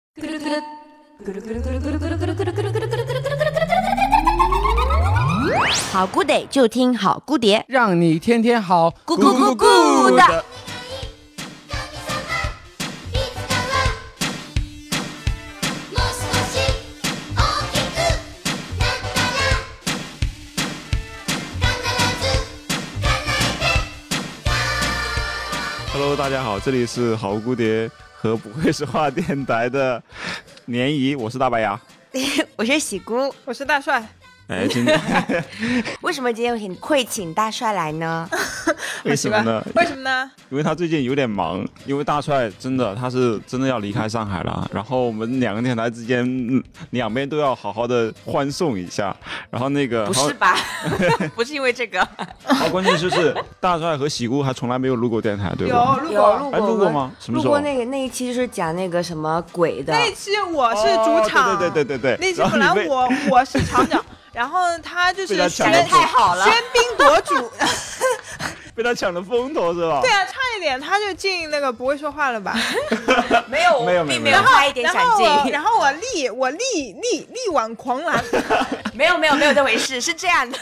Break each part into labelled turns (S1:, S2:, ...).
S1: るくるくるくるくるくるくるくるくるくるくるくるくるくる
S2: 好 good day 就听好 good 碟，
S3: 让你天天好，
S2: 咕咕咕咕的。
S4: いつかはもう少し大きくなったら必ず
S5: Hello，大家好，这里是好蝴蝶和不会说话电台 的鲶姨，我是大白牙。
S2: 我是喜姑，
S6: 我是大帅，
S5: 哎，今 天
S2: 为什么今天请会请大帅来呢？
S5: 为
S6: 奇
S5: 什
S6: 怪
S5: 么呢？
S6: 为什么呢？
S5: 因为他最近有点忙，因为大帅真的他是真的要离开上海了，然后我们两个电台之间嗯两边都要好好的欢送一下，然后那个
S2: 不
S5: 好
S2: 是吧？ 不是因为这个，
S5: 好关键就是大帅和喜姑还从来没有录过电台，对吧？
S6: 有如
S2: 有
S6: 果
S2: 录
S5: 哎，
S2: 过
S5: 录过吗？什么
S2: 录
S5: 时候
S2: 过？那个那一期就是讲那个什么鬼的，
S6: 那一期我是主场，
S5: 哦对对对对对对
S6: 那期
S5: 然后
S6: 本来
S5: 你被
S6: 我我是厂长， 然后他就是
S5: 被他抢
S6: 喧
S5: 了
S2: 讲得太好了
S6: 喧，宾夺主，
S5: 被他抢了风头是吧？
S6: 对啊，差一点他就进那个不会说话 了吧？
S2: 没有
S5: 没有没有
S2: 并没
S5: 没有
S2: 有差一点
S6: 然
S2: 闪
S6: 后我
S2: 进
S6: 然，后我力我力力力挽狂澜，
S2: 没有没有没有这回事，是这样的，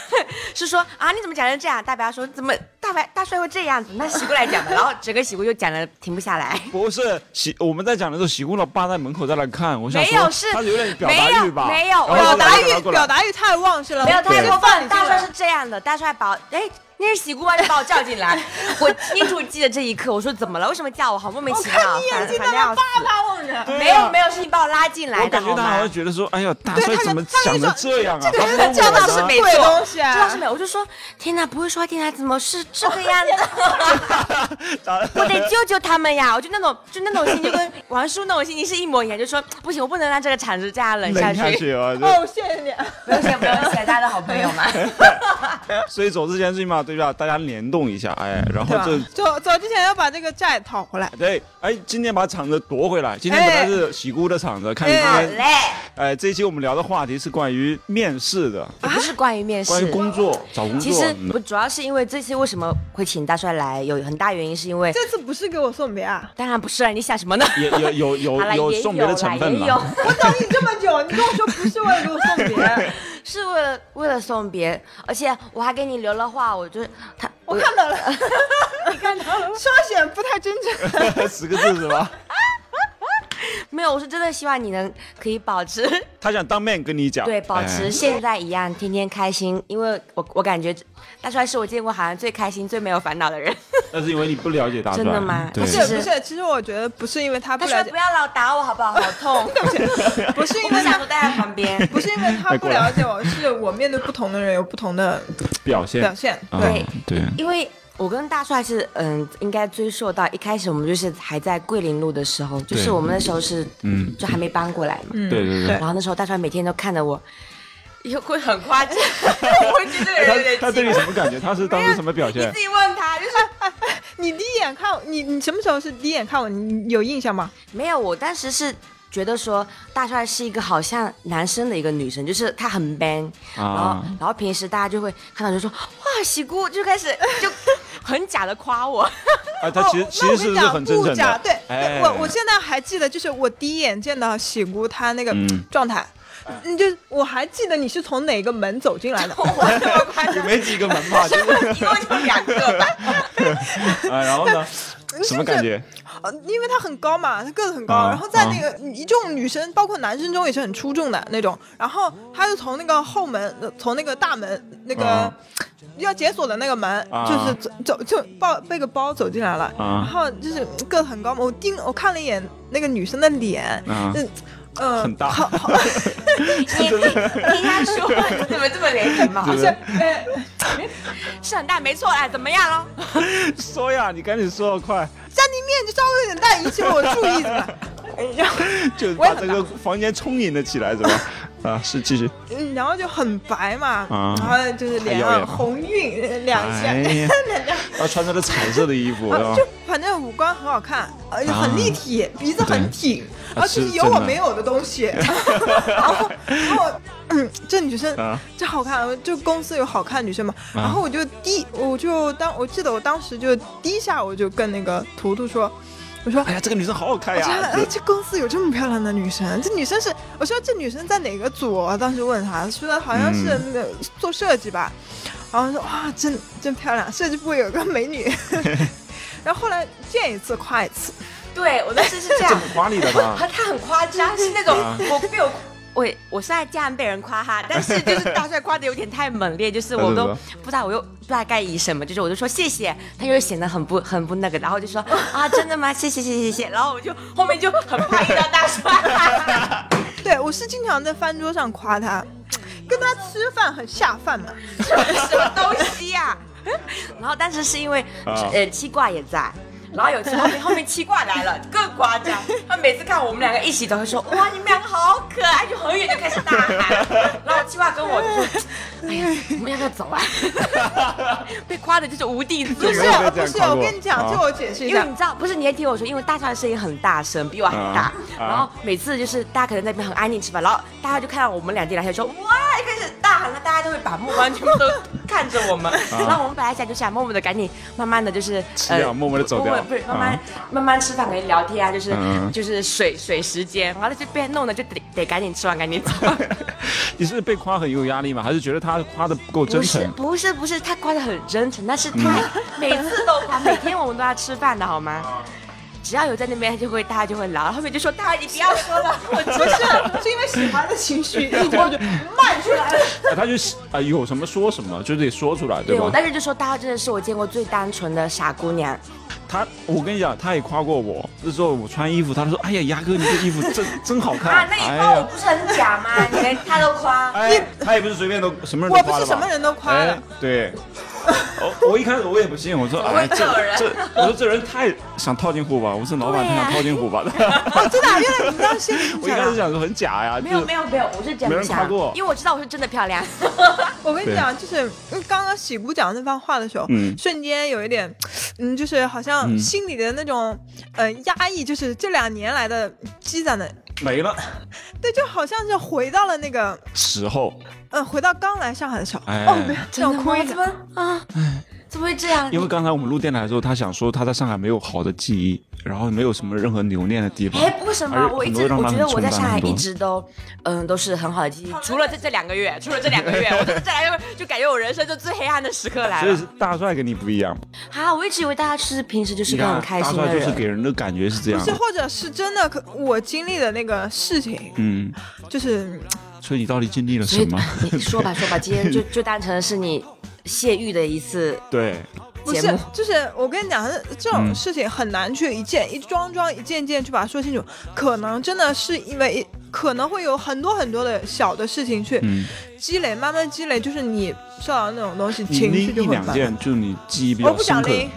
S2: 是说啊你怎么讲成这样？大白说怎么大白大帅会这样子？那喜姑来讲吧，然后整个喜姑就讲的停不下来。
S5: 不是喜，我们在讲的时候，喜姑老爸在门口在那看，我想
S2: 没
S5: 说
S2: 有是
S5: 他有点表达欲吧，
S2: 没有没有
S5: 然后
S6: 表
S5: 就来
S6: 达
S5: 过来
S6: 欲
S5: 过来
S6: 表达欲太旺盛了，
S2: 没有太
S6: 我
S2: 过
S6: 放
S2: 分，
S6: 你
S2: 大
S6: 进
S2: 帅
S6: 来
S2: 是这样的，大帅把我哎。那是喜姑啊，就把我叫进来。我清楚记得这一刻，我说怎么了？为什么叫我？好莫名其妙，烦烦啊的要死。
S6: 巴望着。
S5: 对
S2: 没
S5: 啊
S2: 有没有，是你把我拉进来
S5: 我
S2: 的，
S5: 感觉
S2: 好
S5: 他好
S2: 吗
S5: 像？觉得说，哎呀，大帅
S6: 对他
S5: 怎
S6: 就
S5: 么
S6: 他
S5: 讲
S6: 就
S5: 成
S6: 说
S5: 这样啊？
S6: 这个人
S5: 他
S6: 这
S5: 说
S2: 这
S5: 我
S2: 倒
S5: 呢
S2: 是 没
S6: 对
S2: 错，
S6: 东西啊
S2: 这倒是没有。我就说，天哪，不会说话电台怎么是这个样子？我得救救他们呀！我就那种，就那种心情，就跟王叔那种心情是一模一样。就说不行，我不能让这个场子这样冷下
S5: 冷下
S2: 去。
S5: 去啊！就
S6: 哦，谢谢你。
S2: 不用谢，不用谢，大家都好朋友嘛。
S5: 所以走之前最起码对吧？大家联动一下，哎，
S2: 嗯
S5: 然后
S6: 对吧
S5: 这。
S6: 走走之前要把这个债讨回来。
S5: 对，哎，今天把场子夺回来。今天本来
S6: 哎
S5: 是喜姑的场子，看你今
S2: 好
S5: 天，
S2: 嘞，
S5: 哎，这一期我们聊的话题是关于面试的，
S2: 不是关于面试，
S5: 关于工作、找工
S2: 其
S5: 作
S2: 实
S5: 什么
S2: 不
S5: 的。
S2: 主要是因为这次为什么会请大帅来，有很大原因是因为，
S6: 这次不是给我送别啊！
S2: 当然不是了，你想什么呢？
S5: 也有有有
S2: 好了，
S5: 有
S2: 也
S5: 送别
S2: 有
S5: 的
S2: 啦，
S5: 成分
S2: 也有
S5: 了，，
S6: 我等你这么久，你跟我说不是为了给我送别，
S2: 是为了为了送别，而且我还给你留了话，我就他
S6: 我看到了， 你看到了，稍显不太真诚。
S5: 十个字是吧？
S2: 没有，我是真的希望你能可以保 持
S5: 他想当面跟你讲，
S2: 对保持
S5: 哎
S2: 现在一样，天天开心，因为我我感觉大帅是我见过好像最开心、最没有烦恼的人。
S5: 那是因为你不了解大
S2: 真的吗
S5: 对
S2: 不
S6: 是
S2: 是
S6: 不是？其实我觉得不是因为他不
S2: 大帅
S6: 了解
S2: 不，要老打我好不好？好痛，对不起，
S6: 不是因
S2: 我不
S6: 为
S2: 想
S6: 他
S2: 说待在旁边。
S6: 不是因为他
S5: 哎
S6: 不
S5: 过来
S6: 了解我，是我面对不同的人有不同的
S5: 表现
S6: 表现。
S5: 啊
S6: 对，
S5: 对，
S2: 因为我跟大帅是嗯，应该追溯到一开始我们就是还在桂林路的时候，就是我们那时候是
S5: 嗯
S2: 就还没搬过来嘛。
S6: 嗯
S5: 对对对
S2: 然后那时候大帅每天都看着我，也会很夸 张，我会觉得这
S6: 哎
S2: 个人有点
S5: 他他对你
S2: 奇
S5: 什么感觉？他是当时什么表
S2: 怪。你
S5: 现
S2: 自？己问他，就是
S6: 你第一眼看我你，你什么时候是第一眼看我？你有印象吗？
S2: 没有，我当时是。觉得说大帅是一个好像男生的一个女生，就是他很 man，、然后
S5: 嗯啊，
S2: 然后平时大家就会看到就说哇喜姑，就开 始就很假的夸我，。
S5: 啊，他其实
S6: 哦
S5: 其
S6: 那
S5: 实
S6: 我
S5: 是不
S6: 跟你
S5: 是
S6: 讲，
S5: 很真
S6: 不
S5: 诚
S6: 假
S5: 的？
S6: 对，
S5: 哎
S6: 我我现在还记得，就是我第一眼见到喜姑她那个
S5: 嗯
S6: 状态，你就我还记得你是从哪个门走进来的
S2: 我这么夸
S5: 也
S2: 张，
S5: 没几个门 吧，就是
S2: 一共就两个吧。
S5: 啊，然后呢，什么感觉？
S6: 呃，因为她很高嘛，她个子很高，
S5: 啊
S6: 然后在那个一众女生，包括男生中也是很出众的那种。然后她就从那个后门，呃从那个大门那个
S5: 啊
S6: 要解锁的那个门，
S5: 啊
S6: 就是走走就抱背个包走进来了。
S5: 啊
S6: 然后就是个子很高嘛，我盯我看了一眼那个女生的脸，
S5: 啊
S6: 嗯呃，
S5: 很大
S6: 好好
S2: 你 听他说，你怎么这么没礼貌？
S5: 对不
S2: 是
S5: 对？
S6: 哎
S2: 是很大没错啦，怎么样了？
S5: 说呀，你赶紧说，快，
S6: 在你面就稍微有点大，引起了我注意 的。哎然后，
S5: 就
S6: 我也
S5: 把
S6: 很
S5: 这个房间充盈了起来，是 吧？啊，是继续。
S6: 嗯然后就很白嘛，
S5: 啊
S6: 然后就是脸
S5: 还有呀
S6: 上红晕两下，
S5: 哎 呀，然后穿着了彩色的衣服，是
S6: 然
S5: 吧
S6: 后就？反正五官很好看，而且很立体，鼻子很挺，然后就是
S5: 啊是
S6: 有
S5: 真
S6: 我
S5: 的
S6: 没有的东 西。然后，然后，嗯，这女生
S5: 啊
S6: 这好看，就公司有好看女生嘛。
S5: 啊
S6: 然后我就第，我就当我记得我当时就第一下我就跟那个图图说，我说
S5: 哎呀，这个女生好好看
S6: 我真的，
S5: 呀
S6: 哎，！这公司有这么漂亮的女生？这女生是，我说这女生在哪个组？我当时问她，说好像是
S5: 嗯
S6: 那个做设计吧，然后说哇，真真漂亮，设计部有个美 女。然后后来见一次夸一次，
S2: 对我当时是这
S5: 这
S2: 样
S5: 么，夸你的呢？
S2: 他他很夸张，是那种
S5: 啊
S2: 我被 我。我我虽然这样被人夸哈，但是就是大帅夸的有点太猛烈，就是我都
S5: 对对
S2: 不知道我又不知道该以什么，就是我就说谢谢，他又显得很不很不那个，然后就说啊真的吗？谢谢谢谢谢谢，然后我就后面就很怕遇到大帅。
S6: 对我是经常在饭桌上夸她，跟她吃饭很下饭嘛。
S2: 什么东西呀、 然后当时是因为、
S5: 啊
S2: 呃七卦也在。然后有一次后面后面七卦来 了，更夸张。他每次看我们两个一起都会说：“ 哇，你们两个好可爱！”就很远就开始大 喊。然后七卦跟我就说：“ 哎呀，我们要不要走啊？”啊 被夸的就是无地自
S6: 不
S5: 有
S6: 是
S2: 容
S5: 没。有被这样
S6: 不是，
S5: 夸
S6: 我
S5: 过
S6: 跟你讲，
S5: 啊
S6: 这我解释一
S2: 因为
S6: 下
S2: 你，知道，不是你也听我说，因为大帅的声音很大声，比我还大
S5: 啊。
S2: 然后每次就是大家可能在那边很安静吃饭，然后大家就看到我们两进来，他就说哇，一开始大喊了，大家就会把目光全部都看着 我们。然后我们本来想就想默默的赶紧，慢慢的就是
S5: 啊
S2: 呃
S5: 吃掉默默地走掉
S2: 哎默默不是慢慢
S5: 啊
S2: 慢慢吃饭，可以聊天啊，就是
S5: 嗯
S2: 就是水水时间，然后就被弄的就得得赶紧吃完赶紧走。
S5: 你是被夸很有压力吗？还是觉得他夸的不够真
S2: 不是
S5: 诚？嗯
S2: 不是不是，他夸的很真诚，但是太、 每次都夸，每天我们都要吃饭的好吗？只要有在那边，就会大家就会聊，后面就说大家你不要说了，我
S6: 不是，是因为喜欢的情绪一波就漫出来了。
S5: 啊他就是啊，有什么说什么，就得说出来，
S2: 对我
S5: 吧？
S2: 当时就说大家真的是我见过最单纯的傻姑娘，
S5: 他，我跟你讲，他也夸过我。那时候我穿衣服，他说：“哎呀，牙哥，你这衣服真 真好看。”
S2: 啊，那你
S5: 哎
S2: 夸我
S5: 呀，
S2: 不是很假吗？ 你连他都夸，
S5: 哎，他也不是随便都什么人
S6: 我
S5: 都
S6: 不
S5: 夸
S6: 是
S5: 的吧
S6: 什么人都夸的
S5: 哎，对。我我一开始我也不信，我说哎这
S2: 怎么会有人
S5: 这，我说这人太想套近乎吧，我说老板
S2: 对啊呀
S5: 他想套近乎吧，
S6: 哦，真的啊，原来你知道心里
S5: 我一开始想说很假呀，
S2: 没
S5: 就
S2: 有
S5: 是
S2: 没有没有，我是真
S5: 没
S2: 的
S5: 人夸
S2: 想
S5: 过，
S2: 因为我知道我是真的漂亮，
S6: 我跟你
S5: 对
S6: 讲，就是嗯刚刚喜姑讲那番话的时候，
S5: 嗯
S6: 瞬间有一点，嗯，就是好像心里的那种，呃，压抑，就是这两年来的积攒的，
S5: 没了
S6: 对，就好像是回到了那个，
S5: 时候，
S6: 呃，回到刚来上海的时候，
S5: 哎
S6: 哦，没有，这种
S2: 吗
S6: 哭一
S2: 怎
S6: 下
S2: 么啊？怎么会这样？
S5: 因为刚才我们录电台的时候，他想说他在上海没有好的记忆，然后没有什么任何留念的地方。
S2: 哎，为什
S5: 而
S2: 么
S5: 且
S2: 我一
S5: 很
S2: 直
S5: 多让
S2: 我
S5: 他
S2: 觉
S5: 很
S2: 得我在
S5: 冲淡
S2: 上海
S5: 很多
S2: 一直都，嗯，都是很好的记忆，除了在这两个月，除了这两个 月，我在这两个月就感觉我人生就最黑暗的时刻来
S5: 所以
S2: 了
S5: 是。大帅跟你不一样，
S2: 啊，我一直以为大家就是平时就是
S5: 你
S2: 个很
S5: 看
S2: 开
S5: 大
S2: 心的
S5: 帅就
S2: 人，
S5: 是给人的感觉是这样
S6: 是，，或者是真的，可我经历的那个事情，
S5: 嗯，
S6: 就是
S5: 所以你到底经历了
S2: 所
S5: 什
S2: 以
S5: 么？
S2: 你说吧说吧，今天就就当成是你泄欲的一次
S5: 对，
S6: 不
S2: 节
S6: 是
S2: 目，，
S6: 就是我跟你讲，这种
S5: 嗯
S6: 事情很难去一件一桩桩、一件件去把它说清楚。可能真的是因为，可能会有很多很多的小的事情去
S5: 嗯
S6: 积累，慢慢积累，就是你受到那种东西，
S5: 你
S6: 情
S5: 那
S6: 绪就
S5: 一
S6: 会
S5: 两
S6: 慢。
S5: 件就是你记忆比
S6: 我
S5: 较
S6: 不
S5: 深
S6: 想
S5: 刻的
S6: 拎，，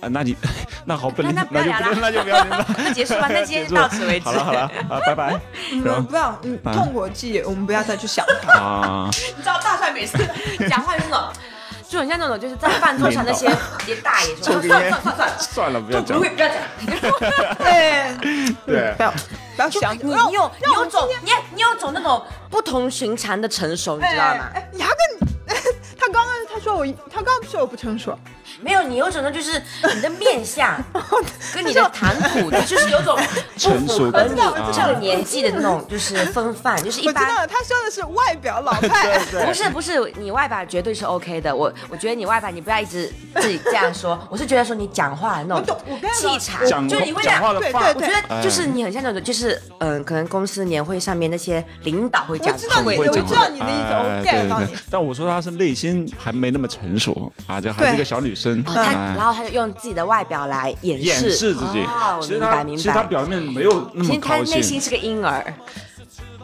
S5: 那那你 那好本领，
S2: 那那不要
S5: 就
S2: 聊了
S5: 那就不要聊了，
S2: 那结束吧， 那今 天就到此为止。
S5: 好了好了，啊，拜 拜。
S6: 嗯
S5: 然后
S6: 不要嗯
S5: 啊
S6: 痛苦的记忆，我们不要再去想它。
S5: 啊，
S2: 你知道大帅每次 讲话就是那种，就很像那种就是在饭桌上那些些大爷说
S5: 抽
S2: 算
S5: 根烟
S2: 算算算，，
S5: 算了，不要
S2: 就
S5: 讲
S2: 不。会不要讲。
S6: 对，
S5: 对
S6: 不，要不要
S2: 就
S6: 想，
S2: 你你
S6: 让
S2: 有你
S6: 让我
S2: 有
S6: 们
S2: 种你你有种那种不同寻常的成熟，你知道吗？
S6: 哎，哎牙根， 他刚刚他说我，他刚刚说我不成熟，
S2: 没有，你有种那就是你的面相跟你的谈吐，就是有种不
S5: 成
S2: 符
S5: 熟
S2: 合
S5: 感
S2: 你
S5: 啊
S2: 这个年纪的那种就是风范，就是一
S6: 我知道
S2: 般。
S6: 了，他说的是外表老 派。
S2: 不是不是，你外表绝对是 OK 的。我我觉得你外表，你不要一直自己这样说。我是觉得说你讲话的那
S6: 我懂
S2: 种
S6: 我跟你
S2: 气
S6: 讲
S2: 场，
S5: 讲
S2: 就是你会这
S5: 讲话
S2: 样。
S5: 的
S6: 对
S5: 话
S6: 对
S2: 我
S6: 对
S2: 觉得就是你很像那种，就是嗯，可能公司年会上面那些领导会
S6: 我
S2: 讲
S6: 知道
S5: 会
S6: 你，
S5: 会
S6: 我
S5: 这
S6: 知
S5: 样
S6: 道你的意思，
S5: 哎
S6: 我 get 到
S5: 对
S6: 你
S5: 对。但我说她是内心还没那么成熟啊，就还是
S6: 对
S5: 个小女生。
S2: 哦，他
S5: 哎
S2: 然后他就用自己的外表来掩
S5: 掩
S2: 饰
S5: 饰自己
S2: 哦，
S5: 其
S2: 明
S5: 实
S2: 白
S5: 她
S2: 明
S5: 其
S2: 白。
S5: 实她表面没有那
S2: 其
S5: 么
S2: 实他
S5: 高
S2: 内
S5: 兴
S2: 心，是个婴儿，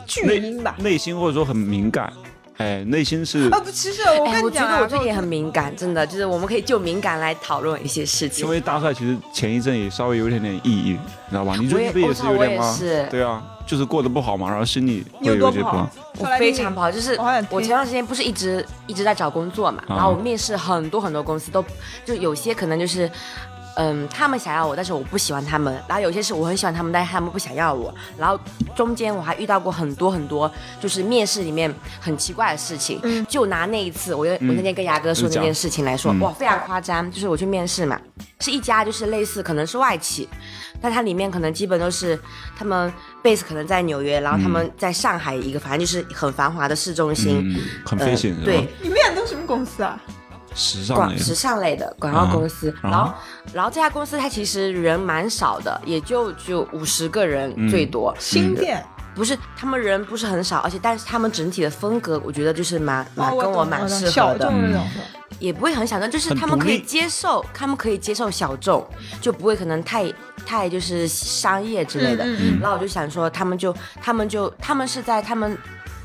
S6: 巨
S5: 内
S6: 婴吧？
S5: 内心或者说很敏感，哎，内心是
S6: 啊不，其实我
S2: 哎，
S6: 跟
S2: 我
S6: 你
S2: 觉
S6: 讲
S2: 得我
S6: 啊，
S2: 最近也很敏感，真的，就是我们可以就敏感来讨论一些事情
S5: 因。为大帅其实前一阵也稍微有一点点抑郁，你知道吧？你最近不
S2: 我也
S5: 是有点
S2: 我操
S5: 吗
S2: 我也是？
S5: 对啊，就是过得不好嘛，然后心里
S6: 你
S5: 会有
S6: 有多
S5: 一些
S6: 不
S5: 不
S6: 好
S5: 好。？
S2: 我
S6: 说来听
S2: 非
S6: 听
S2: 常不好，就是
S6: 我好想听
S2: 我前段时间不是一直一直在找工作嘛，
S5: 啊
S2: 然后我面试很多很多公司都，就有些可能就是。嗯，他们想要我，但是我不喜欢他们。然后有些是我很喜欢他们，但是他们不想要我。然后中间我还遇到过很多很多，就是面试里面很奇怪的事情。
S6: 嗯
S2: 就拿那一次，我我那天跟牙哥说
S5: 嗯
S2: 那
S5: 你讲嗯
S2: 件事情来说，哇，非常夸张。就是我去面试嘛，是一家就是类似可能是外企，但它里面可能基本都是他们 base 可能在纽约，然后他们在上海一个，反正就是很繁华的市中心。
S5: 嗯，很
S2: 呃
S5: 费心、是吧
S2: 对，，
S6: 你面的都什么公司啊？
S5: 时尚
S2: 广
S5: 类
S2: 时
S5: 的，
S2: 尚类的广告公司，
S5: 啊
S2: 然后
S5: 啊
S2: 然后这家公司它其实人蛮少的，也就就五十个人最多，
S5: 嗯
S6: 新店，
S2: 不是他们人不是很少，而且但是他们整体的风格我觉得就是蛮蛮、
S6: 哦
S2: 跟我
S6: 懂
S2: 蛮
S6: 懂
S2: 适合
S6: 小
S2: 的
S6: 众，那种。
S2: 也不会很小众，就是
S5: 很
S2: 他们
S5: 独
S2: 可以
S5: 立
S2: 接受，他们可以接受小众，就不会可能太太就是商业之类的。
S6: 嗯
S2: 然后我就想说，他们就他们就他们是在他们，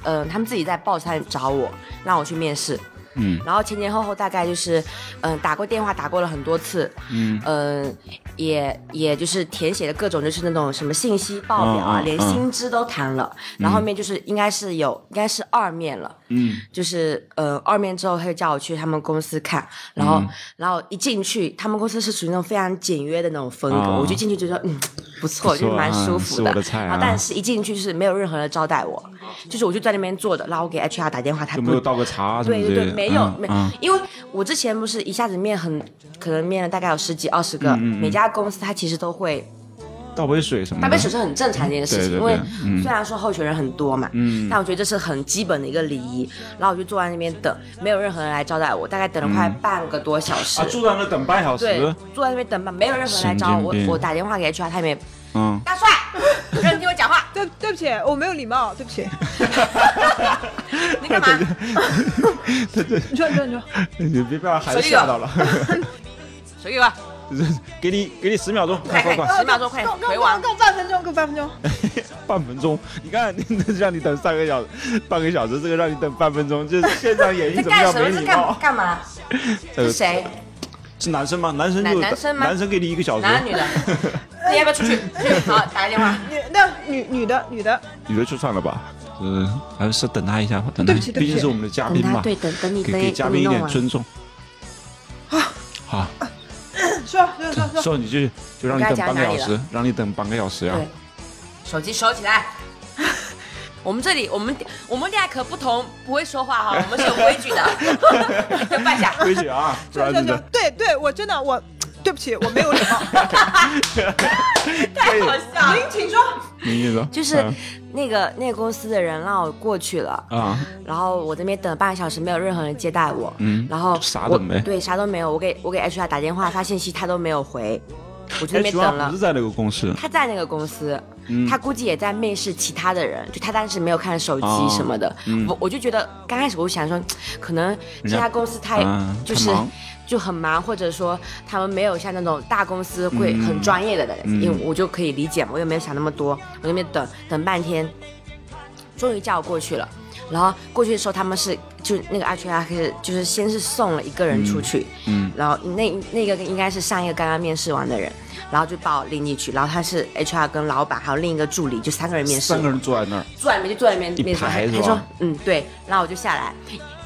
S2: 呃，他们自己在报餐找我，让我去面试。
S5: 嗯，
S2: 然后前前后后大概就是，嗯、打过电话打过了很多次，
S5: 嗯，
S2: 嗯、也也就是填写的各种就是那种什么信息报表啊，
S5: 嗯嗯
S2: 连
S5: 嗯
S2: 薪资都谈了，然后后面就是应该是有应该是二面了，
S5: 嗯，
S2: 就是呃二面之后他就叫我去他们公司看，然
S5: 嗯
S2: 后、然后一进去，他们公司是属于那种非常简约的那种风格，
S5: 啊
S2: 我就进去就说嗯不错，
S5: 不错
S2: 就是蛮舒服
S5: 嗯是我的菜啊
S2: 然后但是一进去是没有任何人招待我，就是我就在那边坐着，然后我给 HR 打电话，他
S5: 就
S2: 不
S5: 没有倒个茶什么
S2: 对
S5: 之
S2: 对
S5: 类
S2: 对，
S5: 的，
S2: 没有、
S5: 嗯
S2: 没、
S5: 嗯
S2: 因为我之前不是一下子面很，可能面了大概有十几二十个，
S5: 嗯
S2: 每家公司它其实都会
S5: 倒杯水什么的，
S2: 搭配水是很正常的一件事情，
S5: 对对对
S2: 因为
S5: 嗯
S2: 虽然说候选人很多嘛，
S5: 嗯
S2: 但我觉得这是很基本的一个礼仪。然后我就坐在那边等，没有任何人来招待我，大概等了快半个多小时。
S5: 啊，坐在那等半小
S2: 对
S5: 时，，
S2: 坐在那边等吧，没有任何人来找我
S5: 神经。病
S2: 我打电话给 HR，他们也
S5: 嗯，
S2: 大帅，有人听我讲话，
S6: 对，对不起，我没有礼貌，对不起。
S2: 你干嘛？
S6: 你说，你说，你说，
S5: 你别把孩子吓到了，
S2: 啊 手给我，
S5: 给你给你十秒钟，快
S2: 快
S5: 快
S2: 快
S5: 快，
S2: 十秒钟，快
S6: 啊够够
S2: 回网
S6: 够。够半分钟，够半分钟。
S5: 半分钟，你看 让你等三个小时，半个小时，这个让你等半分钟，就是现场演
S2: 在
S5: 绎怎么
S2: 干
S5: 样
S2: 什
S5: 没
S2: 么？在
S5: 礼
S2: 干
S5: 貌？
S2: 干嘛？
S5: 呃
S2: 是谁？
S5: 是男生吗？男生就
S2: 男男生吗
S5: 男生给你一个小时，
S2: 男的 女的？你要不要出去？去好，打个电话。
S6: 女，那女女的女的，
S5: 你就出场了吧？嗯，还是等他一下吧，等他，
S6: 对不起对不
S5: 毕
S6: 起
S5: 竟是我们的嘉
S2: 等
S5: 宾
S2: 他
S5: 嘛，
S2: 对，等等你
S5: 给
S2: 等
S5: 给嘉
S2: 等
S5: 宾
S2: 你
S5: 一
S2: 弄
S5: 点
S2: 完。啊
S5: 尊重。好，
S6: 说说说说，
S5: 说你就就让你等半个小时，让你等半个小时呀、
S2: 对，手机收起来。 我们这里，我们 我们恋爱可不同，不会说话哈、 我们是有规矩的， 要半下。
S5: 规矩啊，不
S6: 说
S5: 然
S6: 说
S5: 你
S6: 说
S5: 的，
S6: 对对，我真的我，对不起，我没有礼貌。
S2: 太好笑
S6: 您
S2: 了。
S6: 请说。
S5: 你意思
S2: 就是那个那个公司的人让我过去了，
S5: 啊，
S2: 然后我这边等了半个小时，没有任何人接待我，
S5: 嗯
S2: 然后
S5: 啥
S2: 我
S5: 都没
S2: 对，啥都没有。我给我给 HR 打电话发信息，他都没有回，我就在那边
S5: H
S2: 等
S5: R
S2: 了
S5: 哎不是。在那个公司，
S2: 他在那个公司，
S5: 嗯
S2: 他估计也在面试其他的人，就他当时没有看手机什么的。
S5: 嗯
S2: 我我就觉得刚开始我想说，可能这家公司太、
S5: 嗯
S2: 就是
S5: 太忙
S2: 就很忙，或者说他们没有像那种大公司会很专业的人，
S5: 嗯
S2: 因为我就可以理解嘛，我也没有想那么多，我那边等等半天，终于叫我过去了。然后过去的时候，他们是就那个 HR 开始就是先是送了一个人出去，
S5: 嗯
S2: 然后那那个应该是上一个刚刚面试完的人，然后就把我拎进去，然后他是 HR 跟老板还有另一个助理，就三个人面试，
S5: 三个人坐在那儿，
S2: 坐在那边就坐在那边
S5: 啊一
S2: 面试，
S5: 排是吧啊
S2: 他说嗯对，然后我就下来，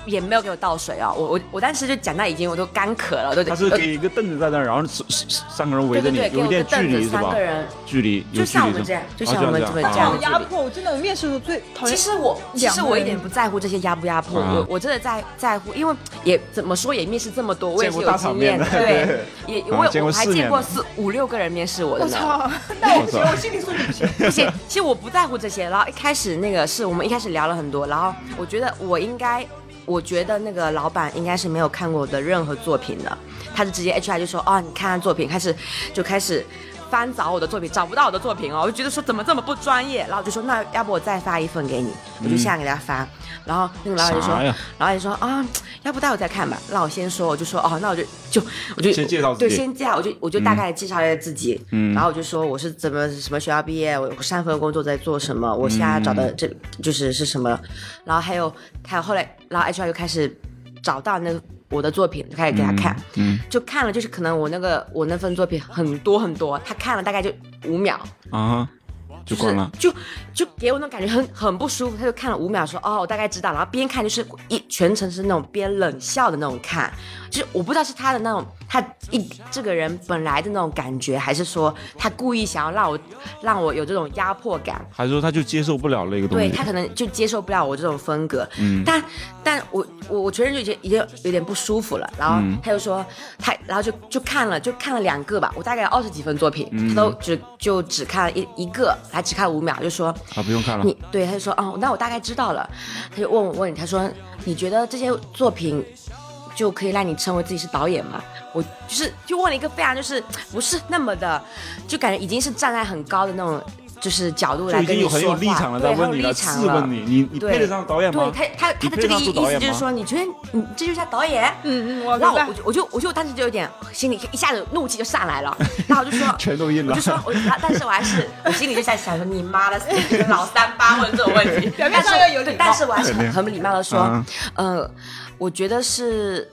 S2: 也没有给我倒水哦，我我我当时就讲到已经我都干渴了，我都
S5: 他是给一个凳子在那儿，然后是是是三个人围
S2: 对
S5: 着
S2: 对对，
S5: 你，
S2: 给
S5: 有
S2: 我
S5: 一
S2: 一
S5: 点
S2: 个
S5: 距
S2: 凳
S5: 离
S2: 子，
S5: 是
S2: 三
S5: 吧
S2: 个？人。
S5: 距离有
S2: 就像
S5: 距
S2: 我
S5: 离
S2: 们
S5: 是
S2: 这
S5: 吧
S2: 样
S5: 啊
S2: 就
S5: 就
S2: 像我们 这么这样
S6: 好压迫，我真的我面试的时候最讨厌。
S2: 其实我，其实我一点不在乎这些压不压迫，
S5: 啊
S2: 我我真的在在乎，因为也怎么说也面试这么多，我也
S5: 见
S2: 是
S5: 过
S2: 有
S5: 大场
S2: 经验的，
S5: 面的
S2: 对，也
S5: 啊
S2: 我
S5: 见
S2: 也
S5: 过
S2: 我还
S5: 世面
S2: 见过
S5: 的
S2: 四五六个人面试我的
S6: 我
S2: 呢。
S6: 操，那我不行，
S5: 我操
S6: 我心理素质不行。
S5: 啊
S2: 不
S5: 嗯
S2: 行，其实我不在乎这些。然后一开始那个是我们一开始聊了很多，然后我觉得我应该，我觉得那个老板应该是没有看过我的任何作品的，他就直接 HR 就说哦，你看看作品，开始就开始。翻找我的作品，找不到我的作品哦，我就觉得说怎么这么不专业，然后我就说那要不我再发一份给你，我就现在给他发，然后那个老板就说
S5: 嗯啥呀，
S2: 老板就说啊，要不待会再看吧，那我先说，我就说哦，那我就就我就
S5: 先介绍自
S2: 对，
S5: 己
S2: 先介绍，我就我就大概介绍一下自己，
S5: 嗯
S2: 然后我就说我是怎么什么学校毕业，我我上份工作在做什么，我现在找的
S5: 嗯
S2: 这、就是是什么，然后还有还有后来，然后 HR 就开始找到那个我的作品，就开始给他看，
S5: 嗯
S2: 就看了，就是可能我那个我那份作品很多很多，他看了大概就五秒，
S5: 啊，就关了。
S2: 就就给我那种感觉很很不舒服，他就看了五秒说，哦，我大概知道，然后边看就是一全程是那种边冷笑的那种看，就是我不知道是他的那种他一这个人本来的那种感觉，还是说他故意想要让我让我有这种压迫感？嗯
S5: 还是说他就接受不了那个东
S2: 对
S5: 西？
S2: 他可能就接受不了我这种风格，但但我我我确认就已经已经有点不舒服了，然后他就说、他，然后就就看了就看了两个吧，我大概有二十几份作品，他都只就只看了一一个，还只看五秒，就说
S5: 啊，不用看了
S2: 你，对，他就说哦，那我大概知道了，他就问我问你，他说你觉得这些作品就可以让你称为自己是导演吗？我就是就问了一个非常就是不是那么的，就感觉已经是站在很高的那种。就是角度
S5: 就
S2: 来
S5: 已
S2: 跟
S5: 经
S2: 你
S5: 有
S2: 说话，
S5: 很有立场了，在
S2: 对很
S5: 问
S2: 有
S5: 你
S2: 立场
S5: 质
S2: 了
S5: 问你，你你
S2: 对
S5: 配得上导演吗？
S2: 对他，他他的
S5: 你配
S2: 这个
S5: 得上
S2: 意
S5: 做导
S2: 意思
S5: 演
S2: 就是
S5: 吗
S2: 说，你觉得你这就是导演？
S6: 嗯嗯，我
S2: 然
S6: 明
S2: 后
S6: 白
S2: 我。就我就我就当时就有点心里一下子怒气就上来了，然后我就说
S5: 全都硬了
S2: 我就说我，然后但是我还是我心里就在想说你妈的，这个老三八问这种问题，
S6: 表面上
S2: 但是
S6: 要有礼
S2: 对
S6: 貌
S2: 但是我还是
S5: 肯
S2: 很
S5: 定
S2: 很礼貌的说
S5: 嗯，
S2: 呃，我觉得是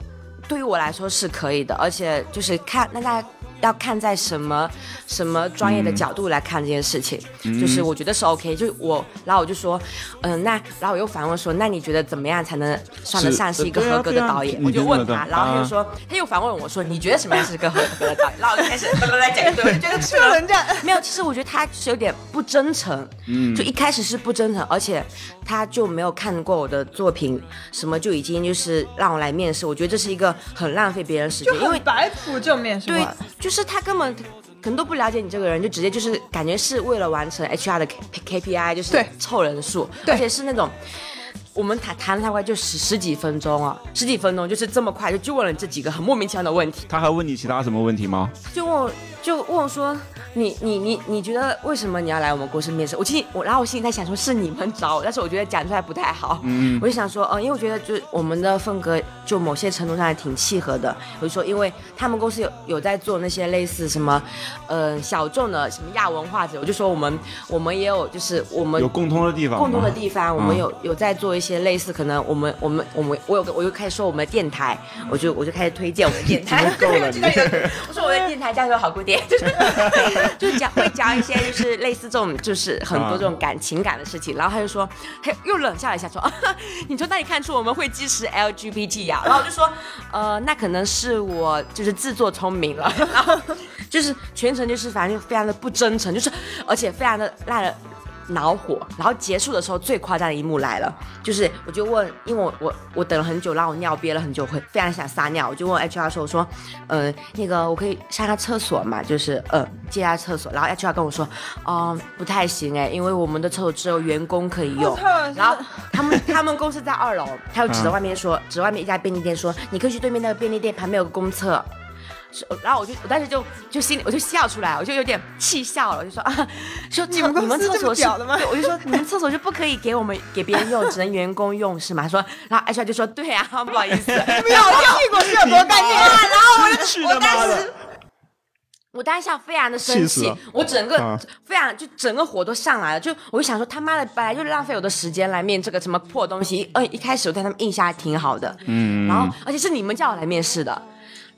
S2: 对于我来说是可以的，而且就是看那大家。要看在什么什么专业
S5: 嗯
S2: 的角度来看这件事情，就是我觉得是 OK，就是我，然后我就说，嗯、那然后我又反问说，那你觉得怎么样才能算得
S5: 是
S2: 上是一个
S5: 对啊
S2: 合格的
S5: 对啊
S2: 导演？
S5: 你
S2: 我就
S5: 觉得
S2: 问
S5: 怎么
S2: 他，
S5: 的
S2: 然后他就
S5: 啊
S2: 说，他又反问我说，你觉得什么样是一个合格的导演？然后我就开始 巴拉巴拉讲一堆，我就觉得
S6: 车轮战，
S2: 没有，其实我觉得他是有点不真诚，就一开始是不真诚，而且他就没有看过我的作品，什么就已经就是让我来面试，我觉得这是一个很浪费别人时
S6: 就
S2: 间，因为
S6: 很白朴正面是
S2: 对
S6: 吧？，
S2: 就是他根本可能都不了解你这个人，就直接就是感觉是为了完成 HR 的 K P I，就是
S6: 对
S2: 凑人数，
S6: 对
S2: 而且是那种。我们谈谈了大概就十十几分钟啊，十几分钟就是这么快就就问了这几个很莫名其妙的问题，
S5: 他还问你其他什么问题吗？
S2: 就问我就问我说你你你你觉得为什么你要来我们公司面试？我心里我然后我心里在想说是你们找我，但是我觉得讲出来不太好，嗯，我就想说，嗯、因为我觉得就是我们的风格就某些程度上还挺契合的。我就说，因为他们公司有有在做那些类似什么，呃，小众的什么亚文化节，我就说我们我们也有就是我们
S5: 有共通的地方吗，
S2: 共同的地方，我们
S5: 嗯
S2: 有有在做一些类似，可能我们我们我们我有个我又开始说我们的电台，我就我就开始推荐我们的电台，
S5: 够 了
S2: 我知道有我说我的电 台叫做好姑爹，就是就讲会讲一些就是类似这种就是很多这种感情感的事情，然后他就说，他又冷笑了一下说， 啊、你从那里看出我们会支持 LGBT 呀、啊然后我就说，呃，那可能是我就是自作聪明了， 然后就是全程就是反正就非常的不真诚，就是而且非常的让人。恼火，然后结束的时候最夸张的一幕来了，就是我就问，因为我我我等了很久，然后我尿憋了很久，会非常想撒尿，我就问 HR 说，我说，呃，那个我可以上下厕所嘛，就是呃借下厕所，然后 HR 跟我说，嗯、不太行哎，因为我们的厕所只有员工可以用
S6: 我，操
S2: 然后他们他们公司在二 楼，他又指着外面说，指外面一家便利店说，你可以去对面那个便利店旁边有个公厕，是然后我就我当时就就心里我就笑出来，我就有点气笑了，我就说啊，说
S6: 你们
S2: 厕
S6: 公司
S2: 们厕
S6: 这
S2: 所
S6: 么
S2: 是
S6: 屌的吗
S2: 对，我就说你们厕所是不可以给我们给别人用，只能员工用是吗？说，然后 HR 就说对啊，不好意 思，
S6: 不要屁股是有多干净？
S2: 啊然后我
S5: 去
S2: 就
S5: 他
S2: 我
S5: 妈
S2: 当
S5: 的
S2: 时。我当下非常的生
S5: 气死
S2: 气
S5: 了，
S2: 我整个、
S5: 啊
S2: 非常就整个火都上来了，就我就想说他妈的，本来就浪费我的时间来面这个什么破东西，呃，一开始我对他们印象还挺好的，嗯，然后而且是你们叫我来面试的，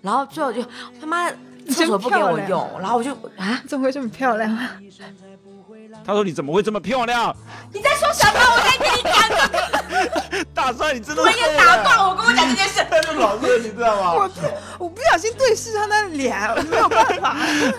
S2: 然后最后就他妈厕所不给我
S6: 真漂
S2: 用，然后我就啊，
S6: 怎么会这么漂亮啊？
S5: 他说你怎么会这么漂亮？
S2: 你在说什么？我在跟你讲这个，
S5: 大帅，你真的
S2: 我也打断我跟我讲这件事，
S5: 他就老是你知道
S6: 我
S5: 吗？
S6: 不，我不小心对视他的脸，我没有办法。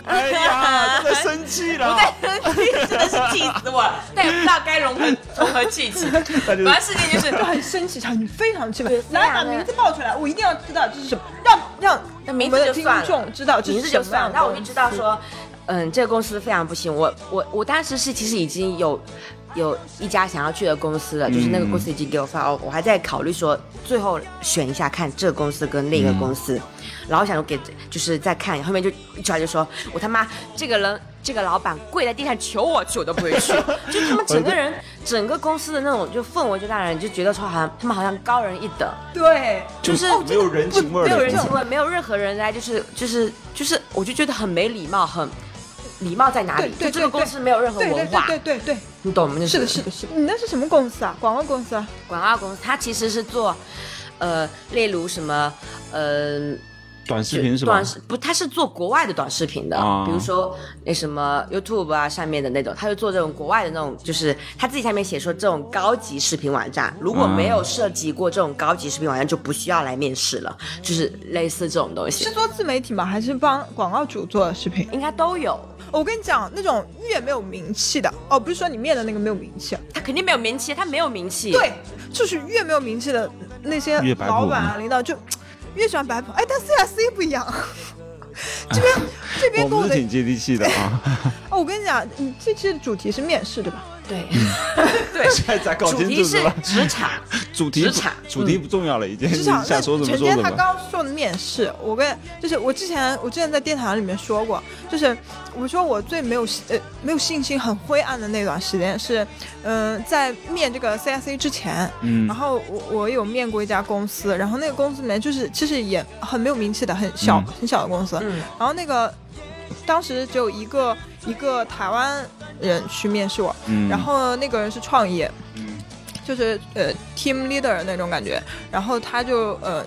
S5: 哎呀，他在生气了
S2: 我，在 真的是气死我了，但也不知道该融合如何气气，
S5: 他就
S2: 反正事情就是
S6: 就很生气，他你非常气愤
S2: 对，
S6: 来
S2: 非
S6: 把
S2: 常的
S6: 名字报出来，我一定要知道这是什么，让让
S2: 那
S6: 我
S2: 名
S6: 们
S2: 字
S6: 的
S2: 就
S6: 听
S2: 算了
S6: 众知道这
S2: 名
S6: 是
S2: 字
S6: 什
S2: 哦就
S6: 么样
S2: 算
S6: 的
S2: 了，那我就知道说，啊嗯，这个公司非常不行。我我我当时是其实已经有有一家想要去的公司了，就是那个公司已经给我发 offer，我还在考虑说最后选一下看这个公司跟另一个公司，然后想说给就是再看，后面就一出来就说我他妈这个人。这个老板跪在地上求我去，我都不会去。就他们整个人、整个公司的那种就氛围，就让人就觉得说，好像他们好像高人一等。
S6: 对，哦
S2: 就是
S5: 没有人情味儿
S2: 没
S5: 的
S2: 有人
S5: 东西
S2: 情味，没有任何人来，就是就是就是，我就觉得很没礼貌，很礼貌在哪里？
S6: 对对
S2: 就这个
S6: 对
S2: 公司没有任何
S6: 对对
S2: 文化，嗯
S6: 对对对对，
S2: 你懂吗？就是
S6: 的，是的，是的。你那是什么公司啊？广告公司啊？
S2: 广告公司，它其实是做，呃，例如什么，呃，
S5: 短视频是吧
S2: 短？视不，他是做国外的短视频的，
S5: 啊
S2: 比如说那什么 YouTube 啊上面的那种，他就做这种国外的那种，就是他自己下面写说这种高级视频网站，如果没有
S5: 嗯
S2: 涉及过这种高级视频网站，就不需要来面试了，就是类似这种东西
S6: 是，做自媒体吗？还是帮广告主做视频？
S2: 应该都有。
S6: 我跟你讲，那种越没有名气的，哦，不是说你面的那个没有名气，啊
S2: 他肯定没有名气，他没有名气。
S6: 对，就是越没有名气的那些
S5: 越摆谱嗯
S6: 老板啊、领导就越喜欢摆谱。哎，但 CRC 不一样， 这边这边
S5: 哎我
S6: 跟我
S5: 们
S6: 的
S5: 是挺接地气的啊，
S6: 哦，我跟你讲，你这期的主题是面试对吧？
S2: 对，
S5: 现在咋搞
S2: 主
S5: 清
S2: 题
S5: 楚
S2: 是
S5: 是吧？
S2: 职场，
S5: 主题不
S2: 职场
S5: 主题不重要了，已 经
S6: 职场
S5: 想
S6: 那
S5: 说什么
S6: 陈
S5: 说
S6: 杰
S5: 什
S6: 他
S5: 么。
S6: 刚说的面试，我跟就是我之前我之前在电台里面说过，就是我说我最没有呃没有信心、很灰暗的那段时间是，嗯、在面这个 CSC 之前，
S5: 嗯
S6: 然后我我有面过一家公司，然后那个公司里面就是其实也很没有名气的，很小、
S5: 嗯
S6: 很小的公司，
S2: 嗯
S6: 然后那个当时只有一个一个台湾人去面试我，
S5: 嗯，
S6: 然后那个人是创业，
S5: 嗯
S6: 就是呃 team leader 那种感觉。然后他就呃，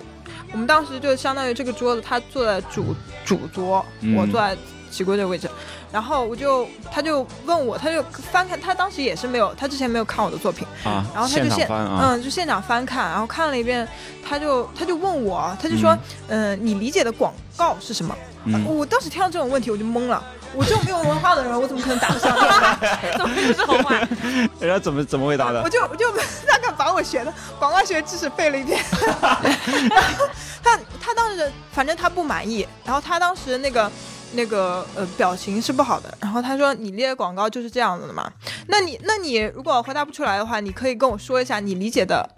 S6: 我们当时就相当于这个桌子，他坐在主主桌，
S5: 嗯
S6: 我坐在起锅这个位置。然后我就，他就问我，他就翻看，他当时也是没有，他之前没有看我的作品，
S5: 啊，
S6: 然后他
S5: 现
S6: 就
S5: 场
S6: 现
S5: 翻啊，
S6: 嗯，就现场翻看，然后看了一遍，他就他就问我，他就说，嗯、你理解的广告是什么？
S5: 嗯
S6: 我当时听到这种问题我就懵了，我这种没有文化的人，我怎么可能答得上来？
S2: 怎么是这种话？
S5: 人家哎怎么怎么回答
S6: 我
S5: 的？
S6: 就我就大概把我学的广告学知识背了一遍， 然后他他当时反正他不满意，然后他当时那个那个呃表情是不好的，然后他说你列广告就是这样子的嘛，那你那你如果回答不出来的话，你可以跟我说一下你理解的。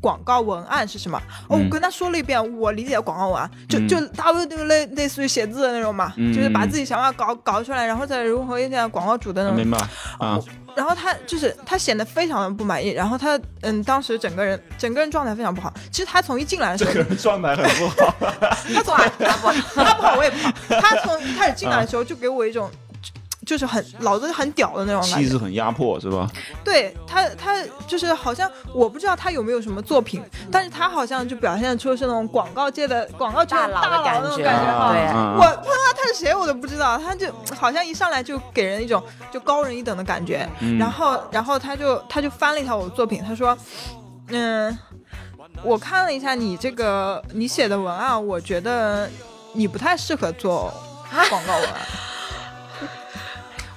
S6: 广告文案是什么？哦，
S5: 嗯
S6: 我跟他说了一遍，我理解的广告文案就
S5: 嗯
S6: 就大部分都类类似于写字的那种嘛，
S5: 嗯
S6: 就是把自己想法搞搞出来，然后再融合一下广告主的那种
S5: 明白
S6: 嗯
S5: 啊，
S6: 然后他就是他显得非常的不满意，然后他嗯，当时整个人整个人状态非常不好。其实他从一进来的时
S5: 这
S6: 候，
S5: 个人状态很不好。
S6: 他从他不好，他不好我也不好。他从一开始进来的时候就给我一种。就就是很老子很屌的那种感
S5: 气
S6: 觉，
S5: 质很压迫是吧？
S6: 对他，他就是好像我不知道他有没有什么作品，但是他好像就表现出是那种广告界的广告圈
S2: 大
S6: 的
S2: 佬的
S6: 佬
S2: 感
S6: 那种
S2: 觉
S6: 感觉哈。
S5: 啊
S2: 对
S5: 啊
S6: 我不知道他是谁，我都不知道，他就好像一上来就给人一种就高人一等的感觉。
S5: 嗯
S6: 然后，然后他就他就翻了一下我的作品，他说，嗯，我看了一下你这个你写的文案，我觉得你不太适合做广告文 案。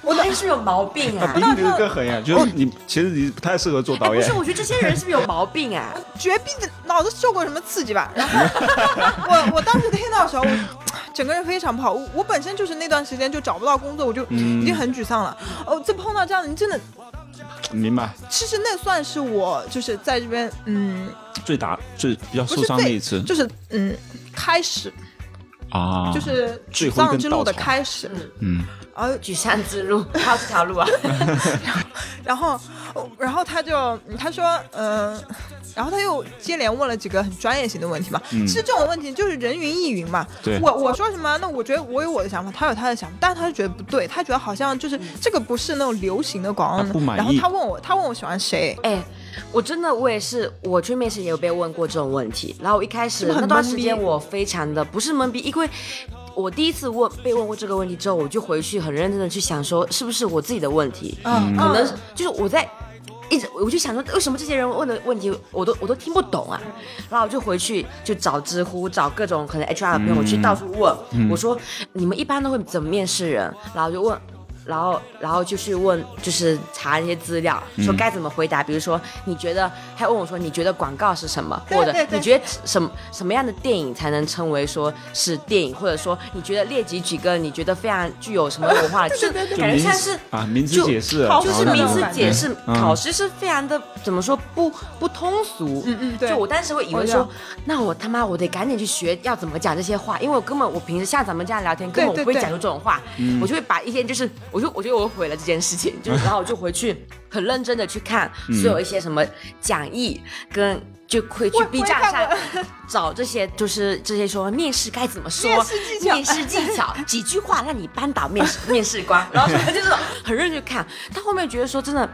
S2: 我的是有毛病啊
S5: 比！你这个更狠
S6: 哦
S5: 呀，就是你其实你不太适合做
S2: 哎，
S5: 导
S2: 不
S5: 演
S2: 是，。我觉得这些人是不是有毛病啊？
S6: 绝逼的脑子受过什么刺激吧？然后我我当时听到的时候，我整个人非常不好。我我本身就是那段时间就找不到工作，我就
S5: 嗯
S6: 已经很沮丧了。哦，这碰到这样的，你真的，
S5: 明白，
S6: 其实那算是我就是在这边，嗯，
S5: 最打最比较
S6: 不
S5: 受
S6: 是
S5: 伤的
S6: 最
S5: 一次
S6: 就是嗯开始，
S5: 啊，
S6: 就是
S5: 最
S6: 沮
S5: 后一根
S6: 丧之路的
S5: 稻草
S6: 开始。
S5: 嗯，
S6: 然后
S2: 举山之路，还有这条路啊？
S6: 然后哦然后他就嗯他说，嗯、然后他又接连问了几个很专业性的问题嘛。
S5: 嗯
S6: 其实这种问题就是人云亦云嘛。
S5: 对
S6: 我我说什么？那我觉得我有我的想法，他有他的想法，但是他就觉得不对，他觉得好像就是这个不是那种流行的广告
S5: 他
S6: 呢。
S5: 不满意
S6: 然后他问我，他问我喜欢谁？
S2: 哎，我真的我也是，我去面试也有被问过这种问题。然后我一开始
S6: 是不是很
S2: 那段
S6: 懵
S2: 时
S6: 逼
S2: 间我非常的不是懵逼，因为。我第一次问被问过这个问题之后，我就回去很认真的去想，说是不是我自己的问题？
S6: 嗯，
S2: 可能
S6: 嗯
S2: 就是我在一直，我就想说，为什么这些人问的问题我都我都听不懂啊？然后我就回去就找知乎，找各种可能 HR 的朋友，我去到处问，我说你们一般都会怎么面试人？然后就问。然后，然后就去问，就是查一些资料，说该怎么回答。比如说，你觉得，还问我说，你觉得广告是什么，
S6: 对
S2: 或者
S6: 对对
S2: 你觉得什么什么样的电影才能称为说是电影，或者说你觉得列举几个你觉得非常具有什么文 化的，就是
S5: 就
S2: 感觉
S5: 名
S2: 像
S5: 词
S2: 是
S5: 啊名词
S2: 就
S5: 解释啊
S2: 考
S5: 然
S2: 就
S5: 后
S2: 是
S5: 那
S2: 名
S5: 种
S2: 词
S5: 感
S2: 解
S5: 觉
S2: 释，
S5: 嗯
S2: 考试是非常的怎么说不不通俗。
S6: 嗯嗯对
S2: 就我当时会以
S6: 我
S2: 为
S6: 知
S2: 说
S6: 道，
S2: 那我他妈我得赶紧去学要怎么讲这些话，因为我根本我平时像咱们这样聊天，根本
S6: 对
S2: 我
S6: 对
S2: 不会
S6: 对
S2: 讲出这种话，
S5: 嗯
S2: 我就会把一些就是，我就我觉得我毁了这件事情， 就是然后我就回去很认真的去看
S5: 嗯
S2: 所有一些什么讲义跟。就会去
S6: 我
S2: B
S6: 我也
S2: 站
S6: 看
S2: 上
S6: 过
S2: 找这些，就是这些说面试该怎么说，
S6: 面试技巧
S2: 面试技巧，几句话让你扳倒面试面试官，然后就是很认真去看。但后面觉得说真的，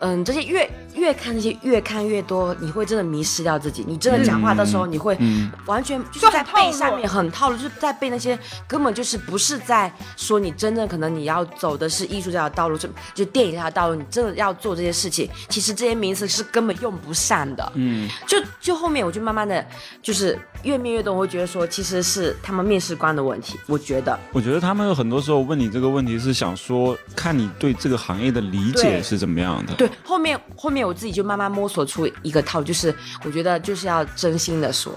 S2: 嗯，这些越越看那些越看越多，你会真的迷失掉自己。你真的讲话的时候，你会
S5: 嗯
S2: 完全就
S6: 就是很
S2: 在
S6: 套
S2: 背
S6: 路
S2: 上面很套路，就是在背那些根本就是不是在说你真正可能你要走的是艺术这条道路，就就电影这条道路，你真的要做这些事情，其实这些名词是根本用不上的。
S5: 嗯，
S2: 就就后面我就慢慢的，就是越面越多，我会觉得说其实是他们面试官的问题，我觉得。
S5: 我觉得他们有很多时候问你这个问题是想说，看你对这个行业的理解
S2: 对
S5: 是怎么样的。
S2: 对，后面后面我自己就慢慢摸索出一个套路，就是我觉得就是要真心的说，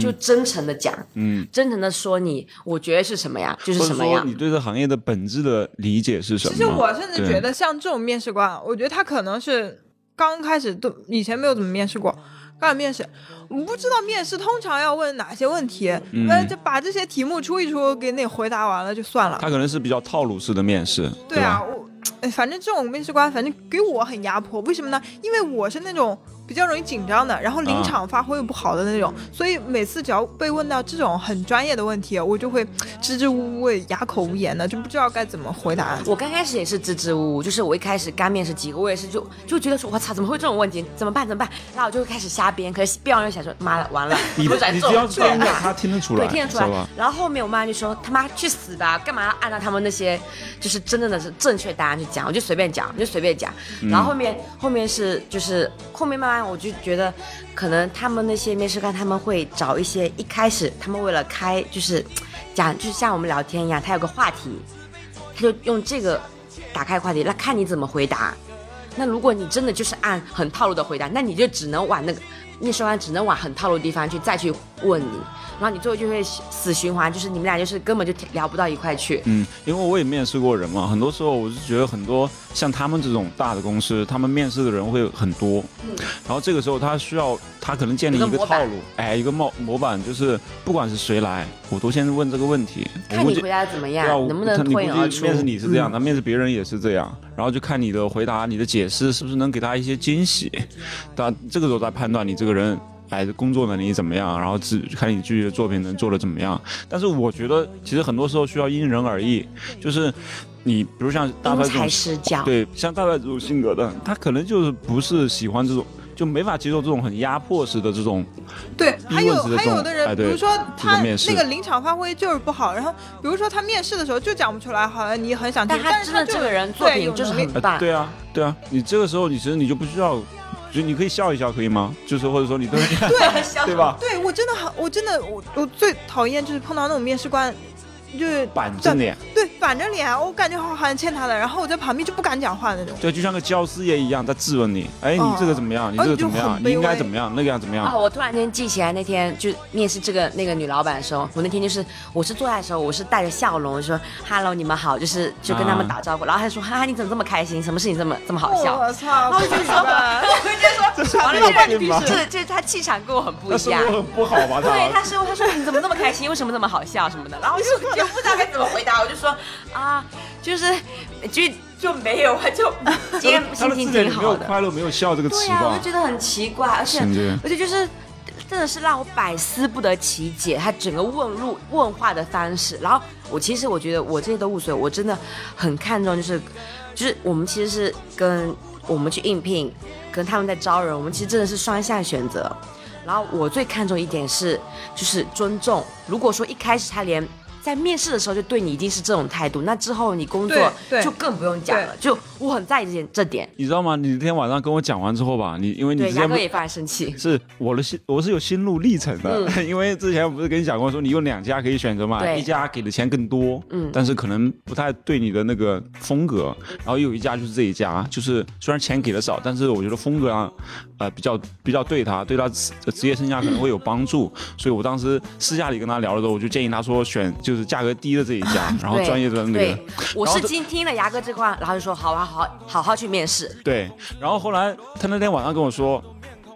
S2: 就真诚的讲，
S5: 嗯，
S2: 真诚的说你我觉得是什么样就是
S5: 或
S2: 什
S5: 者
S2: 么
S5: 说
S2: 样
S5: 你。对这行业的本质的理解是什么？
S6: 其实我甚至
S5: 对
S6: 觉，得，像这种面试官，我觉得他可能是刚开始都以前没有怎么面试过，刚始面试，我不知道面试通常要问哪些问题，
S5: 嗯
S6: 那、就把这些题目出一出，给你回答完了就算了。
S5: 他可能是比较套路式的面试，
S6: 对啊，
S5: 吧？
S6: 我哎反正这种面试官，反正给我很压迫。为什么呢？因为我是那种比较容易紧张的，然后
S5: 啊
S6: 临场发挥又不好的那种，所以每次只要被问到这种很专业的问题，我就会支支吾吾、哑口无言的，就不知道该怎么回答。
S2: 我刚开始也是支支吾吾，就是我一开始刚面试几个，我也是就就觉得说，我操，怎么会这种问题？怎么办？怎么办？然后我就会开始瞎编，可是编完就想说，妈的，完了，
S5: 你
S2: 不
S5: 你
S2: 敢做
S5: 只要
S2: 对啊
S5: 编的， 他听得出来，
S2: 对，听得出
S5: 是吧
S2: 来？。然后后面我妈就说：“他妈去死吧，干嘛要按照他们那些就是真正的是正确答案去讲？我就随便讲，我就随便讲。
S5: 嗯
S2: 然后后面后面是就是后面慢慢我就觉得，可能他们那些面试官他们会找一些一开始他们为了开就是讲就是像我们聊天一样，他有个话题，他就用这个打开话题，那看你怎么回答。那如果你真的就是按很套路的回答，那你就只能往那个面试官只能往很套路的地方去再去问你，然后你最后就会死循环，就是你们俩就是根本就聊不到一块去。
S5: 嗯，因为我也面试过人嘛，很多时候我是觉得很多像他们这种大的公司，他们面试的人会很多，然后这个时候他需要他可能建立
S2: 有
S5: 一
S2: 嗯个
S5: 个
S2: 模
S5: 套
S2: 板
S5: 路，哎，一个模模板，就是不管是谁来，我都先问这个问题，我
S2: 看
S5: 估
S2: 你
S5: 计
S2: 回答得怎么样
S5: 对啊，我
S2: 能不能
S5: 他
S2: 脱颖而
S5: 你估计
S2: 出？嗯
S5: 面试你是这样，他面试别人也是这样，然后就看你的回答、你的解释是不是能给他一些惊喜。但这个时候再判断你这个人，哎，工作能力怎么样，然后自看你具体的作品能做的怎么样。但是我觉得其实很多时候需要因人而异，就是你比如像大
S2: 因
S5: 帅这
S2: 材
S5: 种，
S2: 施教。
S5: 对，像大帅这种性格的，他可能就是不是喜欢这种。就没法接受这种很压迫式的这种，
S6: 对，
S5: 疑
S6: 还有
S5: 问是这
S6: 还有
S5: 种
S6: 的
S5: 哎
S6: 人，比
S5: 对
S6: 如说
S5: 这个
S6: 他
S5: 面试
S6: 那个临场发挥就是不好，然后比如说他面试的时候就讲不出来，好像你很想听
S2: 但，他
S6: 但是
S2: 真
S6: 他
S2: 的
S6: 就
S2: 这个人作
S6: 对有
S2: 品就是
S6: 能力
S2: 很
S5: 呃
S2: 棒，
S5: 对啊，对啊，你这个时候你其实你就不需要，就你可以笑一笑，可以吗？就是或者说你都
S2: 对
S5: 呃对？吧？
S6: 对我真的很，我真的我我最讨厌就是碰到那种面试官，就是
S5: 板正脸，
S6: 对板着脸，我感觉好像欠他的，然后我在旁边就不敢讲话那种。
S5: 对，就像个教师爷一样，在质问你，哎，你
S6: 哦
S5: 这个怎么样？你
S6: 哦
S5: 这个
S6: 你就
S5: 怎么样？
S6: 很
S5: 你应
S6: 卑
S5: 该
S6: 微
S5: 怎么样？那个样怎么
S2: 哦，
S5: 样？
S2: 我突然间记起来，那天就面试这个那个女老板的时候，我那天就是我是坐下来的时候，我是带着笑容，我说 “hello，你们好”，就是就跟他
S5: 啊
S2: 们打招呼，然后她说：“哈哈，你怎么这么开心？什么事情这么这么好笑？”
S6: 我操！不 行吧？
S5: 这是这病吗？
S2: 这这他气场跟我很不
S5: 那
S2: 一
S5: 是
S2: 样。
S5: 我很不好吧？
S2: 对，他
S5: 他
S2: 说他说你怎么那么开心，为什么那么好笑什么的，然后我就我就不知道该怎么回答，我就说啊，就是就就没有啊，就今天心
S5: 他的字
S2: 情
S5: 典
S2: 挺
S5: 里没有
S2: 好的。
S5: 快乐，没有笑这个
S2: 对
S5: 词
S2: 呀、我
S5: 吧
S2: 就？觉得很奇怪，而且
S5: 神经
S2: 而且就是。真的是让我百思不得其解，他整个问路问话的方式。然后我其实我觉得我这些都无所谓，我真的很看重就是，就是我们其实是跟我们去应聘，跟他们在招人，我们其实真的是双向选择。然后我最看重一点是就是尊重。如果说一开始他连在面试的时候就对你已经是这种态度，那之后你工作
S6: 对对
S2: 就更不用讲了。就我很在意这点这点。
S5: 你知道吗？你那天晚上跟我讲完之后吧，你因为你
S2: 对，
S5: 之
S2: 牙
S5: 前
S2: 哥也非常生气。
S5: 是我的心，我是有心路历程的， 因为之前我不是跟你讲过，说你有两家可以选择嘛，
S2: 嗯对
S5: 一家给的钱更多，嗯，但是可能不太对你的那个风格，然后有一家就是这一家，就是虽然钱给的少，但是我觉得风格上，呃，比较比较对他，对他职呃职业生涯可能会有帮助，所以我当时私下里跟他聊的时候，我就建议他说选就是价格低的这一 家，然后
S2: 对
S5: 专业的那个
S2: 对，，我
S5: 然后
S2: 是
S5: 这
S2: 今听了牙哥这话，然后就说好啊，好好好好去面试。
S5: 对，然后后来他那天晚上跟我说，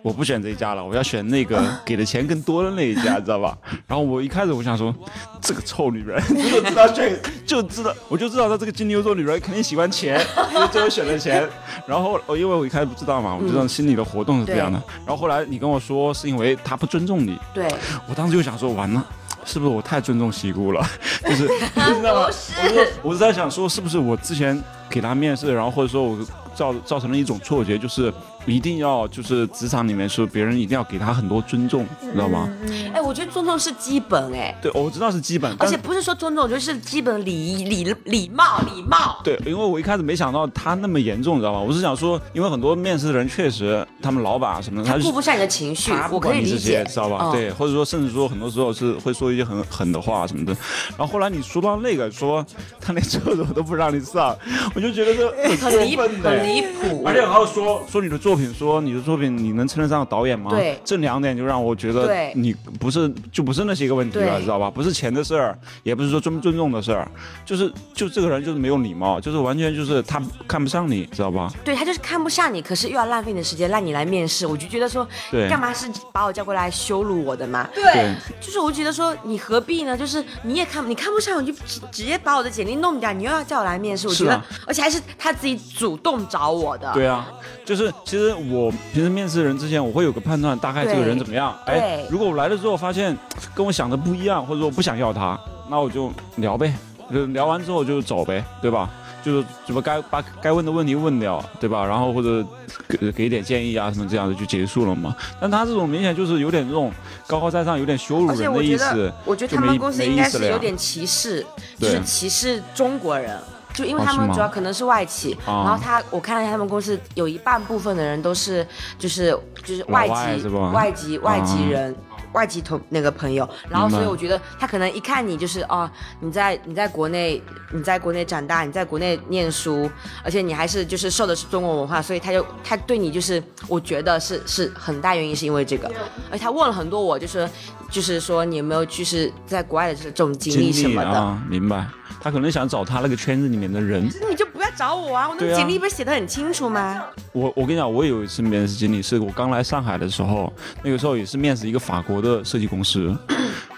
S5: 我不选这一家了，我要选那个给的钱更多的那一家，知道吧？ 然后我一开始我想说，这个臭女人 就知道选，就知道，我就知道她这个金牛座女人肯定喜欢钱， 所以最后选了钱。然后我因为我一开始不知道嘛，我就知道心理的活动是这样的。然后后来你跟我说是因为她不尊重你，
S2: 对，
S5: 我当时就想说，完了。是不是我太尊重西姑了？就是你知道吗？我是我是在想说，是不是我之前给她面试，然后或者说我造造成了一种错觉，就是一定要就是职场里面是别人一定要给他很多尊重，你知道吗？
S2: 哎，我觉得尊重是基本哎，
S5: 对，我知道是基本，
S2: 而
S5: 但
S2: 且
S5: 是
S2: 不是说尊重，我觉得是基本礼仪、礼礼貌、礼貌。
S5: 对，因为我一开始没想到他那么严重，你知道吗？我是想说，因为很多面试的人确实他们老板什么的，
S2: 他
S5: 他
S2: 顾
S5: 就
S2: 不上你的情绪
S5: 他，
S2: 我
S5: 不
S2: 可
S5: 管
S2: 以
S5: 你这
S2: 理解，，
S5: 些知道吧？
S2: 嗯，
S5: 对，或者说甚至说很多时候是会说一些很狠的话什么的。然后后来你说到那个说他连厕所都不让你上，我就觉得这很
S2: 很离
S5: 过分的
S2: 很。离谱
S5: 而。且还要说说你的作品，说你的作品你能称得上导演吗？
S2: 对
S5: 这两点就让我觉得
S2: 对
S5: 你不是就不是那些个问题了，
S2: 对
S5: 知道吧？不是钱的事儿，也不是说尊不尊重的事儿，就是就这个人就是没有礼貌，就是完全就是他看不上你，知道吧？
S2: 对他就是看不上你，可是又要浪费你的时间让你来面试，我就觉得说，
S5: 对
S2: 干嘛是把我叫过来羞辱我的嘛？
S5: 对
S2: 就是我就觉得说你何必呢？就是你也看你看不上，我就直直接把我的简历弄掉，你又要叫我来面试，我
S5: 是
S2: 觉得，
S5: 啊
S2: 而且还是他自己主动找我的。
S5: 对啊，就是其实我平时面试人之前，我会有个判断，大概这个人怎么样。
S2: 对
S5: 哎，如果我来了之后发现跟我想的不一样，或者说我不想要他，那我就聊呗，就聊完之后就走呗，对吧？就是怎么该把该问的问题问掉，对吧？然后或者给给一点建议啊什么这样的就结束了嘛。但他这种明显就是有点这种高高在上，有点羞辱
S2: 而且
S5: 人
S2: 我
S5: 的意
S2: 觉得
S5: 思，。
S2: 我觉得
S5: 就
S2: 他们
S5: 没
S2: 公司
S5: 没
S2: 应
S5: 意
S2: 该
S5: 思
S2: 是
S5: 了呀
S2: 有点歧视，就
S5: 对
S2: 是歧视中国人。就因为
S5: 哦
S2: 他
S5: 是
S2: 们
S5: 吗
S2: 主要可能是外企，
S5: 啊
S2: 然后他我看了他们公司有一半部分的人都是就是就是外
S5: 老外
S2: 籍
S5: 是吧啊
S2: 外籍外籍人。外籍同那个朋友，然后
S5: 明白
S2: 所以我觉得他可能一看你就是哦，你在你在国内你在国内长大，你在国内念书，而且你还是就是受的是中国文化，所以他就他对你就是我觉得是是很大原因是因为这个，而且他问了很多我就是就是说你有没有就是在国外的这种经历什
S5: 经历
S2: 么的，
S5: 啊，明白。他可能想找他那个圈子里面的人，
S2: 那你就不要找我啊！我那
S5: 对啊
S2: 个简历不是写的很清楚吗？
S5: 我我跟你讲，我也有一次面试经历，是我刚来上海的时候，那个时候也是面试一个法国的设计公 司，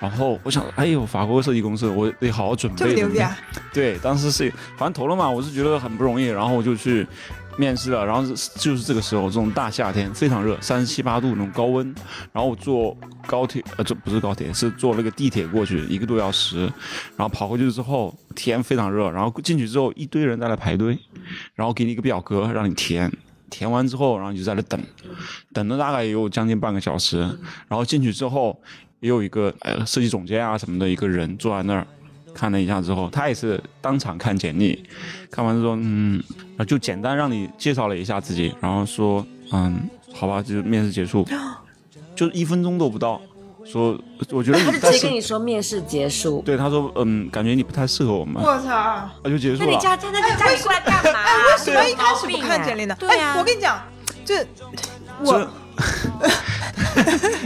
S5: 然后我想，哎呦，法国设计公司，我得好好准备。
S6: 这么牛逼啊！
S5: 对，当时是反正投了嘛，我是觉得很不容易，然后我就去面试了，然后是就是这个时候，这种大夏天非常热，三十七八度那种高温，然后我坐高铁呃，这不是高铁，是坐那个地铁过去，一个多小时，然后跑回去之后天非常热，然后进去之后一堆人在那排队，然后给你一个表格让你填。填完之后，然后你就在那等，等了大概也有将近半个小时，然后进去之后，也有一个呃设计总监啊什么的一个人坐在那儿，看了一呃下之后，他也是当场看简历，看完之后，嗯，然后就简单让你介绍了一下自己，然后说，嗯，好吧，就面试结束，就是一分钟都不到，说我觉得
S2: 他
S5: 你
S2: 就直
S5: 但
S2: 接
S5: 是
S2: 跟你说面试结束。
S5: 对他说，嗯，感觉你不太适合我们，啊
S6: 我
S2: 啊
S6: 操！
S5: 那就结束
S2: 那你
S5: 了。
S2: 家家那家里过来干嘛？
S6: 为什么一
S2: 有
S6: 开
S2: 毛
S6: 始不
S2: 病
S6: 看
S2: 啊
S6: 简历呢？
S2: 对呀、
S6: 哎，我跟你讲，这
S5: 这
S6: 我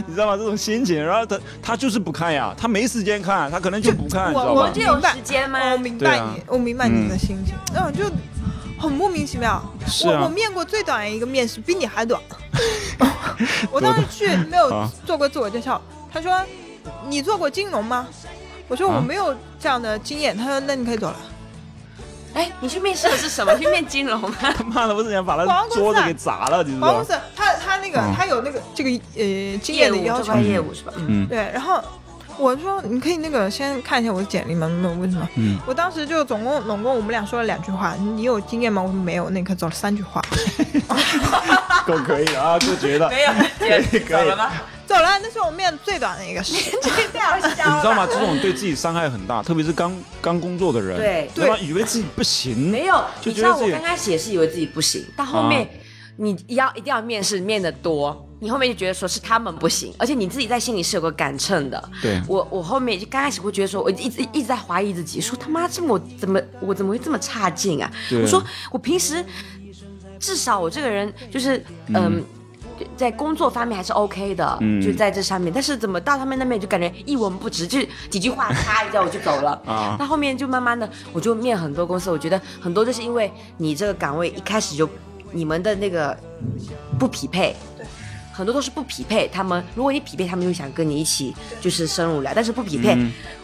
S5: 你知道吗？这种心情，然后他他就是不看呀，他没时间看，他可能就不看，你知道
S6: 我
S5: 吧
S6: 我
S2: 这？有
S6: 明白
S2: 时间吗
S6: 我哦明
S5: 对
S6: 白
S5: 啊
S6: 你，我明白你的心情，嗯，就很莫名其妙。
S5: 是啊
S6: 我我面过最短的一个面试，比你 还短。我当时去没有
S5: 啊
S6: 做过自我介绍，他说你做过金融吗？我说
S5: 啊
S6: 我没有这样的经验，他说那你可以走了。
S2: 哎，你去面试的是什么？去面金融吗？
S5: 他妈的，我只想把
S6: 广
S5: 他
S6: 告公司啊
S5: 桌子给砸了，你知
S6: 保险
S5: 道
S6: 公
S2: 啊
S5: 吗？
S6: 司他他那个
S5: 嗯
S6: 他有那个这个呃经
S2: 业
S6: 验的
S2: 务
S6: 要
S2: 这
S6: 求，
S2: 块业务是吧？嗯，
S5: 嗯
S6: 对，然后我说你可以那个先看一下我的简历吗？没有问什么。
S5: 嗯，
S6: 我当时就总共总共我们俩说了两句话，你有经验吗？我说没有，那你可以走了三句话，
S5: 够可以啊，就 觉得。
S2: 没有，可以
S5: 可以
S2: 吗？
S6: 走了，那是我面最短的一个事。
S2: 这个太好笑了。
S5: 你知道吗？这种对自己伤害很大，特别是刚刚工作的人，
S2: 对
S5: 对吧？以为自己不行，
S2: 没有，
S5: 就
S2: 你
S5: 觉
S2: 知
S5: 得
S2: 道
S5: 自
S2: 我
S5: 己
S2: 刚开始也是以为自己不行，到后面、
S5: 啊
S2: 你要一定要面试面的多，你后面就觉得说是他们不行，而且你自己在心里是有个杆秤的。
S5: 对
S2: 我我后面就刚开始会觉得说，我一直一直在怀疑自己，说他妈这么我怎么我怎么会这么差劲啊？
S5: 对
S2: 我说我平时至少我这个人就是嗯。在工作方面还是 OK 的，
S5: 嗯
S2: 就在这上面，但是怎么到他们那边就感觉一文不值，就是几句话咔一下我就走了。
S5: 啊
S2: 那后面就慢慢的，我就面很多公司，我觉得很多就是因为你这个岗位一开始就你们的那个不匹配，对，很多都是不匹配。他们如果你匹配，他们就想跟你一起就是深入聊，但是不匹配，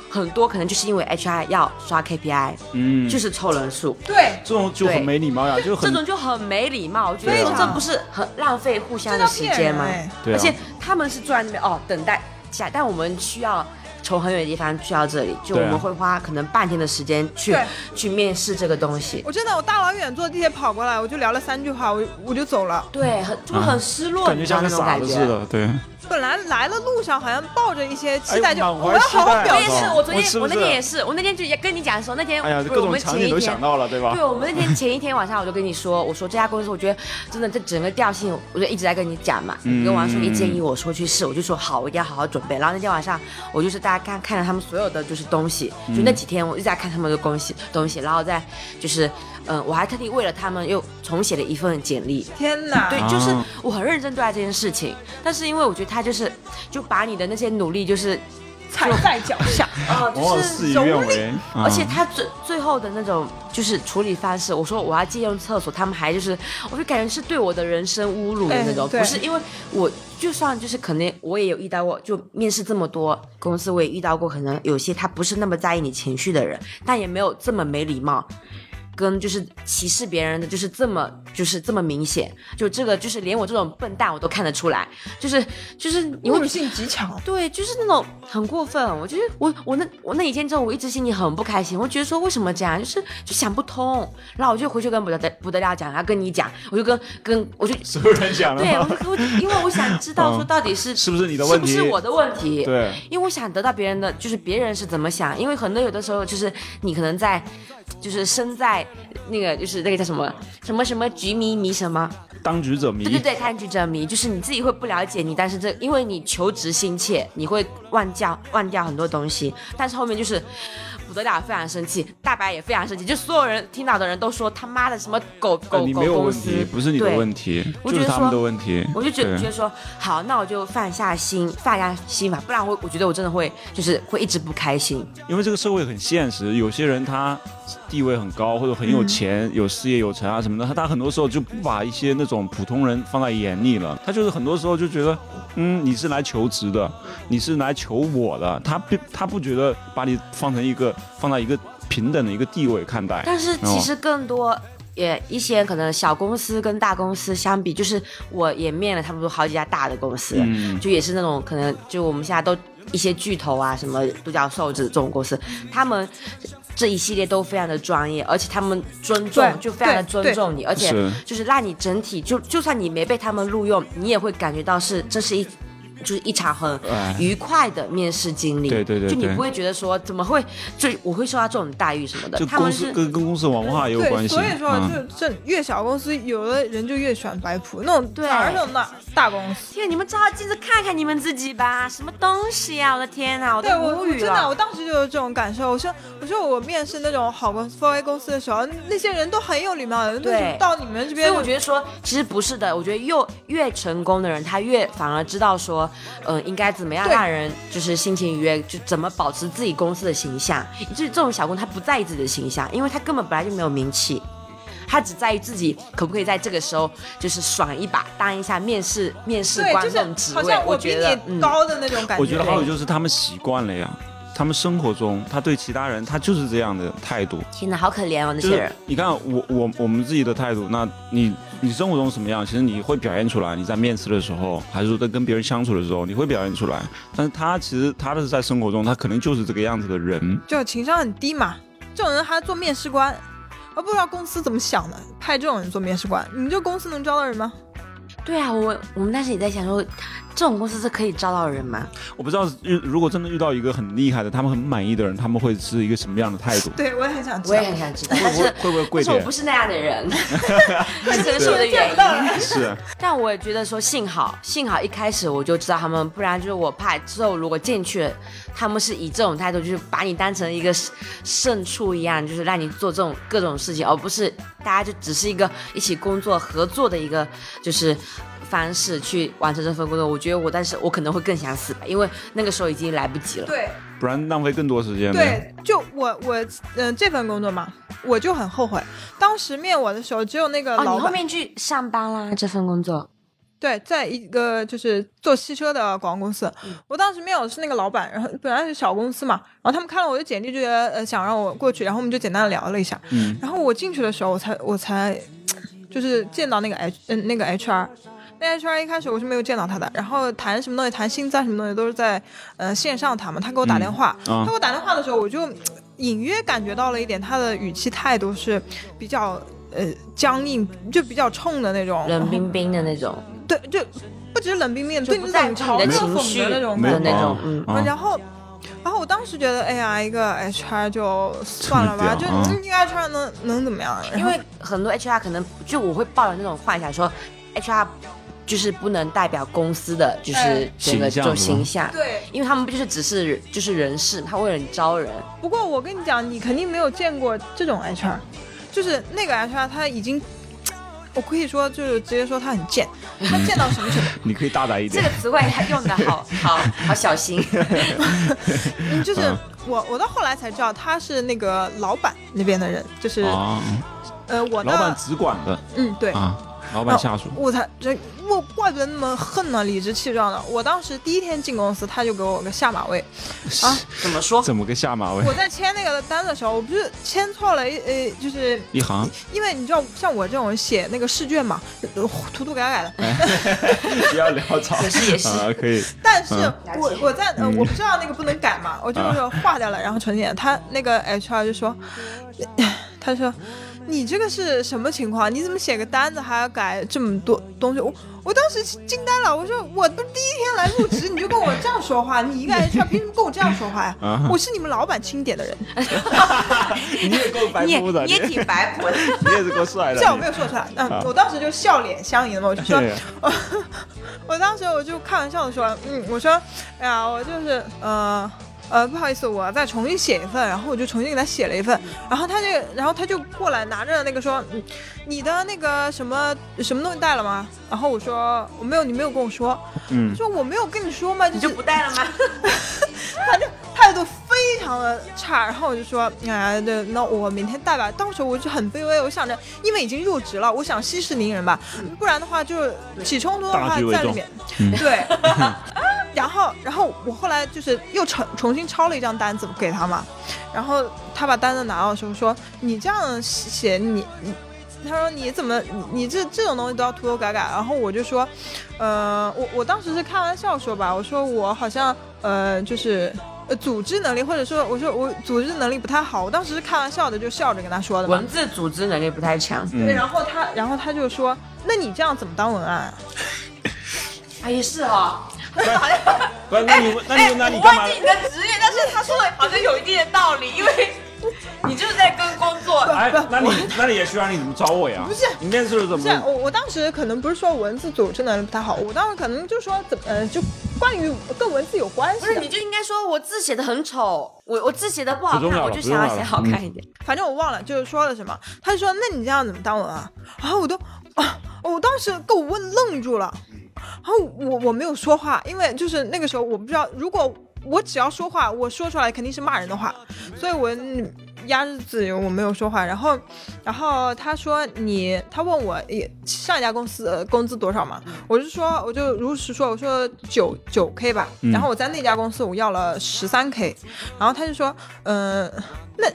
S2: 很多可能就是因为 HR 要刷 KPI，
S5: 嗯，
S2: 就是凑人数。
S6: 对，
S5: 这种就很
S2: 对
S5: 没礼貌呀，就
S2: 这
S5: 很
S2: 种就很没礼貌，我觉得
S5: 对啊
S2: 这种这不是很浪费互相
S6: 这
S2: 的
S6: 叫
S2: 时
S6: 骗
S2: 间
S6: 人
S2: 吗？
S6: 哎！
S5: 对啊
S2: 而且他们是坐在那边哦等待下，但我们需要从很远的地方去到这里，就我
S5: 对啊
S2: 们会花可能半天的时间去
S6: 对
S2: 去面试这个东西。
S6: 我真的，我大老远坐地铁跑过来，我就聊了三句话，我我就走了。
S2: 对，很就会很失落，
S5: 啊感
S2: 你
S5: 觉
S2: 知道
S5: 像
S2: 那
S5: 个
S2: 种
S5: 傻
S2: 感
S5: 子
S2: 觉。
S5: 似的，对，
S6: 本来来的路上好像抱着一些期
S5: 哎
S6: 待，
S5: 呦
S6: 就
S5: 满
S6: 我
S5: 怀
S6: 要
S5: 期
S6: 好好
S5: 待
S6: 表
S5: 啊
S2: 我也
S5: 我
S2: 是，
S5: 操
S2: 我昨
S5: 我是
S2: 天
S5: 不
S2: 我那天
S5: 是
S2: 也是，我那天就也跟你讲说，那天
S5: 哎呀，
S2: 不是
S5: 各
S2: 我
S5: 种
S2: 们
S5: 场
S2: 前
S5: 景
S2: 一
S5: 都
S2: 天
S5: 想到了，对吧？
S2: 对，我们那天前一天晚上我就跟你说，我说这家公司，我觉得真的这整个调性，我就一直在跟你讲嘛。
S5: 嗯
S2: 你跟王叔一建议我说去试，我就说好，我一定要好好准备。然后那天晚上我就是大家看看了他们所有的就是东西，就
S5: 嗯
S2: 那几天我一直在看他们的东西东西，然后再就是嗯、呃我还特地为了他们又重写了一份简历。
S6: 天哪！
S2: 对，就是
S5: 啊
S2: 我很认真对待这件事情，但是因为我觉得他就是就把你的那些努力就是
S6: 踩在脚下，
S2: 哦，
S5: 往
S2: 就
S5: 往
S2: 是
S5: 啊事与
S2: 蹂
S5: 愿
S2: 躏
S5: 违，啊
S6: 嗯
S2: 而且他最最后的那种就是处理方式，我说我要借用厕所，他们还就是，我就感觉是对我的人生侮辱的那种，
S6: 哎对
S2: 不是因为我就算就是可能我也有遇到过，就面试这么多公司，我也遇到过，可能有些他不是那么在意你情绪的人，但也没有这么没礼貌。跟就是歧视别人的，就是这么就是这么明显，就这个就是连我这种笨蛋我都看得出来，就是就是你会
S6: 侮辱性极强。
S2: 对，就是那种很过分。我觉得我我那我那一天之后，我一直心里很不开心。我觉得说为什么这样，就是就想不通。然后我就回去跟不得不得了讲，然后跟你讲，我就跟跟我就
S5: 所有人讲 了
S2: 对，我
S5: 吗，
S2: 就我因为我想知道说
S5: 嗯
S2: 到底是、
S5: 是不是你的问题
S2: 是不是我的问题？
S5: 对，
S2: 因为我想得到别人的，就是别人是怎么想，因为很多有的时候就是你可能在，就是身在那个就是那个叫什么什么什么局迷迷什么，
S5: 当局者迷，
S2: 对对对，看剧者迷就是你自己会不了解你，但是这因为你求职心切，你会忘掉忘掉很多东西。但是后面就是不得了，非常生气，大白也非常生气，就所有人听到的人都说他妈的什么狗
S5: 呃
S2: 狗
S5: 你
S2: 狗
S5: 没有
S2: 公
S5: 问
S2: 司
S5: 题，，不是你的
S2: 对
S5: 问题，
S2: 我
S5: 就
S2: 觉
S5: 是
S2: 得
S5: 他们
S2: 说
S5: 的问题。
S2: 我就觉
S5: 对啊
S2: 觉得说，好，那我就放下心，放下心吧，不然我我觉得我真的会就是会一直不开心。
S5: 因为这个社会很现实，有些人他地位很高或者
S2: 嗯
S5: 很有钱、有事业有成啊什么的，他他很多时候就不把一些那种普通人放在眼里了。他就是很多时候就觉得，嗯，你是来求职的，你是来求我的，他不他不觉得把你放成一个放在一个平等的一个地位看待。
S2: 但是其实更多。也一些可能小公司跟大公司相比，就是我也面了差不多好几家大的公司，
S5: 嗯，
S2: 就也是那种可能就我们现在都一些巨头啊，什么独角兽这这种公司，
S5: 嗯
S2: 他们这一系列都非常的专业，而且他们尊重
S6: 对
S2: 就非常的
S6: 对
S2: 尊
S6: 对
S2: 重你，而且
S5: 是
S2: 就是让你整体就就算你没被他们录用，你也会感觉到是这是一。就是一场很
S5: 哎
S2: 愉快的面试经历，
S5: 对对对
S2: 就你
S5: 对
S2: 不会觉得说怎么会，就我会受到这种待遇什么的。
S5: 就
S2: 他们
S5: 公
S2: 是
S5: 司跟跟公司文化也有关
S6: 对，
S5: 系。
S6: 所以说
S5: 嗯
S6: 就这越小公司，有的人就越喜欢白普，那种
S2: 对
S6: 哪儿有那大公司？
S2: 天，你们照照镜子看看你们自己吧，什么东西呀、我的天啊呐，我都
S6: 对我，
S2: 无
S6: 我
S2: 语
S6: 真
S2: 了
S6: 的，。我当时就有这种感受。我说，我说我面试那种好公司、4A 公司的时候，那些人都很有礼貌的，
S2: 对
S6: 那就到你们这
S2: 所以
S6: 边，
S2: 我觉得说，其实不是的。我觉得越越成功的人，他越反而知道说，呃，应该怎么样
S6: 对
S2: 让人就是心情愉悦，就怎么保持自己公司的形象。就是这种小工，他不在意自己的形象，因为他根本本来就没有名气，他只在意自己可不可以在这个时候就是爽一把，当一下面试面试
S6: 对，
S2: 官
S6: 就
S2: 这种
S6: 是
S2: 职
S6: 好
S2: 位
S6: 像。我比
S2: 觉得，嗯，
S6: 你高的那种感
S5: 我觉得还有
S2: 对
S5: 就是他们习惯了呀，他们生活中他对其他人他就是这样的态度。
S2: 天哪，好可怜哦，那
S5: 就
S2: 些
S5: 是
S2: 人。
S5: 你看我我我们自己的态度，那你你生活中什么样，其实你会表现出来。你在面试的时候，还是说在跟别人相处的时候，你会表现出来。但是他其实他的是在生活中，他可能就是这个样子的人。
S6: 就情商很低嘛。这种人还做面试官，我不知道公司怎么想的，派这种人做面试官，你们这公司能招到人吗？？
S2: 对啊，我我们当时也在想说，这种公司是可以招到人吗？
S5: 我不知道，遇如果真的遇到一个很厉害的，他们很满意的人，他们会是一个什么样的态度
S6: 对，我也很想知
S2: 我
S6: 道
S2: 也。很想知道，
S5: 会
S2: 但
S5: 不
S2: 是
S5: 会会不会
S2: 但
S5: 跪
S2: 是我
S5: 点
S2: 不？是那样的人，这可能是我的原因。
S5: 是，啊
S2: 但我也觉得说幸好，幸好一开始我就知道他们，不然就是我怕之后如果进去了，他们是以这种态度，就是把你当成一个圣圣畜一样，就是让你做这种各种事情，而不是大家就只是一个一起工作合作的一个就是。方式去完成这份工作，我觉得我，但是我可能会更想死吧，因为那个时候已经来不及了。
S6: 对
S5: 不然浪费更多时间。，
S6: 对，就我我嗯、呃这份工作嘛，我就很后悔。当时面我的时候，只有那个
S2: 哦，
S6: 老
S2: 你后
S6: 板、
S2: 面去上班啦，这份工作。
S6: 对，在一个就是做汽车的广告公司，我当时面我是那个老板，然后本来是小公司嘛，然后他们看了我的简历，就觉得呃想让我过去，然后我们就简单的聊了一下，
S5: 嗯
S6: 然后我进去的时候，我才我才呃就是见到那个 H 嗯、那个 HR，那 HR 一开始我是没有见到他的，然后谈什么东西，谈星战啊什么东西都是在呃线上谈嘛。他给我打电话，
S5: 嗯啊
S6: 他给我打电话的时候，我就嗯隐约感觉到了一点，他的语气态度是比较呃僵硬，就比较冲的那种，
S3: 冷冰冰的那种，
S6: 对，就不只是冷冰冰，对
S3: 不
S6: 你
S3: 在
S6: 冷
S3: 乎
S6: 嘲
S3: 你的
S6: 热
S3: 情
S6: 讽
S3: 绪
S6: 的那种
S5: 没
S3: 的
S6: 感觉。
S3: 那种
S5: 啊，
S3: 嗯
S5: 啊
S6: 然后，然后我当时觉得，哎呀，一个 HR 就算了吧，
S5: 这
S6: 就
S5: 么屌啊
S6: 你一个 HR 能能怎么样？然
S3: 因
S6: 后
S3: 为很多 HR 可能就我会抱着那种幻想说，HR 就是不能代表公司的就是
S6: 哎
S3: 整个这
S5: 形象
S3: 种
S5: 是吧
S3: 形象，
S6: 对，
S3: 因为他们不就是只是就是人事，他为了你招人，
S6: 不过我跟你讲，你肯定没有见过这种 HR，就是那个 HR 他已经，我可以说就是直接说他很贱，他贱到什么 程度？
S5: 你可以大胆一
S3: 这
S5: 点
S3: 个，词汇他用的 好好好小心，
S6: 嗯就是
S5: 嗯
S6: 我我到后来才知道他是那个老板那边的人，就是、
S5: 啊，
S6: 呃我
S5: 老板
S6: 的
S5: 只管的
S6: 嗯对。
S5: 啊，老板下属，
S6: 我才这我怪不得那么恨呢、理直气壮的。我当时第一天进公司，他就给我个下马威。
S3: 怎么说？
S5: 哦怎么个下马威
S6: 我？在签那个单的时候，我不是签错了一呃，就是
S5: 一行，
S6: 因为你知道，像我这种写那个试卷嘛，呃涂涂改改的，
S5: 不要潦草，
S3: 也是也是
S5: 啊，可以，
S6: 但是
S5: 嗯啊
S6: 我我在、呃我不知道那个不能改嘛，我就是划掉了，然后存进来。他那个 HR 就说，他说你这个是什么情况？你怎么写个单子还要改这么多东西？我我当时惊呆了，我说我都第一天来入职，你就跟我这样说话，你一个 HR 凭什么跟我这样说话呀
S5: 啊？
S6: 我是你们老板钦点的人，
S5: 你也够白
S3: 你也
S5: 目的，
S3: 你也挺白活的，
S5: 你也是够帅的，
S6: 虽然我没有说出来，嗯，
S5: 啊
S6: 我当时就笑脸相迎嘛， 我就说。
S5: 对
S6: 我当时我就开玩笑的说，嗯，我说，哎呀，我就是，呃，呃，不好意思，我再重新写一份，然后我就重新给他写了一份，然后他就，然后他就过来拿着那个说，嗯，你的那个什么什么东西带了吗？然后我说我没有，你没有跟我说，
S5: 嗯
S6: 他，说我没有跟你说嘛，就
S3: 你
S6: 是
S3: 就不带了 吗？
S6: 反正态度非常的差，然后我就说，哎，对，那我明天带吧。到时候我就很卑微，我想着，因为已经入职了，我想息事宁人吧，不然的话就是起冲突的
S5: 大
S6: 话
S5: 局为
S6: 在里
S5: 重
S6: 面，
S5: 嗯
S6: 对。然后，然后我后来就是又重重新抄了一张单子给他嘛，然后他把单子拿到的时候说，你这样写你你。他说：“你怎么，你你这这种东西都要涂涂改改？”然后我就说：“呃，我我当时是开玩笑说吧，我说我好像呃就是呃组织能力，或者说我说我组织能力不太好，我当时是开玩笑的，就笑着跟他说的嘛
S2: 嗯
S3: 文。字组织能力不太强，
S6: 对，
S5: 嗯，
S6: 然后他然后他就说：“那你这样怎么当文案、啊
S3: 啊也是哈、
S5: 不是，那你问那你问那你
S3: 我
S5: 干嘛
S3: 忘？记你的职业，但是他说的好像有一定的道理，因为你就是在跟工作。
S5: 哎，那你那你也需要你怎么找我呀？不
S6: 是
S5: 你面试的？”怎
S6: 不是啊
S5: 么？
S6: 我我当时可能不是说文字组织能力不太好，我当时可能就说怎么呃就关于跟文字有关系
S3: 不
S6: 的。
S3: 是，你就应该说我字写的很丑，我我字写的不好
S5: 不重
S3: 看，
S5: 要
S3: 我
S5: 了
S3: 就
S5: 不
S3: 想
S5: 重要
S3: 要
S5: 了
S3: 写好看一点。
S6: 反正我忘了，就是说了什么。他就说：“那你这样怎么当文案？”然后我都，啊，我当时给我问愣住了。然后我我没有说话，因为就是那个时候我不知道，如果我只要说话，我说出来肯定是骂人的话，所以我嗯压日子我没有说话。然后，然后他说你，他问我也上一家公司、呃、工资多少
S3: 嗯
S6: 嘛，我就说我就如实说，我说九九 k 吧。
S5: 嗯
S6: 然后我在那家公司我要了十三 k，然后他就说，嗯、那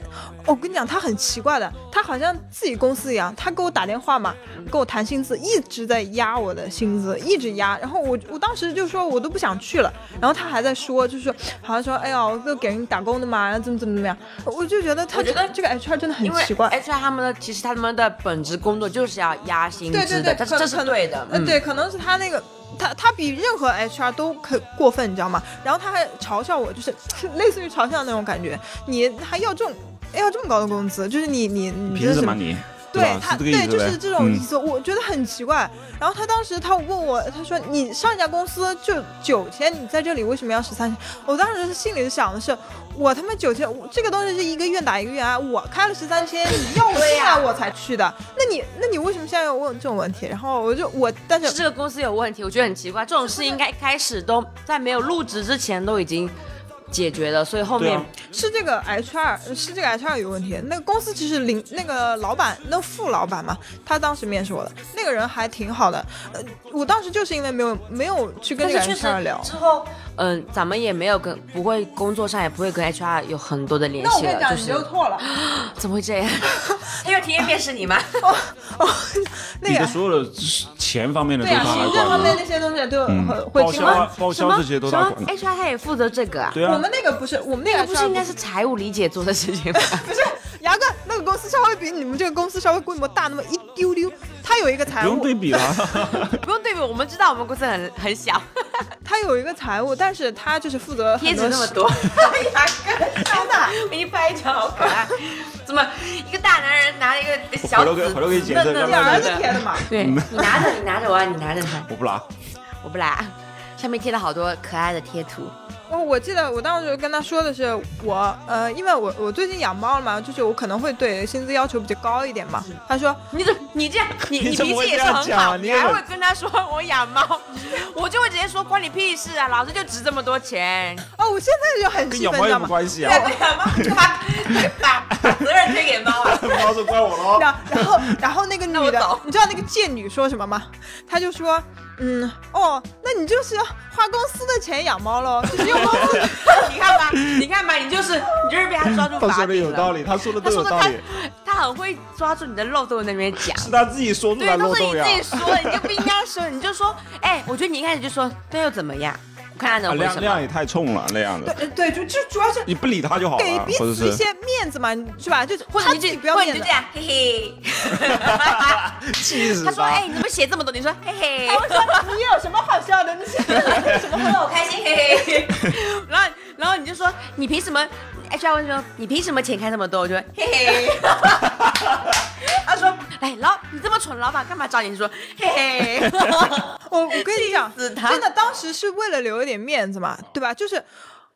S6: 我跟你讲，他很奇怪的，他好像自己公司一样，他给我打电话嘛，跟我谈薪资，一直在压我的薪资，一直压。然后我我当时就说，我都不想去了。然后他还在说，就是好像说，哎呀，我都给人打工的嘛，然后怎么怎么怎么样。我就觉得他
S3: 我觉得
S6: 这个 HR 真的很
S3: 因为
S6: 奇怪。
S3: HR 他们的其实他们的本职工作就是要压薪
S6: 对对
S3: 资
S6: 对
S3: 的，，但是
S6: 可
S3: 这是
S6: 可能
S3: 对的，
S6: 呃
S3: 嗯，
S6: 对，可能是他那个。他他比任何 HR 都可过分，你知道吗？然后他还嘲笑我，就是 类似于嘲笑那种感觉，你还要这种要这么高的工资，就是你你你这
S5: 凭
S6: 是
S5: 什
S6: 什
S5: 么
S6: 么？
S5: 你？
S6: 对
S5: 吧
S6: 他，
S5: 是这个意思呗
S6: 对，就是这种意
S5: 嗯
S6: 思，我觉得很奇怪。然后他当时他问我，他说你上一家公司就九千，你在这里为什么要十三千？我当时心里想的是，我他妈九千，我这个东西是一个愿打一个愿挨，我开了十三千，你要我进来我才去的，那你那你为什么现在要问这种问题？然后我就我，但
S3: 是这
S6: 是
S3: 个公司有问题，我觉得很奇怪。这种事应该一开始都在没有入职之前都已经解决了，所以后面、
S5: 对啊
S6: 是这个 HR 是这个 HR 有问题，那个公司其实领那个老板那副老板嘛，他当时面试我的那个人还挺好的，呃，我当时就是因为没有没有去跟
S3: 但
S6: 这个
S3: 是确
S6: HR 聊
S3: 实。之后
S2: 嗯、咱们也没有跟不会工作上也不会跟 HR 有很多的联
S6: 那我
S2: 系
S6: 跟你
S2: 了，
S6: 讲，
S2: 就
S6: 你就是错了。
S2: 怎么会 这样？因为体验面试你嘛，
S6: 哦 那
S5: 你
S6: 个
S5: 的所有的钱方面的都
S6: 对啊，
S5: 他来
S6: 行政方
S5: 管
S6: 面
S5: 吗？
S6: 那些东西都
S5: 嗯
S6: 很
S5: 报
S6: 会经
S5: 销啊
S6: 过。
S5: 报
S2: 什
S5: 销
S2: 么
S5: 这些都
S2: 什
S5: 他
S2: 么
S5: 管。
S2: HR 他也负责这个啊，
S5: 对啊
S6: 我，们那个不是，我们那
S2: 那
S6: 个
S2: 个不是应该
S6: 是
S2: 是财务理解做的事情 吗？
S6: 不是牙哥那个公司稍微比你们这个公司稍微规模大那么一丢丢，它有一个财
S5: 不用
S6: 务，
S5: 对比了。
S2: 不用对比，我们知道我们公司很很小，
S6: 它有一个财务，但是它就是负责
S2: 贴
S6: 很
S2: 纸
S6: 多
S2: 那么
S6: 事
S2: 多，
S6: 真的。
S2: 给你拍一张，好可爱。怎么一个大男人拿了一个小
S5: 回头给
S2: 纸
S5: 回头给你解释
S2: 嫩嫩
S5: 让他
S6: 儿
S2: 嫩
S6: 子
S2: 嫩
S6: 贴的嘛，
S2: 对你拿着，你拿着，我要你拿着它，
S5: 我不拿，
S2: 我不来。上面贴了好多可爱的贴图，
S6: 哦，我记得我当时跟他说的是，我呃，因为我我最近养猫了嘛，就是我可能会对薪资要求比较高一点嘛。他说
S2: 你怎么你这样，你
S5: 你
S2: 你
S5: 怎
S2: 脾
S5: 么
S2: 气
S5: 会
S2: 也
S5: 这
S2: 是
S5: 样
S2: 很
S5: 讲
S2: 好，
S5: 啊你
S2: 你
S5: 也
S2: 还
S5: 很
S2: 会跟他说我养猫，我就会直接说关你屁事啊，老子就值这么多钱，
S6: 哦，我现在就很
S5: 跟
S6: 气
S5: 养猫
S6: 愤，你知
S5: 有
S6: 道
S5: 什么
S6: 吗？
S5: 关 系啊？
S2: 养猫干嘛？把把责任推给猫啊？
S5: 猫是怪我喽。
S6: 然后然后然后 那个
S2: 我
S6: 女的
S2: 走，
S6: 你知道那个贱女说什么吗？她就说，嗯，哦，那你就是花公司的钱养猫喽，就是用公司的
S2: 你看吧，你看吧，你就是你就是被他抓住
S5: 他
S2: 把
S5: 说的
S2: 柄
S5: 有道
S2: 了。
S5: 理，他说的
S2: 他
S5: 都
S2: 说
S5: 有
S2: 的
S5: 道
S2: 他
S5: 理，
S2: 他很会抓住你的漏洞在那边讲。
S5: 是他自己说出来
S2: 对，
S5: 漏
S2: 都是你
S5: 洞呀
S2: 自。己说的，你就不应该说，你就说，哎，我觉得你一开始就说，那又怎么样？我看他
S5: 啊
S2: 能回
S5: 量
S2: 什么？
S5: 量也太冲了，那样的，
S6: 呃 对，就就主要是
S5: 你不理他就好
S6: 给
S5: 了，
S6: 彼
S5: 啊或者
S6: 此一
S5: 是
S6: 些面子嘛，你是吧？就
S2: 或者
S6: 他
S2: 你
S6: 自己
S2: 就
S6: 不要
S2: 或者
S6: 面
S2: 你就
S6: 子
S2: 这。样，嘿嘿。
S5: 气死
S2: 他说，
S5: 他
S2: 哎，。你怎么写这么多？你说，嘿嘿。
S6: 我说你有什么好笑的？你现在有什么好
S2: 我好开心，嘿嘿。 然后，然后你就说，你凭什么？HR 问说，你凭什么钱开这么多？我就会嘿嘿。 他说，哎，老你这么蠢，老板干嘛找你？你说，嘿嘿。
S6: 我我跟你讲，
S2: 死
S6: 真
S2: 他
S6: 的当时是为了留一点面子嘛，对吧？就是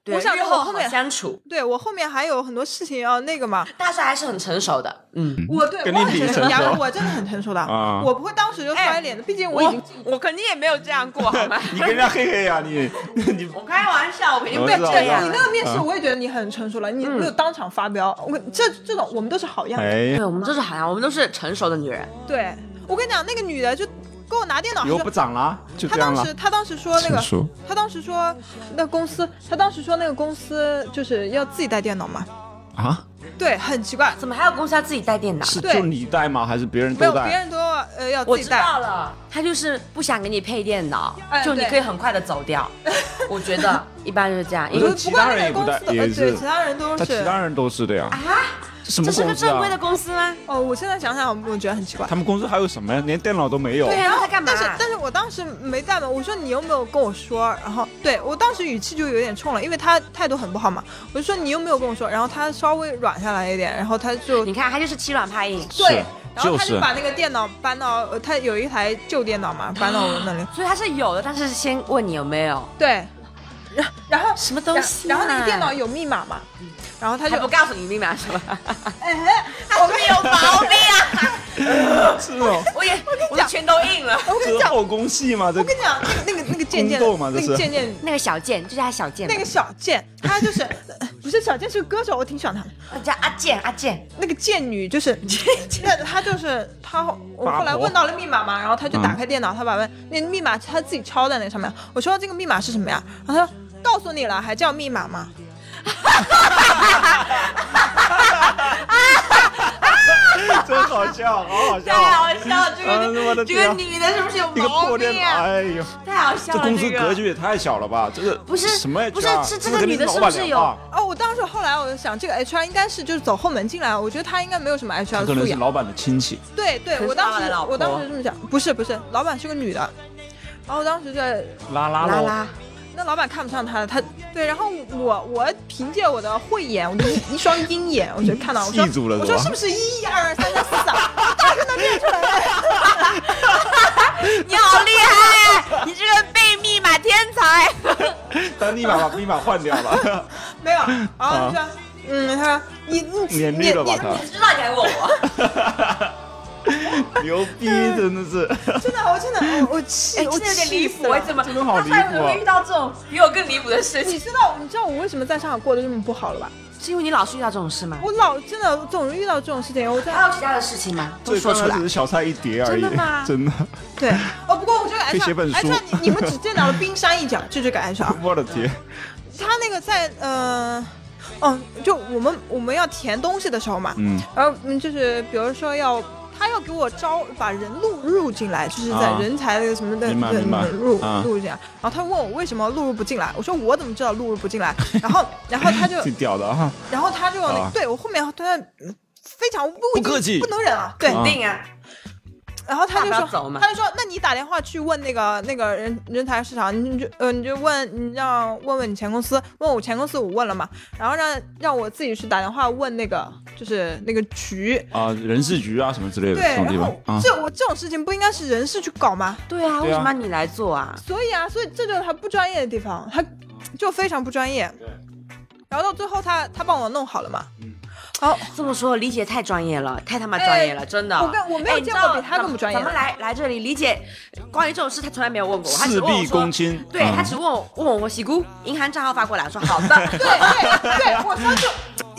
S6: 我想
S2: 日
S6: 着
S2: 后
S6: 我后
S2: 好
S6: 面，
S2: 相处，
S6: 对我后面还有很多事情要那个嘛。
S2: 大帅还是很成熟的，嗯。
S6: 我对
S5: 跟
S6: 我
S5: 你
S6: 很
S5: 比
S6: 成熟，
S5: 成
S6: 然后
S5: 熟
S6: 我真的很成熟的
S5: 啊，
S6: 我不会当时就摔脸的，毕竟我已
S2: 哎我
S6: 经
S2: 我肯定也没有这样过，好吗？
S5: 你跟人家嘿嘿呀，你 你
S2: 我开玩笑，我肯定
S5: 我
S2: 不
S5: 知
S2: 会
S5: 道
S2: 这样嗯
S5: 我
S6: 你
S5: 知。
S6: 那个面试，我也觉得你很成熟了，你没有当场发飙，我这这种我们都是好样的。
S5: 哎
S2: 对，我们都是好像我们都是成熟的女人，
S6: 对我跟你讲，那个女的就给我拿电脑，
S5: 以后
S6: 她
S5: 不
S6: 说
S5: 涨了， 就
S6: 她
S5: 这样
S6: 当
S5: 了
S6: 时。她当时说那个
S5: 成熟，
S6: 她当时说那公司，她当时说那个公司就是要自己带电脑嘛，
S5: 啊？
S6: 对，很奇怪，
S2: 怎么还有公司要自己带电脑？
S5: 是
S6: 对
S5: 就你带吗？还是别人
S6: 没
S5: 都
S6: 有别
S5: 带？
S6: 人都要呃要
S2: 我
S6: 自己
S2: 知
S6: 带。
S2: 道了，他就是不想给你配电脑，
S6: 哎
S2: 就你
S6: 对
S2: 可以很快的走 掉。我觉得一般就是这样，因
S5: 我
S2: 为
S5: 说
S6: 不过那个公司
S5: 其他人也不
S6: 的，
S5: 带也
S6: 呃对，
S5: 是
S6: 其他人都
S5: 他
S6: 是
S5: 其。他人都是的呀。啊？什么
S2: 这是
S5: 公
S2: 个
S5: 司
S2: 正
S5: 啊
S2: 规？的公司吗？
S6: 哦，我现在想想，我觉得很奇怪
S5: 他。们公司还有什么呀？连电脑都没有。
S2: 对
S6: 然
S2: 啊，
S6: 后
S2: 他干嘛
S6: 但？是但是我当时没带嘛，我说你有没有跟我说？然后对我当时语气就有点冲了，因为他态度很不好嘛。我就说你有没有跟我说？然后他稍微软下来一点，然后他就
S2: 你看，他就是欺软怕硬，
S6: 对，然后
S5: 就
S6: 他
S5: 是
S6: 就把那个电脑搬到呃他有一台旧电脑嘛，搬到我那里。
S2: 所以他是有的，但是先问你有没有，
S6: 对，然然后
S2: 什么东西啊
S6: 然后那个电脑有密码嘛，然后他
S2: 还
S6: 就
S2: 不告诉你密码是吧？哎
S6: 我们有
S2: 毛病啊！
S5: 是哦，
S2: 我也我的拳头硬了。
S6: 我跟
S5: 这
S6: 你
S5: 是
S6: 讲，
S5: 后宫戏嘛，这
S6: 我跟你讲，那个那个那个贱贱 的
S5: 宫斗嘛这
S6: 那
S5: 是
S6: 个贱贱
S2: 那个小贱就是他小贱嘛，
S6: 那个小贱，她就是呃不是小贱是个歌手，我挺喜欢她的。
S2: 个叫阿贱阿贱，
S6: 那个贱女就是，那她就是她后，我后来问到了密码嘛，然后她
S5: 嗯
S6: 就打开电脑，她把问那密码她自己敲在那上面，我说这个密码是什么呀？然后她说告诉你了，还叫密码吗？
S5: 真好笑，好好笑
S2: 太
S5: 啊。
S2: 好笑了！这
S5: 啊我
S2: 个
S5: 的
S2: 这
S5: 天
S2: 个
S5: 啊
S2: 女的是不是有
S5: 一个
S2: 毛
S5: 破电
S2: 病
S5: 脑，
S2: 啊？
S5: 哎呦，
S2: 太好笑
S5: 这
S2: 了！
S5: 公司
S2: 个
S5: 格局也太小了吧？这个
S2: 不是
S5: 什么 HR？
S2: 不是是这
S5: 这
S2: 个
S5: 跟
S2: 女的
S5: 老
S2: 是不
S5: 板啊
S2: 是
S5: 聊
S2: 有
S5: 吧
S6: 哦，我当时后来我就想，这个 HR 应该是就是走后门进来，我觉得她应该没有什么
S5: 他
S6: HR
S5: 可
S6: 素
S5: 能是
S6: 养。
S5: 老板的亲戚，
S6: 对对，
S2: 可
S6: 我
S2: 是
S6: 当
S2: 爸爸
S6: 时
S2: 的老
S6: 我当
S2: 婆
S6: 时这么想，不是不是，老板是个女的，然后我当时在
S5: 拉拉
S2: 拉
S5: 喽。
S2: 拉，
S6: 那老板看不上他，他对，然后我我凭借我的慧眼，我的一一双鹰眼，我就看到我说
S5: 记住了
S6: 我说
S5: 是吧
S6: 是不是一二三四啊？我 大概能念出来了。
S2: 你好厉害！你这个背密码天才。
S5: 但立马把密码换掉了，
S6: 没有，然后就说，嗯，他说你 你
S5: 免绿了吧
S6: 你
S5: 他？
S2: 知道你还问我？
S5: 牛逼，真的是，
S6: 真的，我真的，我我
S5: 哎
S6: 气，我
S2: 哎真的有点
S6: 气
S2: 离
S6: 死
S2: 谱，我
S6: 了
S2: 怎么
S5: 真的好离谱啊
S2: 他还有没有遇到这种比我更离谱的事情？
S6: 你知道，你知道我为什么在上海过得这么不好了吧？
S2: 是因为你老是遇到这种事吗？
S6: 我老真的总是遇到这种事情，我在
S2: 还有其他的事情吗？都
S5: 最
S2: 说
S5: 刚
S2: 出
S5: 才
S2: 来
S5: 只。是小菜一碟而已
S6: 真的吗，
S5: 真的，
S6: 对哦。不过我觉得
S5: 可
S6: 艾
S5: 以
S6: 少
S5: 写本，书
S6: 艾少，你你们只见到了冰山一角，就这个艾少，
S5: 我的天，
S6: 他那个在呃，哦，就我们我们要填东西的时候嘛，
S5: 嗯，
S6: 然后嗯，就是比如说要他要给我招把人录入进来，就是在
S5: 啊
S6: 人才那个什么的
S5: 明白
S6: 的
S5: 明白
S6: 录、
S5: 啊
S6: 录入进来。然后他问我为什么录入不进来，我说我怎么知道录入不进来？然后然后他就
S5: 最屌的啊，
S6: 然后他就、
S5: 啊
S6: 对我后面他嗯非常不
S5: 不客气
S6: 不能忍了，对。
S5: 啊
S2: 定啊，
S6: 然后他就
S2: 大不
S6: 说
S2: 了走嘛
S6: 他就说那你打电话去问那个那个人人才市场，你就呃你就问你让问问你前公司，问我前公司我问了嘛，然后让让我自己去打电话问那个就是那个局，
S5: 啊，人事局啊什么之类的
S6: 对，
S5: 这种
S6: 然
S5: 地方
S6: 后
S5: 啊，
S6: 这我这种事情不应该是人事去搞吗？
S2: 对啊，为
S5: 对啊
S2: 什么你来做啊？
S6: 所以啊，所以这就是他不专业的地方，他就非常不专业。然后到最后他他帮我弄好了嘛，然后
S2: 这么说，李姐太专业了，太他妈专业了，
S6: 哎
S2: 真的。
S6: 我跟我没有
S2: 哎你知
S6: 见过
S2: 道
S6: 比她更不专业的
S2: 咱们来来这里，李姐关于这种事她从来没有问过我，她只
S5: 事
S2: 问我
S5: 必
S2: 说
S5: 躬。亲，
S2: 对
S5: 嗯
S2: 她只问我问我我喜姑银行账号发过来，我说好的。
S6: 对对对，我说就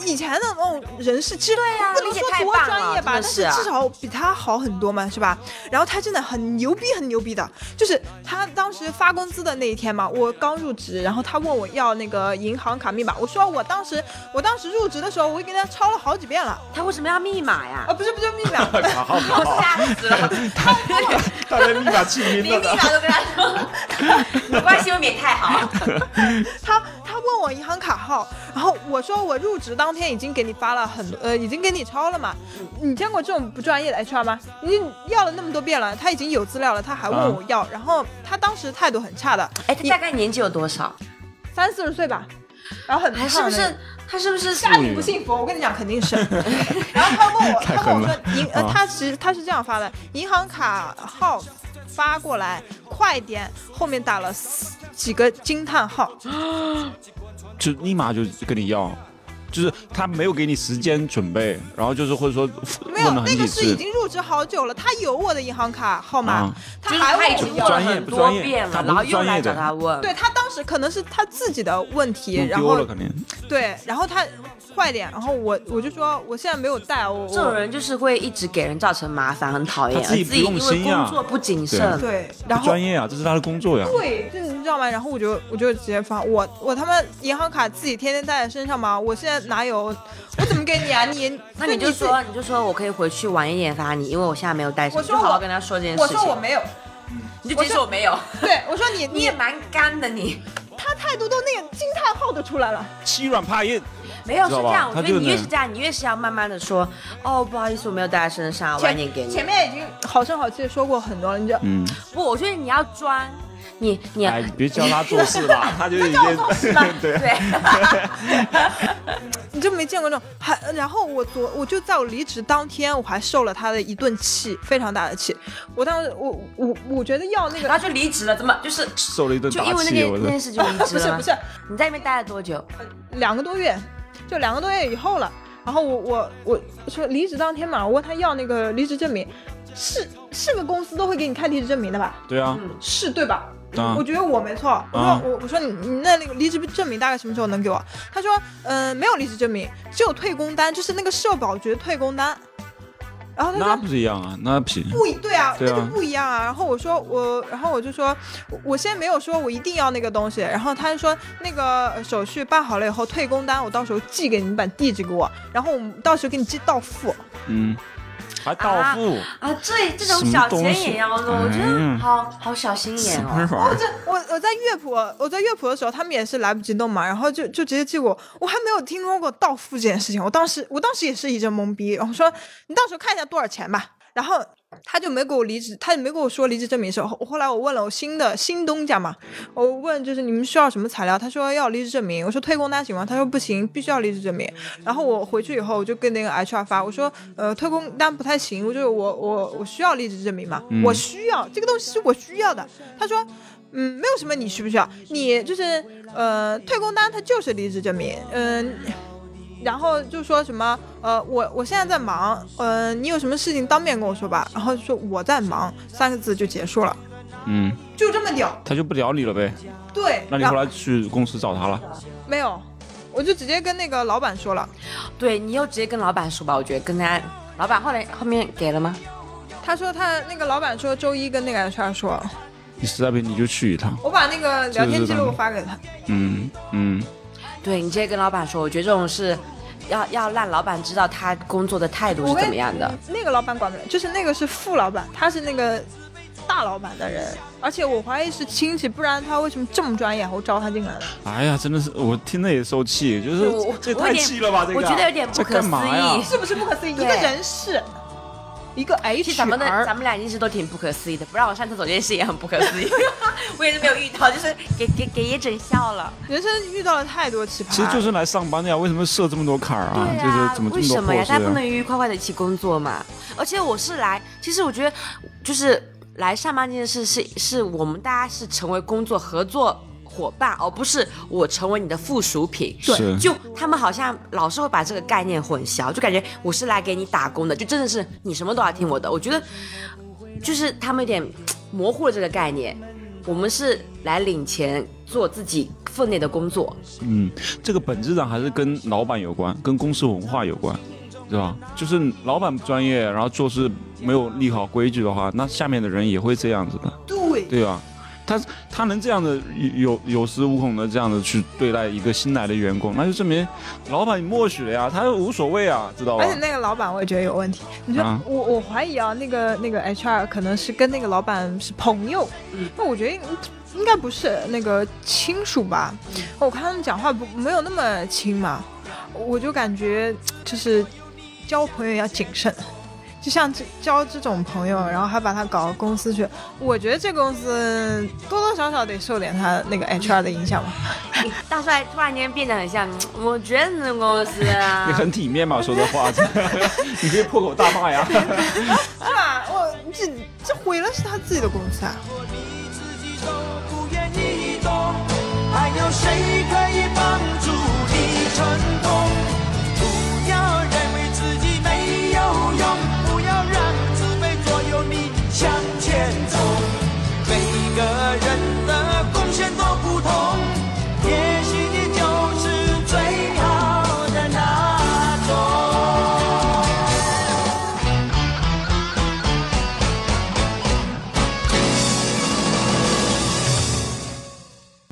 S6: 以前的那种人事，其实
S2: 对呀
S6: 不能
S2: 理解
S6: 说
S2: 太
S6: 多
S2: 棒
S6: 专
S2: 了
S6: 业吧，
S2: 真的
S6: 但
S2: 是啊
S6: 至少比他好很多嘛，是吧？然后他真的很牛逼，很牛逼的，就是他当时发工资的那一天嘛，我刚入职，然后他问我要那个银行卡密码，我说我当时我当时入职的时候，我给他抄了好几遍了，
S2: 她为什么要密码呀
S6: 啊，？不是不是密码，
S5: 卡号卡
S2: 我
S5: 号，
S2: 吓死了，
S5: 大家立马气晕
S2: 连
S5: 了
S2: 密
S5: 的，
S2: 码都跟她说，没关系，我免太好。
S6: 他他问我银行卡号，然后我说我入职当天已经给你发了很多，呃，已经给你抄了嘛。
S5: 嗯
S6: 你见过这种不专业的 HR 吗？你要了那么多遍了，他已经有资料了，他还问我
S5: 啊
S6: 要，然后他当时态度很差的，
S2: 哎，她大概年纪有多少？
S6: 三四十岁吧，然后很
S2: 哎，
S6: 胖
S2: 是不
S6: 那
S2: 是
S6: 种？
S2: 她是不是
S6: 家庭不幸福？我跟你讲，肯定是。然后他问我，他问我
S5: 太
S6: 说银呃
S5: 啊，
S6: 他其实他是这样发的，银行卡号发过来，快点，后面打了四几个惊叹号。
S5: 就立马就跟你要，就是他没有给你时间准备，然后就是或者说
S6: 没有
S5: 问，的
S6: 那
S5: 很
S6: 个
S5: 理
S6: 是已
S5: 智，
S6: 经入职好久了，他有我的银行卡号码，
S5: 啊
S6: 他
S2: 就是
S6: 还
S2: 她
S6: 问
S2: 已
S6: 我
S2: 经
S5: 不
S2: 问
S6: 要。
S5: 专
S2: 了
S5: 业
S2: 很
S5: 不专
S2: 多
S5: 业
S2: 遍
S5: 她
S2: 了，
S5: 不是
S2: 然后又
S5: 专
S2: 来
S5: 业的
S2: 找她问。
S6: 对他当时可能是他自己的问题，
S5: 弄
S6: 然
S5: 丢了
S6: 后
S5: 肯定。
S6: 对，然后他坏点，然后我我就说我现在没有带，我
S2: 这种
S6: 我
S2: 人就是会一直给人造成麻烦，很讨厌。
S5: 他自
S2: 而
S5: 己
S2: 因
S5: 不用
S2: 为
S5: 心啊
S2: 工作不谨慎，
S5: 对
S6: 对，然
S5: 不
S6: 后
S5: 专业啊，这是他的工作呀。
S6: 对，就你知道吗？然后我就我就直接发我我他妈银行卡自己天天带在身上吗？我现在哪有？我怎么给你啊？你
S2: 那你就
S6: 自己
S2: 说，你就说我可以回去晚一点发你，因为我现在没有带
S6: 我
S2: 手机，
S6: 说
S2: 就好
S6: 我
S2: 好跟他说这件
S6: 我
S2: 事情。
S6: 说我没有，
S2: 你就直接说我没有，
S6: 对我说你
S2: 你
S6: 你
S2: 也蛮干的你。
S6: 他态度都那个惊叹号都出来了。
S5: 欺软怕硬，
S2: 没有
S5: 知
S2: 是
S5: 道吧
S2: 这样，我觉
S5: 他就
S2: 得你
S5: 那
S2: 越
S5: 样
S2: 是这样，你越是要慢慢的说，哦，不好意思，我没有带在身上，晚一点给你。
S6: 前面已经好声好气的说过很多了，你就
S5: 嗯，
S2: 不，我觉得你要装，你你
S5: 哎，你别教他做事吧，他就已经对啊，
S2: 对，
S6: 你就没见过那种，还然后我昨我就在我离职当天，我还受了他的一顿气，非常大的气。我当时我我我觉得要那
S2: 然后
S6: 个
S2: 就离职了，怎么就是
S5: 受了一顿
S2: 就
S5: 打
S2: 因为那
S5: 气，
S2: 件
S5: 我
S2: 那件
S5: 的
S2: 事就离职
S6: 不是
S2: 了吗？
S6: 不是
S2: 你在那边待了多久？
S6: 两个多月，就两个多月以后了。然后我我我说离职当天嘛，我问他要那个离职证明，是是个公司都会给你开离职证明的吧？
S5: 对啊，
S6: 是对吧？
S5: 啊
S6: 我觉得我没错。我说、
S5: 啊
S6: 我我说你你那那个离职证明大概什么时候能给我？他说嗯、呃没有离职证明，只有退工单，就是那个社保局的退工单。然后他
S5: 那
S6: 说
S5: 不是一样啊，那不行，
S6: 不一对啊，
S5: 对啊
S6: 那就不一样啊。然后我说我，然后我就说，我我现在没有说我一定要那个东西。然后他就说那个呃手续办好了以后，退工单我到时候寄给你，你把地址给我，然后我们到时候给你寄到付。
S5: 嗯，还到付，
S2: 啊，这这种
S5: 什么
S2: 小
S5: 东
S2: 钱
S5: 西
S2: 也要弄，我觉
S5: 哎呀
S2: 得好好小心眼哦。
S6: 我这我我在乐谱，我在乐谱的时候，他们也是来不及弄嘛，然后就就直接寄我，我还没有听说过到付这件事情，我当时我当时也是一阵懵逼，然后说你到时候看一下多少钱吧，然后。他就没给我离职，他就没跟我说离职证明的时候，后后来我问了我新的新东家嘛，我问就是你们需要什么材料，他说要离职证明，我说退工单行吗？他说不行，必须要离职证明。然后我回去以后我就跟那个 HR 发，我说呃退工单不太行，我就是我我我需要离职证明嘛，
S5: 嗯
S6: 我需要这个东西是我需要的。他说嗯，没有什么你需不需要，你就是呃退工单它就是离职证明，嗯、然后就说什么呃，我我现在在忙，呃，你有什么事情当面跟我说吧。然后就说我在忙三个字就结束了，
S5: 嗯，
S6: 就这么屌。
S5: 他就不聊你了呗。
S6: 对，
S5: 那你
S6: 然
S5: 后
S6: 后
S5: 来去公司找他了？
S6: 没有，我就直接跟那个老板说了，
S2: 对你要直接跟老板说吧，我觉得跟他老板后来后面给了吗？
S6: 他说他那个老板说周一跟那个 HR 说，
S5: 你实在不行你就去一趟。
S6: 我把那个聊天记
S5: 是
S6: 录
S5: 的
S6: 发给他。
S5: 嗯嗯，
S2: 对你直接跟老板说，我觉得这种事要要让老板知道他工作的态度
S6: 我
S2: 是
S6: 跟
S2: 怎么样的。
S6: 那个老板管不了，就是那个是副老板，他是那个大老板的人，而且我怀疑是亲戚，不然他为什么这么专业，我招他进来了？
S5: 哎呀，真的是我听了也受气，就
S2: 我我
S5: 是这也
S2: 我有
S5: 太
S2: 点
S5: 气了吧？这个
S2: 我觉得有点不
S5: 这
S2: 可
S5: 干
S2: 思
S5: 嘛呀
S2: 议。
S6: 是不是不可思议？一
S2: 对
S6: 个人事，一个
S2: 其实咱们的
S6: HR，
S2: 咱们俩一直都挺不可思议的，不让我上厕所这件事也很不可思议， 我也是没有遇到，就是给给给也整笑了。
S6: 人生遇到了太多奇葩，
S5: 其实就是来上班的呀，为什么设这么多坎儿啊？
S2: 对
S5: 就是怎么
S2: 为
S5: 这
S2: 什
S5: 么多
S2: 么呀
S5: 破？事
S2: 大家不
S5: 啊
S2: 能？愉愉快快的一起工作嘛？而且我是来，其实我觉得就是来上班这件事是是我们大家是成为工作合作。伙伴，而不是我成为你的附属品。
S5: 对是
S2: 就他们好像老是会把这个概念混淆，就感觉我是来给你打工的，就真的是你什么都要听我的。我觉得就是他们有点模糊了这个概念，我们是来领钱做自己分内的工作。
S5: 嗯，这个本质上还是跟老板有关，跟公司文化有关，是吧？就是老板不专业，然后做事没有立好规矩的话，那下面的人也会这样子的。
S6: 对
S5: 对啊，他他能这样的有有恃无恐的这样的去对待一个新来的员工，那就证明老板默许了呀，他无所谓啊，知道吧
S6: 而且？那个老板我也觉得有问题。你说、
S5: 啊
S6: 我我怀疑啊，那个那个 HR 可能是跟那个老板是朋友，那、我觉得应应该不是那个亲属吧？我看他们讲话不没有那么亲嘛，我就感觉就是交朋友要谨慎。就像这交这种朋友，然后还把他搞到公司去，我觉得这公司多多少少得受点他那个 HR 的影响吧。
S2: 大帅突然间变得很像，嗯我觉得你们公司啊
S5: 你，很体面嘛，说这话，你可以破口大骂呀。
S6: 是吧？啊我这这毁了是他自己的公司啊。
S7: 你自己走，不愿意走，还有谁可以帮助你成功？不要认为自己没有用，不要让自卑左右你向前走。每个人的贡献都不同，也许你就是最好的那种。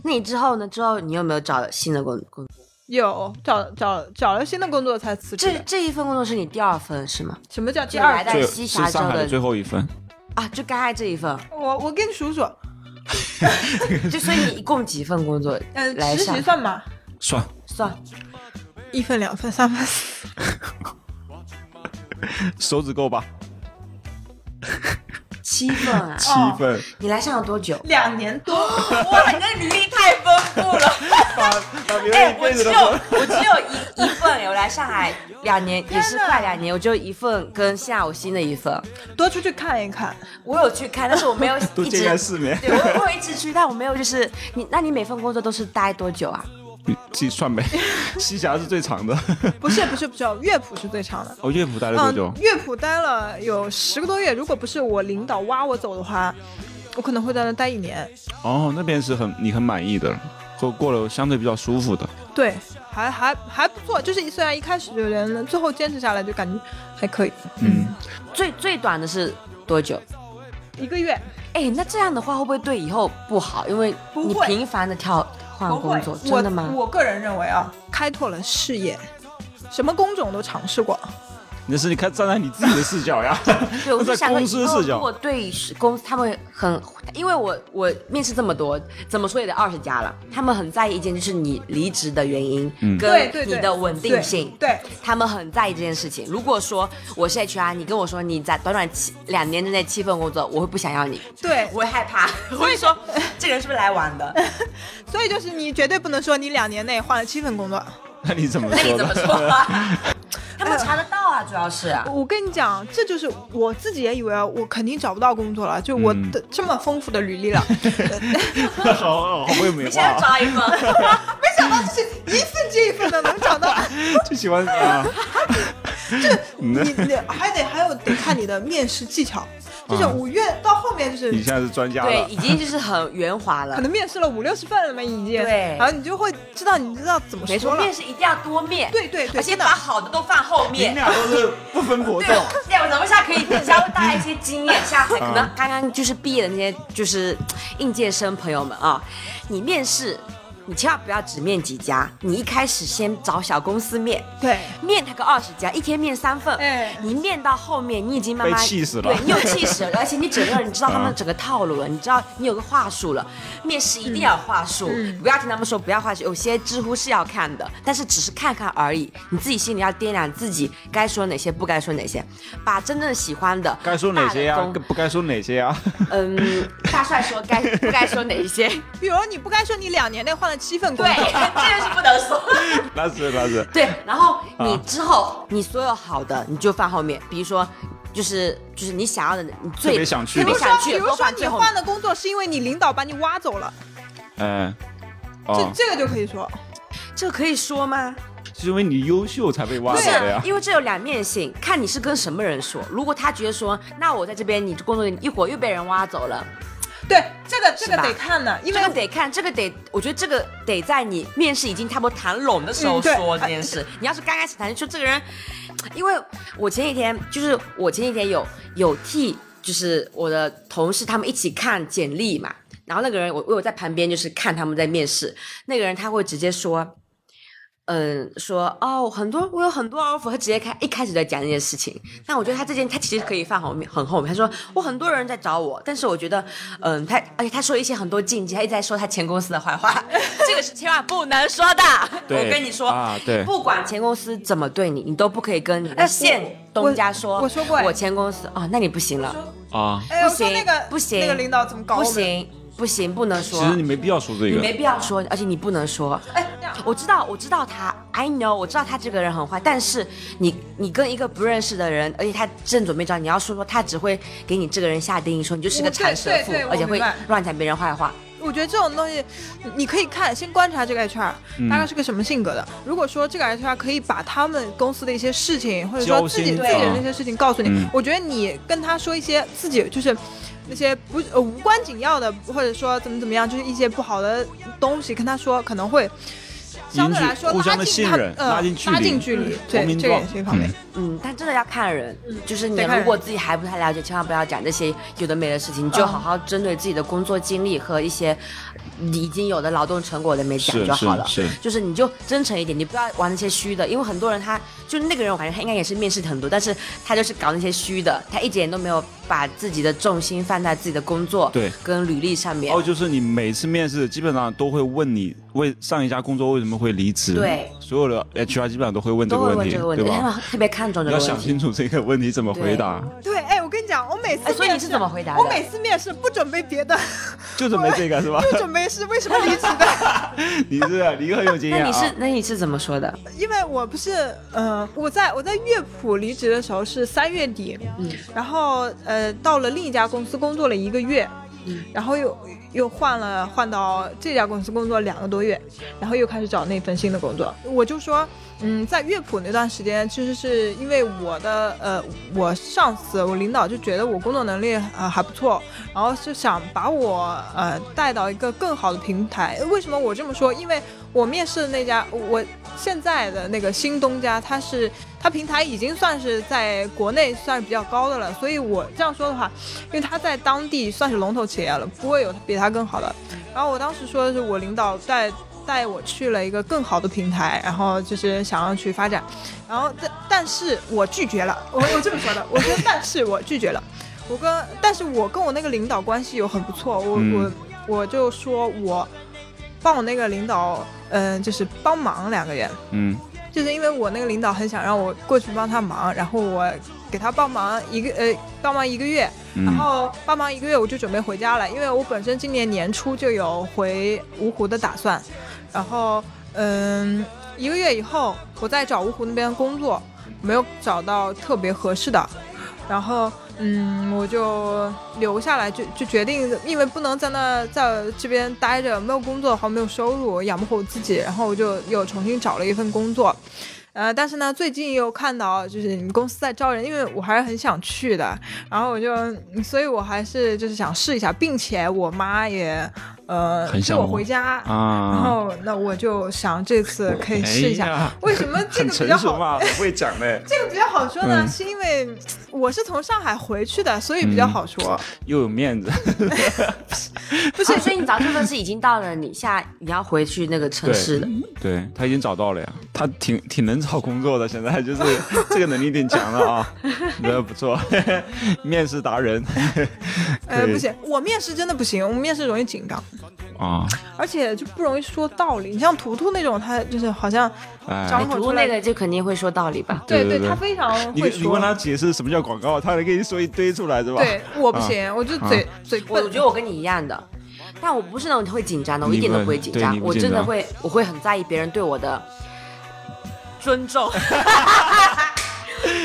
S2: 那你之后呢？之后你有没有找新的工工作？
S6: 有找找找了新的工作才辞职
S2: 这
S6: 的。
S2: 这一份工作是你第二份是吗？
S6: 什么叫第
S2: 就来
S6: 二
S2: 到
S6: 份？
S5: 最
S2: 西
S5: 是
S2: 峡州
S5: 上海
S2: 的
S5: 的最后一份，
S2: 啊，就刚才这一 份，
S6: 我我给你数数，
S2: 就所以你一共几份工 作
S6: 嗯、
S2: 来
S6: 实
S2: 上
S6: 习？算吗？
S5: 算
S2: 算，
S6: 一份、两份、三份、四份？
S5: 手指够吧？
S2: 七份啊！
S5: 七份，
S2: 你来上了多久
S6: 两年多。
S2: 哇，你的履历太丰富了！
S5: 把把别
S2: 哎
S5: 人，一
S2: 我
S5: 辈
S2: 只
S5: 子
S2: 有
S5: 都不
S2: 我只有一一份，哎我来上海两年，也是快两年，我只有一份跟夏午新的一份。
S6: 多出去看一看，
S2: 我有去看，但是我没有
S5: 都
S2: 一
S5: 见
S2: 直
S5: 见世面，
S2: 对，我 我有一直去，但我没有就是你，那你每份工作都是待多久啊？
S5: 你自己算呗。西峡是最长的，
S6: 不是不是不是，乐谱是最长的。
S5: 我乐谱待了多久
S6: 嗯，？乐谱待了有十个多月，如果不是我领导挖我走的话，我可能会在那待一年。
S5: 哦，那边是很你很满意的，过过了相对比较舒服的。
S6: 对，还还还不错，就是虽然一开始有点，最后坚持下来就感觉还可以。
S5: 嗯，
S2: 最最短的是多久？
S6: 一个月
S2: 哎，那这样的话会不会对以后不好？因为
S6: 不
S2: 你
S6: 会
S2: 频繁的跳换工作，真的吗？
S6: 我？我个人认为啊，开拓了视野，什么工种都尝试过。
S5: 那是你看站在你自己的视角呀，
S2: 对，我就
S5: 在
S2: 想说
S5: 公
S2: 以
S5: 司
S2: 后
S5: 视
S2: 如果
S5: 角。
S2: 对公司他们很，因为我我面试这么多，怎么说也得二十家了，他们很在意一件就是你离职的原因、
S5: 嗯
S6: 对
S2: 跟
S6: 对对
S2: 你的稳定性。
S6: 对对
S2: 他们很在意这件事情。如果说我是 HR，你跟我说你在短短七两年之内七份工作，我会不想要你，
S6: 对，
S2: 我会害 怕，我会说这个人是不是来玩的？
S6: 所以就是你绝对不能说你两年内换了七份工作。
S5: 那你怎么
S2: 那
S5: 说
S2: 你
S5: 的
S2: 怎么？说啊？ 他们查得到啊，主要是啊。
S6: 我跟你讲，这就是我自己也以为啊我肯定找不到工作了，就我的这么丰富的履历了，
S5: 好好好会
S2: 你
S5: 美化
S2: 现在
S5: 啊。
S2: 抓一份，
S6: 没想找到就是一份接一份的能找到，
S5: 就喜欢啊，
S6: 你你还得还有得看你的面试技巧，就是
S5: 啊
S6: 五月到后面就是
S5: 你现在是专家
S2: 对，
S5: 了
S2: 已，经就是很圆滑
S6: 可
S2: 了。
S6: 能面试了五六十份了嘛，已经，
S2: 对
S6: 然后你就会知道你知道怎么
S2: 没
S6: 说
S2: 错，
S6: 了
S2: 面，试一定要多面，
S6: 对对对
S2: 而且
S6: 真的
S2: 把好的都放后
S5: 你
S2: 面。
S5: 们俩都是不分伯 仲
S2: 对，，对，我咱们下可以加入大家一些经验， 下次可
S6: 嗯
S2: 能刚刚就是毕业的那些就是应届生朋友们啊，你面试。你千万不要只面几家，你一开始先找小公司面，
S6: 对，
S2: 面他个二十家，一天面三份。
S6: 哎
S2: 你面到后面，你已经慢慢
S5: 被气死了啊
S2: 对你有气势了，而且你整个人你知道他们整个套路了，你知道你有个话术了。面试一定要有话术，
S6: 嗯
S2: 不要听他们说不要话术，有些知乎是要看的，但是只是看看而已，你自己心里要掂量自己该说哪些，不该说哪些，把真正喜欢的
S5: 该说哪些
S2: 大
S5: 呀
S2: 的，功
S5: 不该说哪些啊 呀，
S2: 嗯，大帅说该不该说哪一 些，
S6: 比如你不该说你两年内换了七份工
S2: 对，
S6: 作，
S2: 这就是不能说。
S5: 那是那是，
S2: 对，然后你
S5: 啊
S2: 之后、你所有好的你就放后面，比如说就是就是你想要的，你最
S5: 特别想去的
S2: 特别
S6: 比如
S2: 想
S6: 说
S2: 去的
S6: 比如
S2: 都
S6: 说
S2: 放
S6: 你
S2: 最后
S6: 换
S2: 面。
S6: 了工作是因为你领导把你挖走了，
S5: 嗯，
S6: 这
S5: 哦，
S6: 这个就可以说，
S2: 这个可以说吗？
S5: 是因为你优秀才被挖
S2: 不
S5: 走
S2: 是啊
S5: 的啊呀，，
S2: 因为这有两面性，看你是跟什么人说。如果他觉得说，那我在这边你工作一会儿又被人挖走了，
S6: 对，这个这个
S2: 是吧
S6: 得看呢，因
S2: 这个
S6: 为。
S2: 得看，这个得，我觉得这个得在你面试已经差不多谈拢的时候
S6: 嗯对
S2: 说这件事。你要是刚开始谈，就这个人，因为我前几天就是我前几天有有替就是我的同事他们一起看简历嘛，然后那个人我我有在旁边就是看他们在面试，那个人他会直接说。嗯，说哦，很多我有很多 offer，他直接开一开始在讲这件事情。
S6: 嗯
S2: 但我觉得他这件他其实可以放后面很后面。他说我很多人在找我，但是我觉得，嗯，他而且他说一些很多禁忌，他一直在说他前公司的坏 话，这个是千万不能说的。
S5: 对
S2: 我跟你说
S5: 啊对
S2: 不管前公司怎么对你，你都不可以跟你的现东家说。
S6: 我我说过哎
S2: 我前公司啊、那你不行了，
S5: 啊，
S6: 哎，
S2: 不
S6: 我说
S2: 行
S6: 那个
S2: 不行
S6: 那个领导怎么搞我
S2: 不
S6: 们？
S2: 行不行，不能说。
S5: 其实你没必要说这
S2: 你
S5: 个
S2: 没，必要说，而且你不能说。
S6: 哎，这样
S2: 我知道，我知道他，I know，我知道他这个人很坏，但是你你跟一个不认识的人，而且他正准备找你，你要说说他只会给你这个人下定义，说你就是个
S6: 我对
S2: 馋蛇
S6: 对
S2: 妇
S6: 对，我
S2: 而且会
S6: 明白
S2: 乱讲别人坏话。
S6: 我觉得这种东西，你你可以看，先观察这个 HR
S5: 嗯
S6: 大概是个什么性格的。如果说这个 HR 可以把他们公司的一些事情，或者说
S5: 交
S6: 自
S5: 心
S6: 己自
S5: 对
S6: 己的那些事情告诉你，
S5: 嗯
S6: 我觉得你跟他说一些自己就是那些不呃无关紧要的，或者说怎么怎么样，就是一些不好的东西跟他说，可能会相对来说
S5: 引起互
S6: 拉
S5: 相的
S6: 近
S5: 信
S6: 他
S5: 任
S6: 呃
S5: 拉
S6: 拉
S5: 近距离
S6: 距
S5: 嗯。投，
S6: 离对
S5: 名
S6: 这个
S5: 状
S6: 也是一方面。
S2: 嗯，但真的要看人，就是你
S6: 嗯得看
S2: 如
S6: 人嗯
S2: 果自己还不太了解，千万不要讲这些有的没的事情，你就好好针对自己的工作经历和一些你已经有的劳动成果的没讲
S5: 是
S2: 就好了。
S5: 是是
S2: 就是你就真诚一点，你不要玩那些虚的，因为很多人他就是那个人，我感觉他应该也是面试很多，但是他就是搞那些虚的，他一点都没有把自己的重心放在自己的工作
S5: 对
S2: 跟履历上面
S5: 还有。就是你每次面试基本上都会问你为上一家工作为什么会离职，
S2: 对
S5: 所有的 HR 基本上都会问这
S2: 都
S5: 个
S2: 会
S5: 问
S2: 问
S5: 题，
S2: 这个问题，
S5: 对
S2: 他们
S5: 吧？
S2: 特别看重这
S5: 你
S2: 个问
S5: 要想
S2: 题。
S5: 清楚这个问题怎么回答，
S6: 对，哎，我跟你讲，我每
S2: 哎
S6: 次
S2: 所以你
S6: 面
S2: 是
S6: 试
S2: 怎么回答的
S6: 我每次面试不准备别的，
S5: 就准备这个是 吧？
S6: 不准备是为什么离职的。
S5: 你是你很有经
S2: 那
S5: 验
S2: 你是
S5: 啊，
S2: 那你是怎么说的？
S6: 因为我不是，呃，我在我在乐谱离职的时候是三月底，然后呃，到了另一家公司工作了一个月，然后又又换了换到这家公司工作两个多月，然后又开始找那份新的工作。我就说，嗯，在乐谱那段时间，其实是因为我的呃，我上司我领导就觉得我工作能力呃还不错，然后就想把我呃带到一个更好的平台。为什么我这么说？因为我面试的那家，我现在的那个新东家，它是它平台已经算是在国内算是比较高的了，所以我这样说的话，因为它在当地算是龙头企业了，不会有比它更好的。然后我当时说的是我领导带带我去了一个更好的平台，然后就是想要去发展，然后但但是我拒绝了， 我我这么说的，我说但是我拒绝了，我跟但是我跟我那个领导关系又很不错，我、
S5: 嗯
S6: 我我就说我帮我那个领导，嗯、就是帮忙两个人，
S5: 嗯，
S6: 就是因为我那个领导很想让我过去帮他忙，然后我给他帮忙一个呃帮忙一个月，
S5: 嗯
S6: 然后帮忙一个月我就准备回家了，因为我本身今年年初就有回芜湖的打算，然后嗯一个月以后我再找芜湖那边工作，没有找到特别合适的，然后嗯，我就留下来，就就决定，因为不能在那在这边待着，没有工作，好没有收入，养不活我自己，然后我就又重新找了一份工作。呃，但是呢，最近又看到就是你们公司在招人，因为我还是很想去的，然后我就，嗯所以我还是就是想试一下，并且我妈也呃
S5: 很
S6: 接
S5: 向
S6: 我
S5: 往
S6: 回家，
S5: 啊
S6: 然后那我就想这次可以试一下，
S5: 哎呀
S6: 为什么 这
S5: 很
S6: 个比
S5: 成
S6: 较
S5: 熟
S6: 好？
S5: 嘛，很会讲 嘞，
S6: 这个比较好说呢，
S5: 嗯
S6: 是因为嗯我是从上海回去的，所以比较
S5: 嗯
S6: 好说。
S5: 又有面子，
S2: 不是，所以你早就说是已经到了你下你要回去那个城市的，
S5: 对他已经找到了呀，他挺挺能找工作的，现在 就是这个能力有点强了啊，那不错， 面试达人，
S6: 呃，
S5: 对
S6: 不行，我面试真的不行，我面试容易紧张，
S5: 啊，
S6: 而且就不容易说道理。你像图图那种，他就是好像
S5: 哎
S6: 张。
S2: 读
S6: 口出来
S2: 那个就肯定会说道理 吧？
S6: 对
S5: 对
S6: 他非常
S5: 你
S6: 会
S5: 你问
S6: 说。
S5: 他解释什么叫广告，他能给你说一堆出来是吧？啊
S6: 对，我不行，我就嘴、嘴
S2: 我
S6: 笨。
S2: 我觉得我跟你一样的，但我不是那种会紧张的，我一点都不会紧
S5: 你不对
S2: 张
S5: 你，不
S2: 我真的
S5: 紧张
S2: 会，我会很在意别人对我的尊重。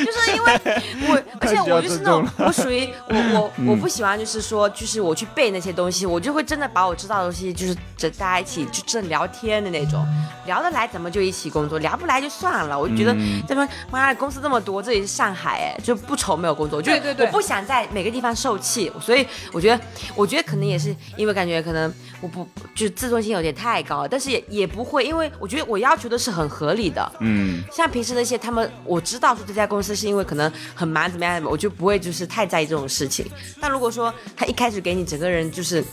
S2: 就是因为 我，而且
S5: 需要
S2: 我就是
S5: 尊
S2: 那种
S5: 重，嗯
S2: 我属 于我我我不喜欢，就是说，就是我去背那些东西，我就会真的把我知道的东西，就是这大家一起就正聊天的那种，聊得来咱们就一起工作，聊不来就算了。我就觉得
S5: 嗯
S2: 这边妈的公司这么多，这里是上海，哎，就不愁没有工作，就
S6: 对对对
S2: 我不想在每个地方受气，所以我觉得，我觉得可能也是因为感觉可能我不就自尊心有点太高，但是也也不会，因为我觉得我要求的是很合理的，
S5: 嗯，
S2: 像平时那些他们，我知道说这家公司是因为可能很忙怎么样，我就不会就是太在意这种事情。但如果说他一开始给你整个人就是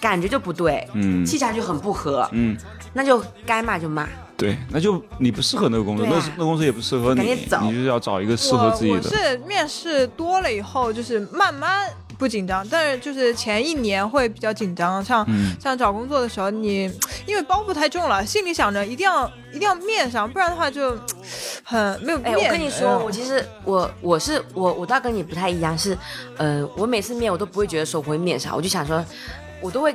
S2: 感觉就不对，
S5: 嗯
S2: 气场就很不合，
S5: 嗯，
S2: 那就该骂就骂。
S5: 对，那就你不适合那个工作，
S2: 对啊
S5: 那那公司也不适合你，
S2: 赶紧走
S5: 你就是要找一个适合
S6: 我
S5: 自己
S6: 我
S5: 的。
S6: 是面试多了以后，就是慢慢不紧张，但是就是前一年会比较紧张。像、
S5: 嗯
S6: 像找工作的时候，你因为包袱太重了，心里想着一定要一定要面上，不然的话就很没有
S2: 哎，
S6: 面。嗯
S2: 我跟你说，我其实我我是我我倒跟你不太一样，是，呃，我每次面我都不会觉得说我会面啥，我就想说，我都会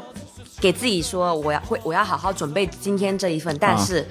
S2: 给自己说我要会我要好好准备今天这一份，但是，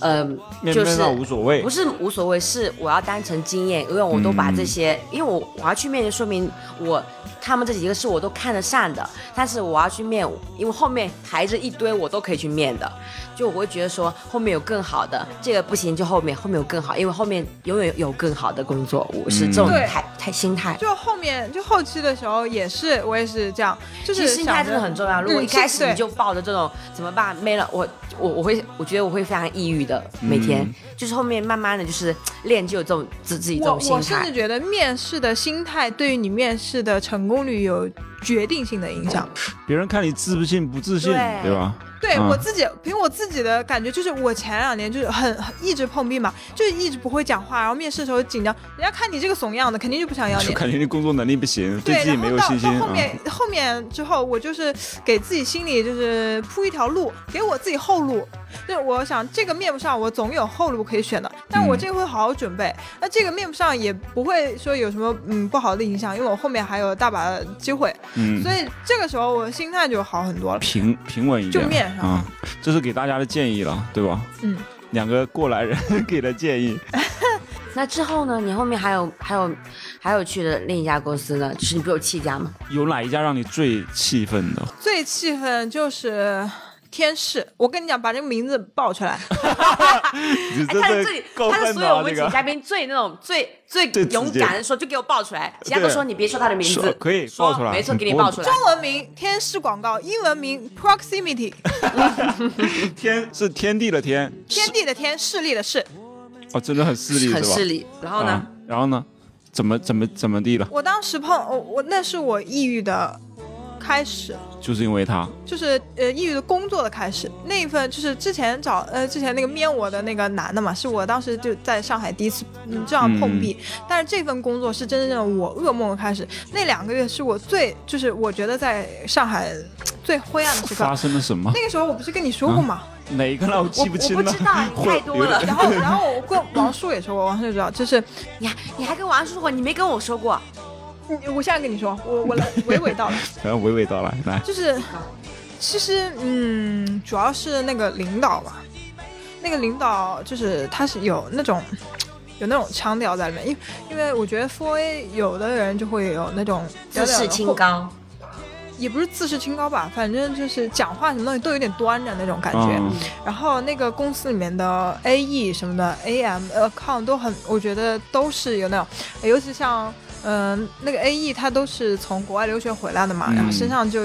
S2: 嗯、
S5: 啊面
S2: 就
S5: 面
S2: 是
S5: 上无所谓
S2: 不是无所谓，是我要当成经验，因为我都把
S5: 嗯
S2: 这些，因为我我要去面就说明我他们这几个是我都看得上的，但是我要去面，因为后面还是一堆我都可以去面的，就我会觉得说后面有更好的，
S6: 嗯
S2: 这个不行就后面，后面有更好，因为后面永远有更好的工作，我是这种
S6: 对
S2: 态态心态。
S6: 就后面就后期的时候也是，我也是这样，就
S2: 其
S6: 是
S2: 实心态真的很重要。如果一开始你就抱着这种怎么办没了，我我我会我觉得我会非常抑郁的，每天、就是后面慢慢的就是练就这种自自己这
S6: 我
S2: 种心
S6: 我甚
S2: 态
S6: 至。觉得面试的心态对于你面试的成功率有决定性的影响。
S5: 别人看你自不信不自信，
S2: 对
S5: 对吧？
S6: 对、
S5: 嗯
S6: 我自己，凭我自己的感觉，就是我前两年就是很很一直碰壁嘛，就是一直不会讲话，然后面试的时候紧张，人家看你这个怂样子，肯定就不想要
S5: 就
S6: 你。
S5: 感觉你工作能力不行，
S6: 对，
S5: 自己
S6: 然
S5: 没
S6: 后
S5: 有
S6: 到
S5: 信心
S6: 到
S5: 啊
S6: 后。面、后面之后，我就是给自己心里就是铺一条路，给我自己后路。就是我想这个面不上，我总有后路可以选的。但我
S5: 嗯
S6: 这个会好好准备，那这个面不上也不会说有什么嗯不好的影响，因为我后面还有大把的机会。
S5: 嗯，
S6: 所以这个时候我的心态就好很多了。
S5: 平平稳一点，
S6: 就面上
S5: 啊、这是给大家的建议了，对吧？
S6: 嗯，
S5: 两个过来人 给的建议，
S2: 那之后呢？你后面还有还有还有去的另一家公司呢？就是你不是有七家吗？
S5: 有哪一家让你最气愤的？
S6: 最气愤就是天使，我跟你讲，把这个名字报出来，
S5: 你
S2: 哎，
S5: 真
S2: 他
S5: 的
S2: 是最
S5: 够
S2: 他是
S5: 分
S2: 所
S5: 的
S2: 有
S5: 啊
S2: 我！们
S5: 这
S2: 请
S5: 个
S2: 嘉宾最那种最最
S5: 最直
S2: 勇
S5: 接
S2: 敢的说，就给我报出来，其他都
S5: 对
S2: 说你别说他的名字
S5: 说，可以
S2: 说
S5: 报出来
S2: 没错，给你
S5: 我
S2: 报出来
S6: 中。文名天使广告，英文名 Proximity，
S5: 天是天地的天，
S6: 天地的天，势力的势。
S5: 哦，真的很势利，
S2: 很
S5: 是吧
S2: 势利，然后呢
S5: 啊？然后呢？怎么怎么怎么地了？
S6: 我当时碰我我那是我抑郁的开始，
S5: 就是因为他，
S6: 就是呃抑郁的工作的开始。那一份就是之前找呃之前那个面我的那个男的嘛，是我当时就在上海第一次嗯这样碰壁，但是这份工作是真正我噩梦的开始。那两个月是我最就是我觉得在上海最灰暗的时刻
S5: 发。生了什么？
S6: 那个时候我不是跟你说过吗？
S5: 哪一个让我
S2: 我
S5: 记
S2: 我不
S5: 清了？
S2: 知道，你太
S5: 会
S2: 多了。
S6: 然后，然后我跟
S3: 嗯
S6: 王叔也说过，王叔也知道，就是
S2: 你还你还跟王安说过，你没跟我说 过。
S6: 你嗯我现在跟你说，我我来娓娓道来，
S5: 然呃后娓娓道来，来，
S6: 就是其实嗯，主要是那个领导吧，那个领导就是他是有那种有那种腔调在里面，因因为我觉得 Four A 有的人就会有那种
S3: 自视清，高，
S6: 也不是自视清高吧，反正就是讲话什么东西都有点端着那种感觉。
S5: 嗯
S6: 然后那个公司里面的 A E 什么的，A M 呃 account 都很，我觉得都是有那种，尤其像。嗯，那个 A E 他都是从国外留学回来的嘛，
S5: 嗯
S6: 然后身上就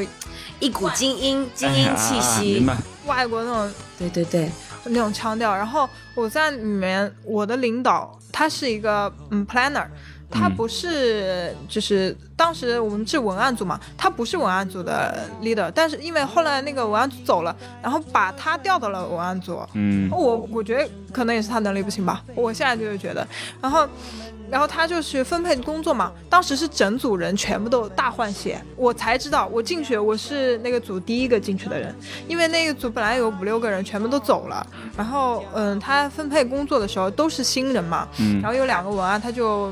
S3: 一股精英精英气
S5: 啊
S3: 息
S5: 明。白，
S6: 外国那种
S3: 对对对，
S6: 那种腔调。然后我在里面，我的领导他是一个嗯 planner，他
S5: 嗯
S6: 不是就是当时我们是文案组嘛，他不是文案组的 leader，但是因为后来那个文案组走了，然后把他调到了文案组。
S5: 嗯
S6: 我我觉得可能也是他能力不行吧，我现在就是觉得，然后。然后他就是分配工作嘛，当时是整组人全部都大换血，我才知道我进去我是那个组第一个进去的人，因为那个组本来有五六个人全部都走了，然后嗯，他分配工作的时候都是新人嘛，
S5: 嗯
S6: 然后有两个文案，他就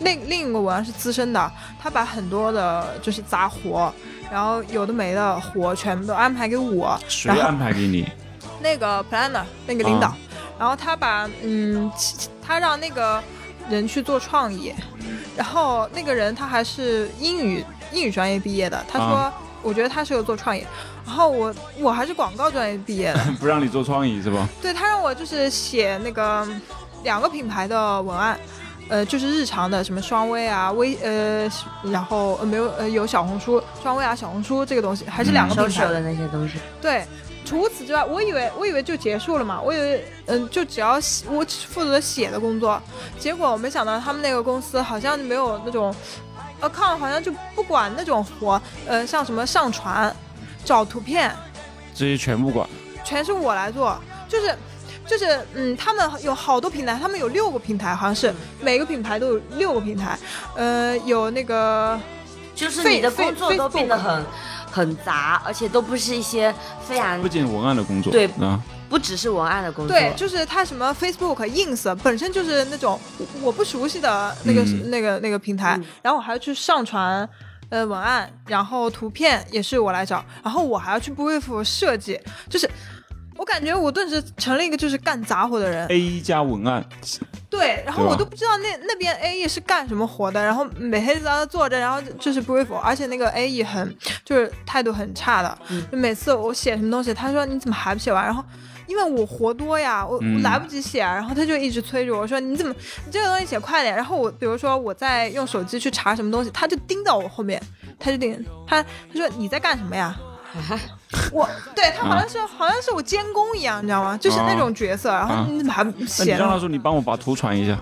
S6: 另另一个文案是资深的，他把很多的就是杂活，然后有的没的活全部都安排给我，
S5: 谁
S6: 然后
S5: 安排给你？
S6: 那个 planner 那个领导，
S5: 啊
S6: 然后他把嗯，其其他让那个人去做创意，然后那个人他还是英语英语专业毕业的，他说、
S5: 啊
S6: 我觉得他适合做创意，然后我我还是广告专业毕业的，
S5: 不让你做创意是吧？
S6: 对他让我就是写那个两个品牌的文案。呃，就是日常的什么双微啊、微呃，然后呃没有呃有小红书、双微啊、小红书这个东西，还是两个品
S3: 收
S6: 牌
S3: 手。的那些东西，
S6: 对，除此之外，我以为我以为就结束了嘛，我以为嗯，就只要写我只负责写的工作，结果我没想到他们那个公司好像没有那种 account，好像就不管那种活，呃，像什么上传、找图片，
S5: 这些全部管。
S6: 全是我来做，就是。就是，嗯，他们有好多平台，他们有六个平台，好像
S3: 嗯
S6: 是每个品牌都有六个平台，呃，有那个
S3: 就是
S6: 非
S3: 你的工作
S6: 非
S3: 都
S6: 非
S3: 变得很很杂，而且都不是一些非常
S5: 不仅文案的工作，
S3: 对
S5: 啊，
S3: 不只是文案的工作，
S6: 对，就是它什么 Facebook、Ins 本身就是那种我不熟悉的那个、
S5: 嗯
S6: 那个那个平台，
S3: 嗯
S6: 然后我还要去上传。呃，文案，然后图片也是我来找，然后我还要去 brief 设计，就是我感觉我顿时成了一个就是干杂活的人，
S5: A 一加文案，
S6: 对，然后
S5: 对吧
S6: 我都不知道那那边 A E 是干什么活的，然后每天在那坐着，然后就是 brief，而且那个 A E 很就是态度很差的，
S5: 嗯
S6: 就每次我写什么东西，他说你怎么还不写完？然后因为我活多呀，我
S5: 嗯
S6: 我来不及写啊，然后他就一直催着我说你怎么你这个东西写快点。然后我比如说我在用手机去查什么东西，他就盯到我后面，他就盯他他说你在干什么呀？
S5: 啊
S6: 我对他好像是、好像是我监工一样，你知道吗？就是那种角色，然
S5: 啊
S6: 后你怎么还不
S5: 那你
S6: 写呢？
S5: 让他说你帮我把图传一下，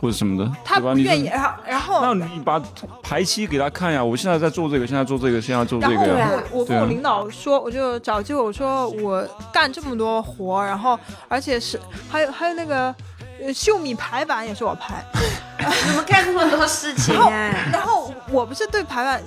S5: 或者什么的，
S6: 他
S5: 对吧？
S6: 不
S5: 你
S6: 愿意，
S5: 就
S6: 然后然
S5: 那
S6: 后
S5: 你把排期给他看呀，我现在在做这个，现在做这个，现在做这
S6: 然后
S5: 个
S6: 我、
S5: 呀，
S6: 我
S5: 对
S6: 跟
S5: 啊
S6: 我领导说，我就找机会我说我干这么多活，然后而且是还有还有那个呃秀米排版也是我排，
S3: 怎么干这么多事情啊？
S5: 哎
S6: 然后我不是对排版。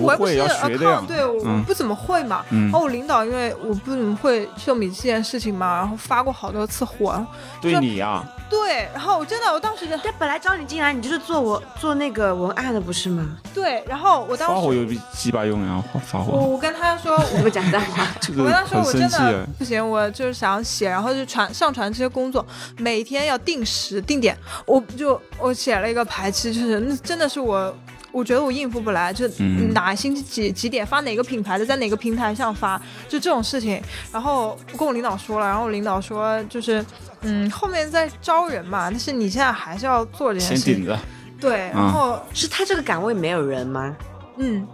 S6: 我也不
S5: 不会
S6: 是
S5: 要学的呀
S6: account，对，我
S5: 嗯
S6: 我不怎么会嘛。
S5: 嗯
S6: 然后我领导因为我不怎么会秀米这件事情嘛，然后发过好多次火。
S5: 对你呀，
S6: 对，然后我真的，我当时就
S3: 但本来招你进来，你就是做我做那个文案的，不是吗？
S6: 对，然后我
S5: 发
S6: 当
S5: 火
S6: 时
S5: 有鸡巴用呀，发
S6: 我
S5: 火，
S6: 我跟他说，我
S3: 不讲脏话，
S5: 这
S6: 我
S5: 个
S6: 跟他说
S5: 很
S6: 我
S5: 生
S6: 真
S5: 气
S6: 的
S5: 哎。
S6: 不行，我就是想写，然后就传上传这些工作，每天要定时定点。我就我写了一个排期，就是那真的是我，我觉得我应付不来，就
S5: 嗯
S6: 哪星期几几点发哪个品牌的，在哪个平台上发，就这种事情。然后我跟我领导说了，然后我领导说就是，嗯，后面再招人嘛，但是你现在还是要做这件
S5: 先
S6: 事
S5: 顶
S6: 情。
S5: 着，啊
S6: 对，然后
S3: 是他这个岗位没有人吗？
S6: 嗯，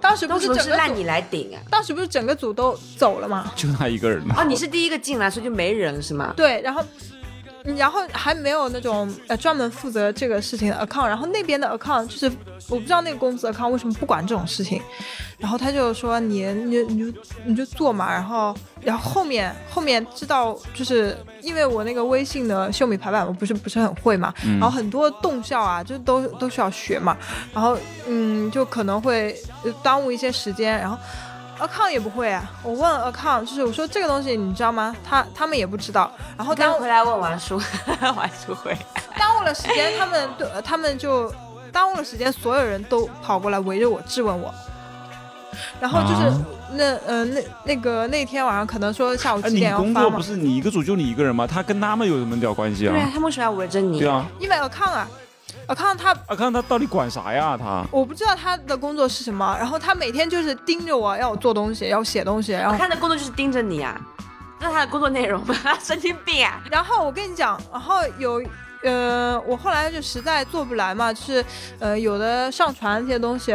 S6: 当时不
S3: 当
S6: 是
S3: 时
S6: 整
S3: 是
S6: 个
S3: 让
S6: 组
S3: 你来顶啊？
S6: 当时不是整个组都走了嘛，
S5: 就他一个人了
S6: 啊
S3: 哦，。你是第一个进来，所以就没人是吗？
S6: 对，然后。嗯然后还没有那种呃专门负责这个事情的 account，然后那边的 account 就是我不知道那个公司 account 为什么不管这种事情，然后他就说你你就你就你就做嘛，然后然后后面后面知道就是因为我那个微信的秀米排版我不是不是很会嘛，
S5: 嗯
S6: 然后很多动效啊就都都需要学嘛，然后嗯就可能会呃耽误一些时间，然后 account 也不会啊，我问 account 就是我说这个东西你知道吗？他他们也不知道，然后耽
S3: 刚
S6: 误
S3: 回来问王 叔，王叔回来，
S6: 耽误了时间，他们对呃他们就耽误了时间，所有人都跑过来围着我质问我。然后就是、
S5: 啊
S6: 那呃那那个那天晚上可能说下午
S5: 哎，
S6: 几
S5: 你
S6: 点要
S5: 工
S6: 发
S5: 作
S6: 嘛
S5: 不，是你一个组就你一个人吗？他跟他们有什么屌关系
S2: 对
S5: 啊
S2: 啊，？他们为什么要围着你？
S5: 对啊，
S6: 因为 account 啊，account 他
S5: 啊，看他到底管啥呀？他
S6: 我不知道他的工作是什么，然后他每天就是盯着我要我做东西，要我写东西，然
S2: 我
S6: 后
S2: 看的工作就是盯着你啊，这是他的工作内容吗？ 神经病啊！
S6: 然后我跟你讲，然后有。呃，我后来就实在做不来嘛，就是，呃，有的上传那些东西，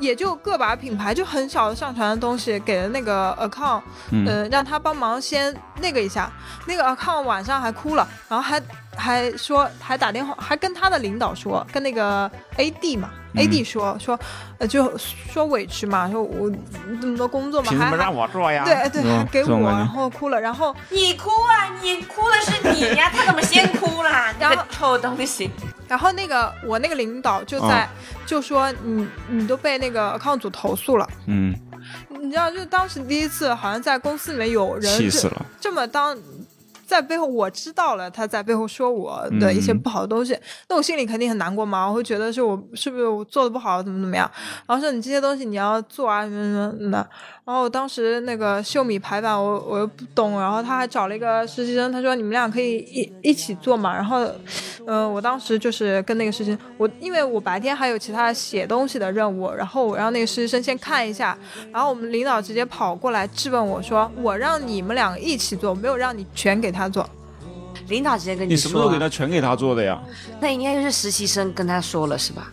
S6: 也就个把品牌就很少上传的东西给了那个 account，
S5: 嗯，
S6: 嗯，让他帮忙先那个一下。那个 account 晚上还哭了，然后还还说还打电话，还跟他的领导说，跟那个 AD 嘛、
S5: 嗯
S6: a d 说说，呃，就说委屈嘛，说我这么多工作嘛，
S5: 凭什
S6: 还
S5: 么让我做呀？
S6: 还对对，还
S5: 嗯
S6: 给
S5: 这
S6: 我，
S5: 种
S6: 然
S5: 感觉
S6: 后哭了，然后
S2: 你哭啊！你哭的是你 呀、他怎么先哭啦？你
S6: 然后
S2: 个 臭东西！
S6: 然后那个我那个领导就在、
S5: 哦
S6: 就说你你都被那个 account 组投诉了，
S5: 嗯，
S6: 你知道，就当时第一次好像在公司里面有人
S5: 气
S6: 是
S5: 死了。
S6: 这么当在背后我知道了他在背后说我的一些
S5: 嗯
S6: 不好的东西，那我心里肯定很难过嘛，我会觉得是我是不是我做的不好，怎么怎么样，然后说你这些东西你要做啊什么什么的，然后我当时那个秀米排版我我又不懂，然后他还找了一个实习生，他说你们俩可以一一起做嘛，然后，呃，我当时就是跟那个实习生，我因为我白天还有其他写东西的任务，然后我让那个实习生先看一下，然后我们领导直接跑过来质问我说：“我让你们两个一起做，没有让你全给他做。
S2: 领导直接跟
S5: 你什
S2: 说啊、
S5: 么时候给他全给他做的呀？
S2: 那应该就是实习生跟他说了是吧？”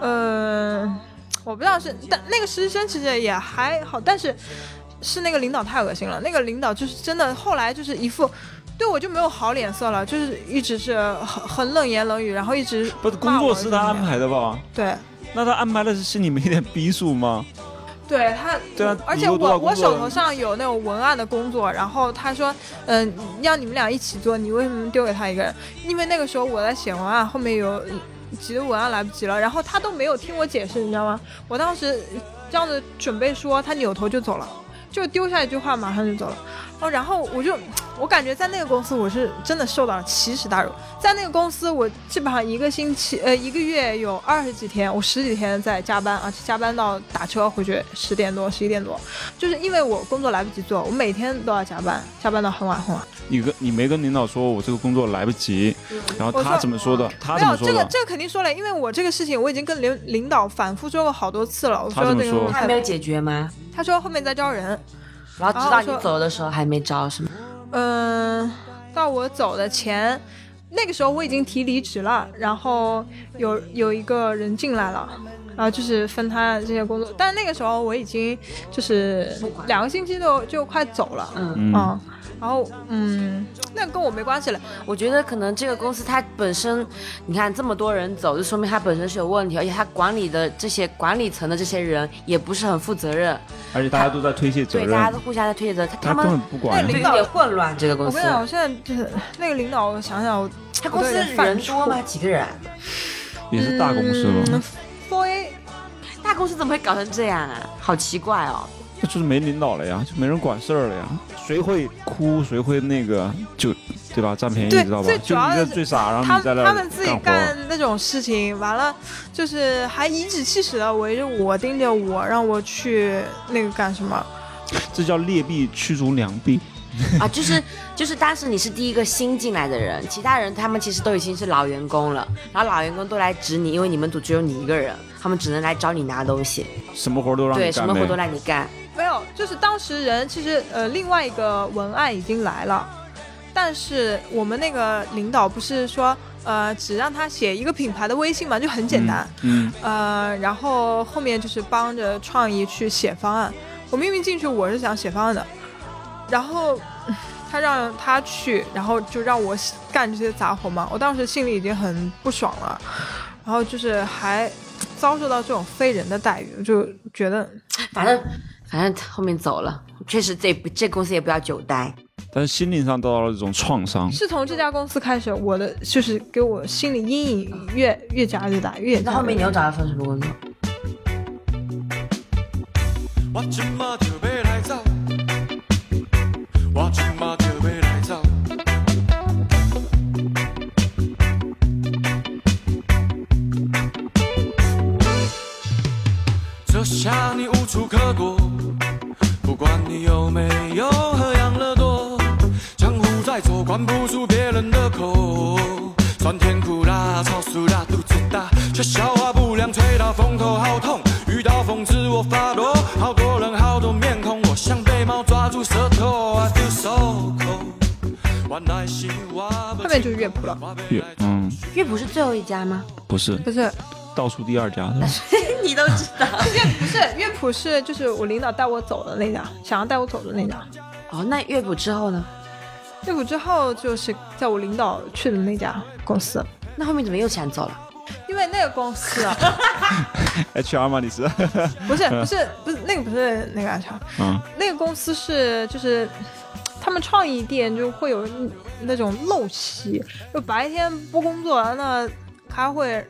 S6: 嗯，我不知道是，但那个实习生其实也还好，但是是那个领导太恶心了。那个领导就是真的，后来就是一副对我就没有好脸色了，就是一直是很很冷言冷语，然后一直
S5: 不是工
S6: 骂我
S5: 作是他安排的吧？
S6: 对。
S5: 那他安排的是是你们一点逼数吗？
S6: 对他，
S5: 对啊
S6: 而
S5: 你
S6: 且
S5: 有多少
S6: 我我
S5: 工作
S6: 手头上有那种文案的工作，然后他说，嗯、让你们俩一起做，你为什么丢给他一个人？因为那个时候我在写文案，后面有急的文案来不及了，然后他都没有听我解释，你知道吗？我当时这样子准备说，他扭头就走了，就丢下一句话，马上就走了。哦，然后我就，我感觉在那个公司我是真的受到了奇耻大辱，在那个公司我基本上一个星期，呃，一个月有二十几天，我十几天在加班，而且加班到打车回去十点多、十一点多，就是因为我工作来不及做，我每天都要加班，加班到很晚很晚。
S5: 你跟你没跟领导说我这个工作来不及，然后
S6: 嗯我
S5: 他
S6: 说
S5: 怎么说的？他
S6: 没
S5: 怎么
S6: 有
S5: 说
S6: 这个
S5: 的？
S6: 这个肯定说了，因为我这个事情我已经跟领领导反复说过好多次了，我
S5: 他
S6: 说
S5: 怎么
S6: 那个
S5: 说
S2: 他没有解决吗？哦
S6: 他说后面在招人，
S2: 然后知道
S6: 然后
S2: 你
S6: 说
S2: 走的时候还没招是吗？
S6: 嗯，到我走的前，那个时候我已经提离职了，然后有有一个人进来了，然后就是分他这些工作，但那个时候我已经就是两个星期都就快走了，
S2: 嗯，
S5: 嗯，
S6: 嗯，然后嗯，那跟我没关系了，
S2: 我觉得可能这个公司它本身，你看这么多人走，就说明它本身是有问题，而且它管理的这些管理层的这些人也不是很负责任，
S5: 而且大家都在推卸责
S2: 对，
S5: 任，
S2: 大家都互相在推责，他他
S5: 他根本
S2: 们
S5: 不管
S2: 对
S6: 那。领
S2: 有
S6: 导
S2: 点混乱。这个公
S6: 我
S2: 司
S6: 跟你，讲，我现在就是那个领导，我想想，我
S2: 他公司人多吗？几个人？
S5: 也是大公司
S6: 嗯
S5: 了，
S6: ？Four A
S2: 大公司怎么会搞成这样啊？好奇怪哦。
S5: 那就是没领导了呀，就没人管事儿了呀。谁会哭，谁会那个，就对吧？占便宜，
S6: 对
S5: 知道吧
S6: 最？
S5: 就
S6: 主要
S5: 你
S6: 的
S5: 在
S6: 是
S5: 最傻，然后
S6: 他
S5: 你在那
S6: 他们自己
S5: 活。
S6: 干那种事情，完了就是还颐指气使的围着我盯着我，让我去那个干什么？
S5: 这叫劣币驱逐良币。
S2: 啊，就是就是当时你是第一个新进来的人，其他人他们其实都已经是老员工了，然后老员工都来指你，因为你们组只有你一个人，他们只能来找你拿东西，
S5: 什么活儿都让
S2: 对，
S5: 你
S2: 什
S5: 干
S2: 么活都
S5: 呗。
S2: 让你干。
S6: 没有，就是当时人其实呃，另外一个文案已经来了，但是我们那个领导不是说呃，只让他写一个品牌的微信嘛，就很简单。
S5: 嗯，
S6: 呃，然后后面就是帮着创意去写方案。我明明进去我是想写方案的，然后嗯他让他去，然后就让我写干这些杂活嘛。我当时心里已经很不爽了，然后就是还遭受到这种非人的待遇，我就觉得
S2: 反正反正后面走了，确实这这公司也不要久待。
S5: 但是心灵上得到了这种创伤。
S6: 是从这家公司开始，我的就是给我心理阴影越越加越大，越加
S2: 那
S6: 越
S2: 后面你
S6: 大
S2: 又找到份什么工作？
S7: 我今嘛就要来走，我今嘛就要来走。这下你无处可管不住别人的口，酸甜苦辣，超速辣，肚子大，却消化不良，吹到风头好痛，遇到疯子我发抖，好多人好多面孔，我像被猫抓住舌头，I feel so cold。原来是我不
S6: 后面就是乐谱了，
S5: 乐嗯
S2: 乐谱是最后一家吗？
S5: 不是
S6: 不是
S5: 倒数第二家 的，
S2: 你都知道。
S6: 不是乐谱是就是我领导带我走的那家，想要带我走的那家。
S2: 哦，那乐谱之后呢？
S6: 乐谱之后就是叫我领导去的那家公司，
S2: 那后面怎么又抢走了？
S6: 因为那个公司啊，
S5: HR 吗？你是？
S6: 不是不是不是那个不是那个安全，
S5: 嗯
S6: 那个公司是就是。他们创意店就会有那种陋习，就白天不工作，那开会，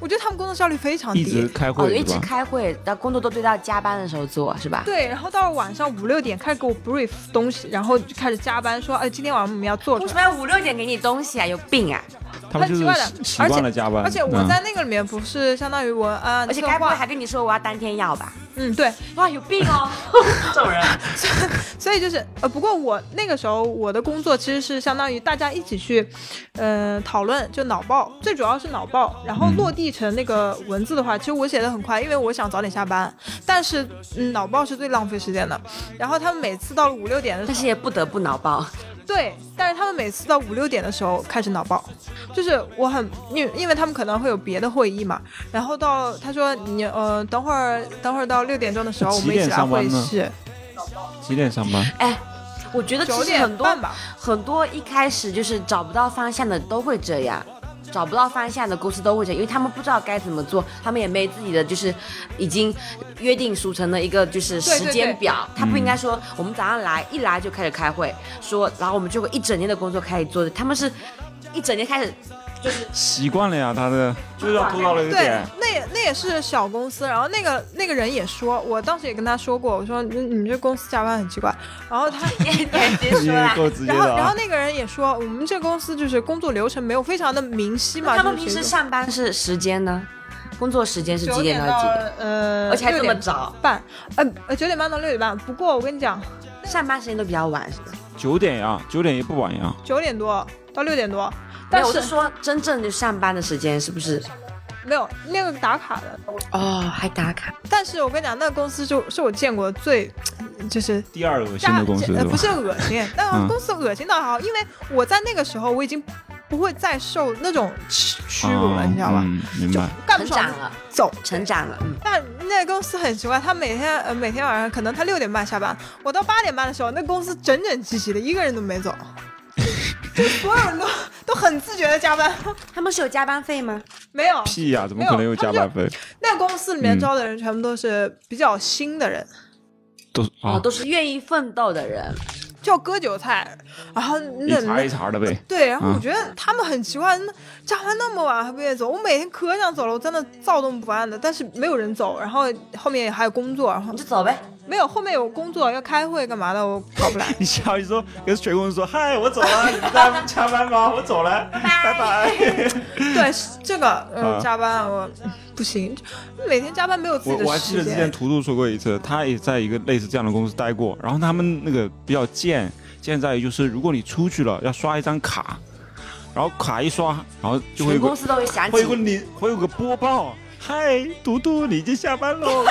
S6: 我觉得他们工作效率非常低，
S5: 一直开
S2: 哦，
S5: 会
S2: 一
S5: 是
S2: 直
S5: 吧？
S2: 开会，到工作都堆到加班的时候做，是吧？
S6: 对，然后到了晚上五六点开始给我 brief 东西，然后就开始加班说，哎，今天晚上我们要做
S2: 为
S6: 什
S2: 什
S6: 么？
S2: 么哎要五六点给你东西啊？有病啊！
S5: 他们
S6: 很
S5: 就
S6: 奇
S5: 是
S6: 怪的
S5: 习习
S6: 而且
S5: 惯了加班，
S6: 而且我
S5: 嗯
S6: 在那个里面不是相当于文案、
S2: 而且
S6: 策
S2: 该不会
S6: 划
S2: 还跟你说我要当天要吧？
S6: 嗯，对，
S2: 哇，有病哦！这种人，
S6: 所以就是呃，不过我那个时候我的工作其实是相当于大家一起去，呃，讨论就脑爆，最主要是脑爆，然后落地成那个文字的话，其实我写的很快，因为我想早点下班，但是、嗯、脑爆是最浪费时间的。然后他们每次到了五六点的 时
S2: 但
S6: 候，
S2: 是也不得不脑爆。
S6: 对，但是他们每次到五六点的时候开始脑爆，就是我很因为因为他们可能会有别的会议嘛，然后到他说你呃等会儿等会儿到六点钟的时候我
S5: 几
S6: 们一起
S5: 点
S6: 来
S5: 上班
S6: 会
S5: 呢
S6: 试，
S5: 几点上 班？
S2: 哎，我觉得
S6: 九
S2: 其实
S6: 点
S2: 很多
S6: 半吧。
S2: 很多一开始就是找不到方向的都会这样，找不到方向的公司都会这样，因为他们不知道该怎么做，他们也没自己的就是已经约定俗成的一个就是
S6: 对
S2: 时
S6: 对
S2: 间
S6: 对
S2: 表，他不应该说我们早上来一来就开始开会，说然后我们就会一整天的工作开始做，他们是一整天开始
S5: 习惯了呀，他的就是要拖到了一个
S6: 对
S5: 点。，
S6: 那也那也是小公司，然后那个那个人也说，我当时也跟他说过，我说嗯你你们这公司加班很奇怪，然 后他，
S2: 感觉
S5: 你
S2: 哎说啦。
S5: 够直接
S6: 然后
S5: 的
S6: 然后
S5: 啊！
S6: 那个人也说，我们这公司就是工作流程没有非常的明晰嘛，
S2: 他们
S6: 就
S2: 平
S6: 是
S2: 时
S6: 谁
S2: 上班是时间呢？工作时间是
S6: 九
S2: 几点
S6: 点到
S2: 到几点？
S6: 呃，
S2: 而且还这么
S6: 6
S2: 早，
S6: 点半，呃呃九点半到六点半，不过我跟你讲，
S2: 上班时间都比较晚，是吧？
S5: 九点呀，九点也不晚呀。
S6: 九点多到六点多，
S2: 没
S6: 但
S2: 有，我
S6: 是
S2: 是说真正就上班的时间是不是？
S6: 没有那个打卡的，
S2: 哦，还打卡。
S6: 但是我跟你讲，那个公司就是我见过最就是
S5: 第二恶心
S6: 加
S5: 的公司
S6: 呃
S5: 是吧
S6: 不？是恶心，但
S5: 嗯
S6: 公司恶心到好，因为我在那个时候我已经不会再受那种屈屈辱了，
S5: 哦
S6: 你知道吧？
S5: 嗯，明白。
S6: 干不
S2: 成
S6: 爽
S2: 长啊了，
S6: 走。
S2: 成长了，嗯，
S6: 但那个公司很奇怪，他每天呃每天晚上可能他六点半下班，我到八点半的时候，那公司整整齐齐的，一个人都没走，就所有人都都很自觉的加班，
S2: 他们是有加班费吗？
S6: 没有。
S5: 屁呀，怎么可能有加班费？
S6: 那个公司里面
S5: 嗯
S6: 招的人全部都是比较新的人，
S5: 都是
S2: 哦，
S5: 啊，
S2: 都是愿意奋斗的人，
S6: 就割韭菜，然后
S5: 一
S6: 那
S5: 茬一茬的呗。
S6: 对，然后我
S5: 嗯
S6: 觉得他们很奇怪，那加班那么晚还不愿意走，我每天可想走了，我真的躁动不安的。但是没有人走，然后后面还有工作，然后
S2: 你就走呗。
S6: 没有后面有工作要开会干嘛的，我搞不来。
S5: 你下一说跟全公司说，嗨，我走了，你们在加班吗？我走了，拜拜。
S6: 对，是这个嗯、
S5: 啊
S6: 加班我嗯不行，每天加班没有自
S5: 我
S6: 己
S5: 我
S6: 的
S5: 还记得
S6: 时
S5: 之前
S6: 间。
S5: 图图说过一次，他也在一个类似这样的公司待过，然后他们那个比较贱，贱在于就是如果你出去了要刷一张卡，然后卡一刷，然后就
S2: 全
S5: 会有
S2: 公
S5: 个
S2: 司都会想
S5: 会有个
S2: 起，
S5: 铃，会有个播报。嗨，图图，你已经下班喽，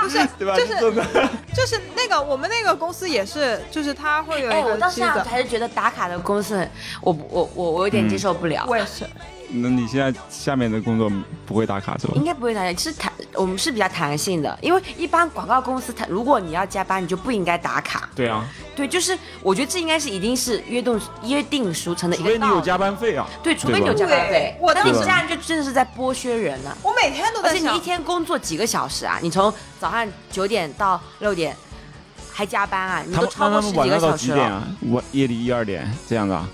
S5: 不是，对吧？
S6: 就是
S5: 这种的
S6: 就是那个我们那个公司也是，就是他会有
S2: 哎，
S6: 一
S2: 我
S6: 个
S2: 到
S6: 机
S2: 现在
S6: 子。
S2: 还是觉得打卡的公司很，我我我我有
S5: 嗯
S2: 点接受不了。
S6: 我也是，
S5: 那你现在下面的工作不会打卡是吧
S2: 应？该不会打卡，是弹我们是比较弹性的，因为一般广告公司，它如果你要加班，你就不应该打卡。
S5: 对啊，
S2: 对，就是我觉得这应该是已经是约定约定俗成的一
S5: 除
S2: 个
S5: 非你有
S2: 道理。
S5: 加班费啊。
S2: 对，除非你有加
S5: 对吧
S2: 班费，
S6: 我
S2: 但
S6: 当
S2: 是
S5: 时
S2: 这样就真的是在剥削人了、
S6: 我每天都
S2: 而
S6: 在
S2: 且
S6: 想
S2: 你一，天工作几个小时啊？你从早上九点到六点还加班啊？你
S5: 他
S2: 都
S5: 们
S2: 超过
S5: 那他
S2: 十
S5: 们
S2: 几
S5: 晚
S2: 个
S5: 上
S2: 小
S5: 到
S2: 时
S5: 几
S2: 了。
S5: 点啊？晚夜里一二点这样的啊？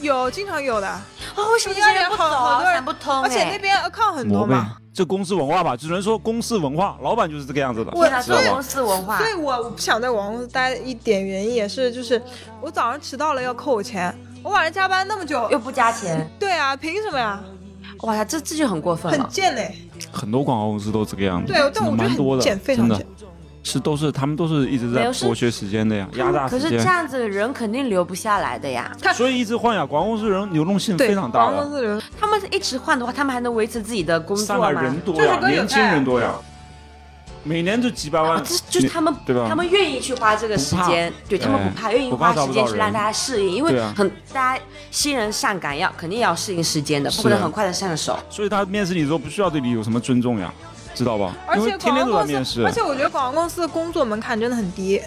S6: 有经常有的，
S2: 啊，为什么这些人不走
S6: 好好
S2: 啊？
S6: 多人
S2: 想不通、欸、
S6: 而且那边 account 很多
S5: 磨呗
S6: 嘛，，
S5: 这公司文化吧，只能说公司文化，老板就是这个样子的，
S6: 我
S2: 天哪，
S5: 知
S2: 这
S5: 道
S2: 种公
S5: 吧？
S2: 司文化
S6: 所，以我不想在广告公司待一点原因也是，就是我早上迟到了要扣我钱，我晚上加班那么久，
S2: 又不加钱，
S6: 对啊，凭什么呀？
S2: 哇塞，这这就很过分
S6: 很
S2: 了。
S6: 贱呢、
S5: 很多广告公司都这个样子，
S6: 对，
S5: 真的
S6: 但我觉得
S5: 蛮多
S6: 很
S5: 的，
S6: 贱，非常
S5: 真的
S6: 贱。
S5: 是都是他们都是一直
S2: 没
S5: 在
S2: 有是
S5: 剥削时间的呀，压榨
S2: 可
S5: 时
S2: 是
S5: 间。
S2: 这样子的人肯定留不下来的呀。
S5: 所以一直换呀，广告公司人流动性
S6: 对
S5: 非常大
S6: 广告
S5: 的，
S6: 是人
S2: 他们一直换的话，他们还能维持自己的工
S5: 上
S2: 作
S5: 海
S2: 吗
S5: 人？多呀
S6: 就是，跟有啊
S5: 年轻人多呀，每年就几百
S2: 啊
S5: 万，
S2: 这就是他们，
S5: 嗯对吧
S2: 他们愿意去花这个时间，对他们
S5: 哎
S2: 不怕，愿意
S5: 不怕
S2: 花
S5: 找
S2: 时
S5: 不
S2: 间
S5: 到
S2: 去让
S5: 人
S2: 大家适应，因为
S5: 对啊
S2: 很大家新人上岗要肯定也要适应时间的，不可
S5: 是啊
S2: 能很快的上手。
S5: 所以他面试你的时候不需要对你有什么尊重呀，知道吧？
S6: 而
S5: 因为
S6: 且
S5: 天
S6: 广
S5: 天
S6: 告
S5: 都在
S6: 公
S5: 面
S6: 司，
S5: 试
S6: 而，且我觉得广告公司的工作门槛真的很低，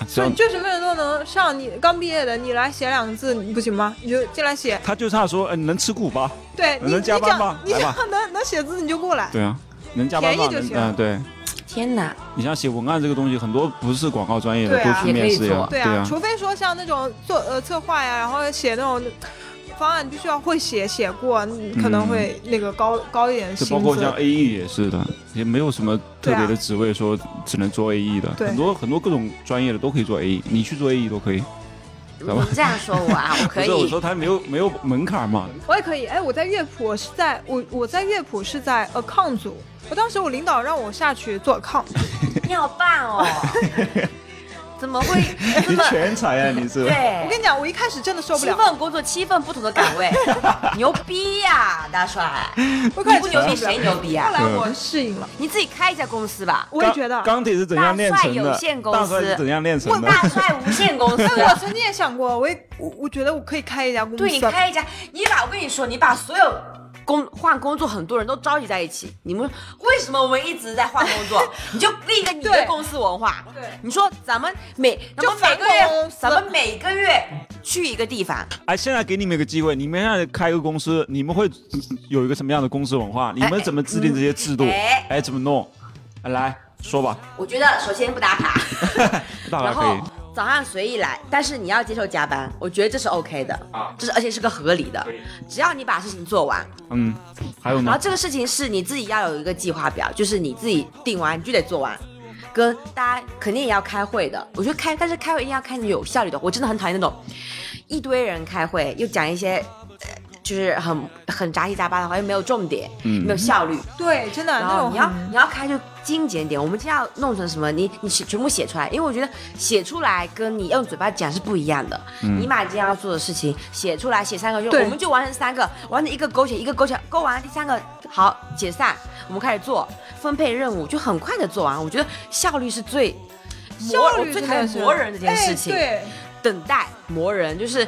S5: 这
S6: 所以
S5: 样
S6: 就是个人都能上。你刚毕业的，你来写两个字，你不行吗？你就进来写。
S5: 他就差说，哎，你能吃苦吧？
S6: 对你，
S5: 能
S6: 你
S5: 加班
S6: 讲
S5: 吗，
S6: 你
S5: 来吧
S6: 讲能能写字你就过来。
S5: 对啊，能加班
S6: 便
S5: 吗
S6: 宜？就
S5: 能
S6: 行
S5: 嗯，对。
S2: 天哪，
S5: 你像写文案这个东西，很多不是广告专业的
S6: 对
S5: 都
S6: 啊
S5: 去面试
S2: 也可以
S5: 呀
S2: 做，
S6: 对啊，除非说像那种做呃策划呀，然后写那种方案，必须要会写，写过你可能会那个高、高一点
S5: 嗯就
S6: 薪
S5: 包括
S6: 资
S5: 像。A E 也是的，也没有什么特别
S6: 对
S5: 的
S6: 啊
S5: 职位说只能做 A E 的，
S6: 对
S5: 很多很多各种专业的都可以做 A E，你去做 A E 都可以。
S2: 你
S5: 来吧
S2: 这样说我 啊，我可
S5: 不是我
S2: 以
S5: 说他没有没有门 槛嘛，
S6: 我也可以，哎，我在乐谱，我是在我我在乐谱是在 account 组，我当时我领导让我下去做 account，
S2: 你好棒 哦！怎么会这
S5: 你
S2: 么
S5: 全才呀、你是。
S6: 我
S2: 对？
S6: 跟你讲，我一开始真的受不
S2: 七
S6: 了，
S2: 份工作，七份不同的岗 位，牛逼呀、大帅！
S6: 我一
S2: 你
S6: 开
S2: 不
S6: 始
S2: 牛
S6: 真
S2: 逼
S6: 的受不了
S2: 谁牛逼
S6: 后
S2: 啊？
S6: 来我适应了，
S2: 你自己开一家公司吧。
S6: 我也觉得
S5: 钢。钢铁是怎样炼成
S2: 大帅
S5: 的
S2: 有限？公司
S5: 大帅是怎样炼成的？
S2: 大帅无限公司，
S6: 哎
S2: 啊
S6: 我曾经也想过，我也我我觉得我可以开一家公司，啊
S2: 对你开一家，你把我跟你说，你把所有工换工作很多人都召集在一起，你们为什么我们一直在换工作？你就立一个你的
S6: 对
S2: 公司文化，
S6: 对
S2: 你说咱们每咱
S6: 就
S2: 们每
S6: 反
S2: 个
S6: 公
S2: 月
S6: 司
S2: 咱们每个月去一个地方，
S5: 哎，现在给你们一个机会，你们现在开一个公司，你们会有一个什么样的公司文化？你们怎么制定这些制度？
S2: 哎
S5: 哎，怎么弄？哎来说吧，
S2: 我觉得首先不打卡，
S5: 大家
S2: 然
S5: 可以
S2: 后。早上随意来，但是你要接受加班，我觉得这是 OK 的，
S5: 啊
S2: 这是而且是个合理的，只要你把事情做完，
S5: 嗯，还有
S2: 然
S5: 呢
S2: 后？这个事情是你自己要有一个计划表，就是你自己定完你就得做完。跟大家肯定也要开会的，我觉得开，但是开会一定要开那种有效率的。我真的很讨厌那种一堆人开会，又讲一些，呃就是很很杂七杂八的话，又没有重点，
S5: 嗯
S2: 没有效率。
S6: 对，真的
S2: 然
S6: 那
S2: 后
S6: 种
S2: 你要
S6: 很
S2: 你要开就精简点，我们今天要弄成什么？你你写全部写出来，因为我觉得写出来跟你用嘴巴讲是不一样的。你把今天要做的事情写出来，写三个就
S6: 对
S2: 我们就完成三个，完成一个勾选一个勾选，勾完了第三个好解散，我们开始做分配任务，就很快的做完。我觉得效率是最磨
S6: 效率
S2: 我最
S6: 真
S2: 讨
S6: 的
S2: 厌
S6: 是
S2: 磨人这件事情。
S6: 哎对，
S2: 等待磨人，就是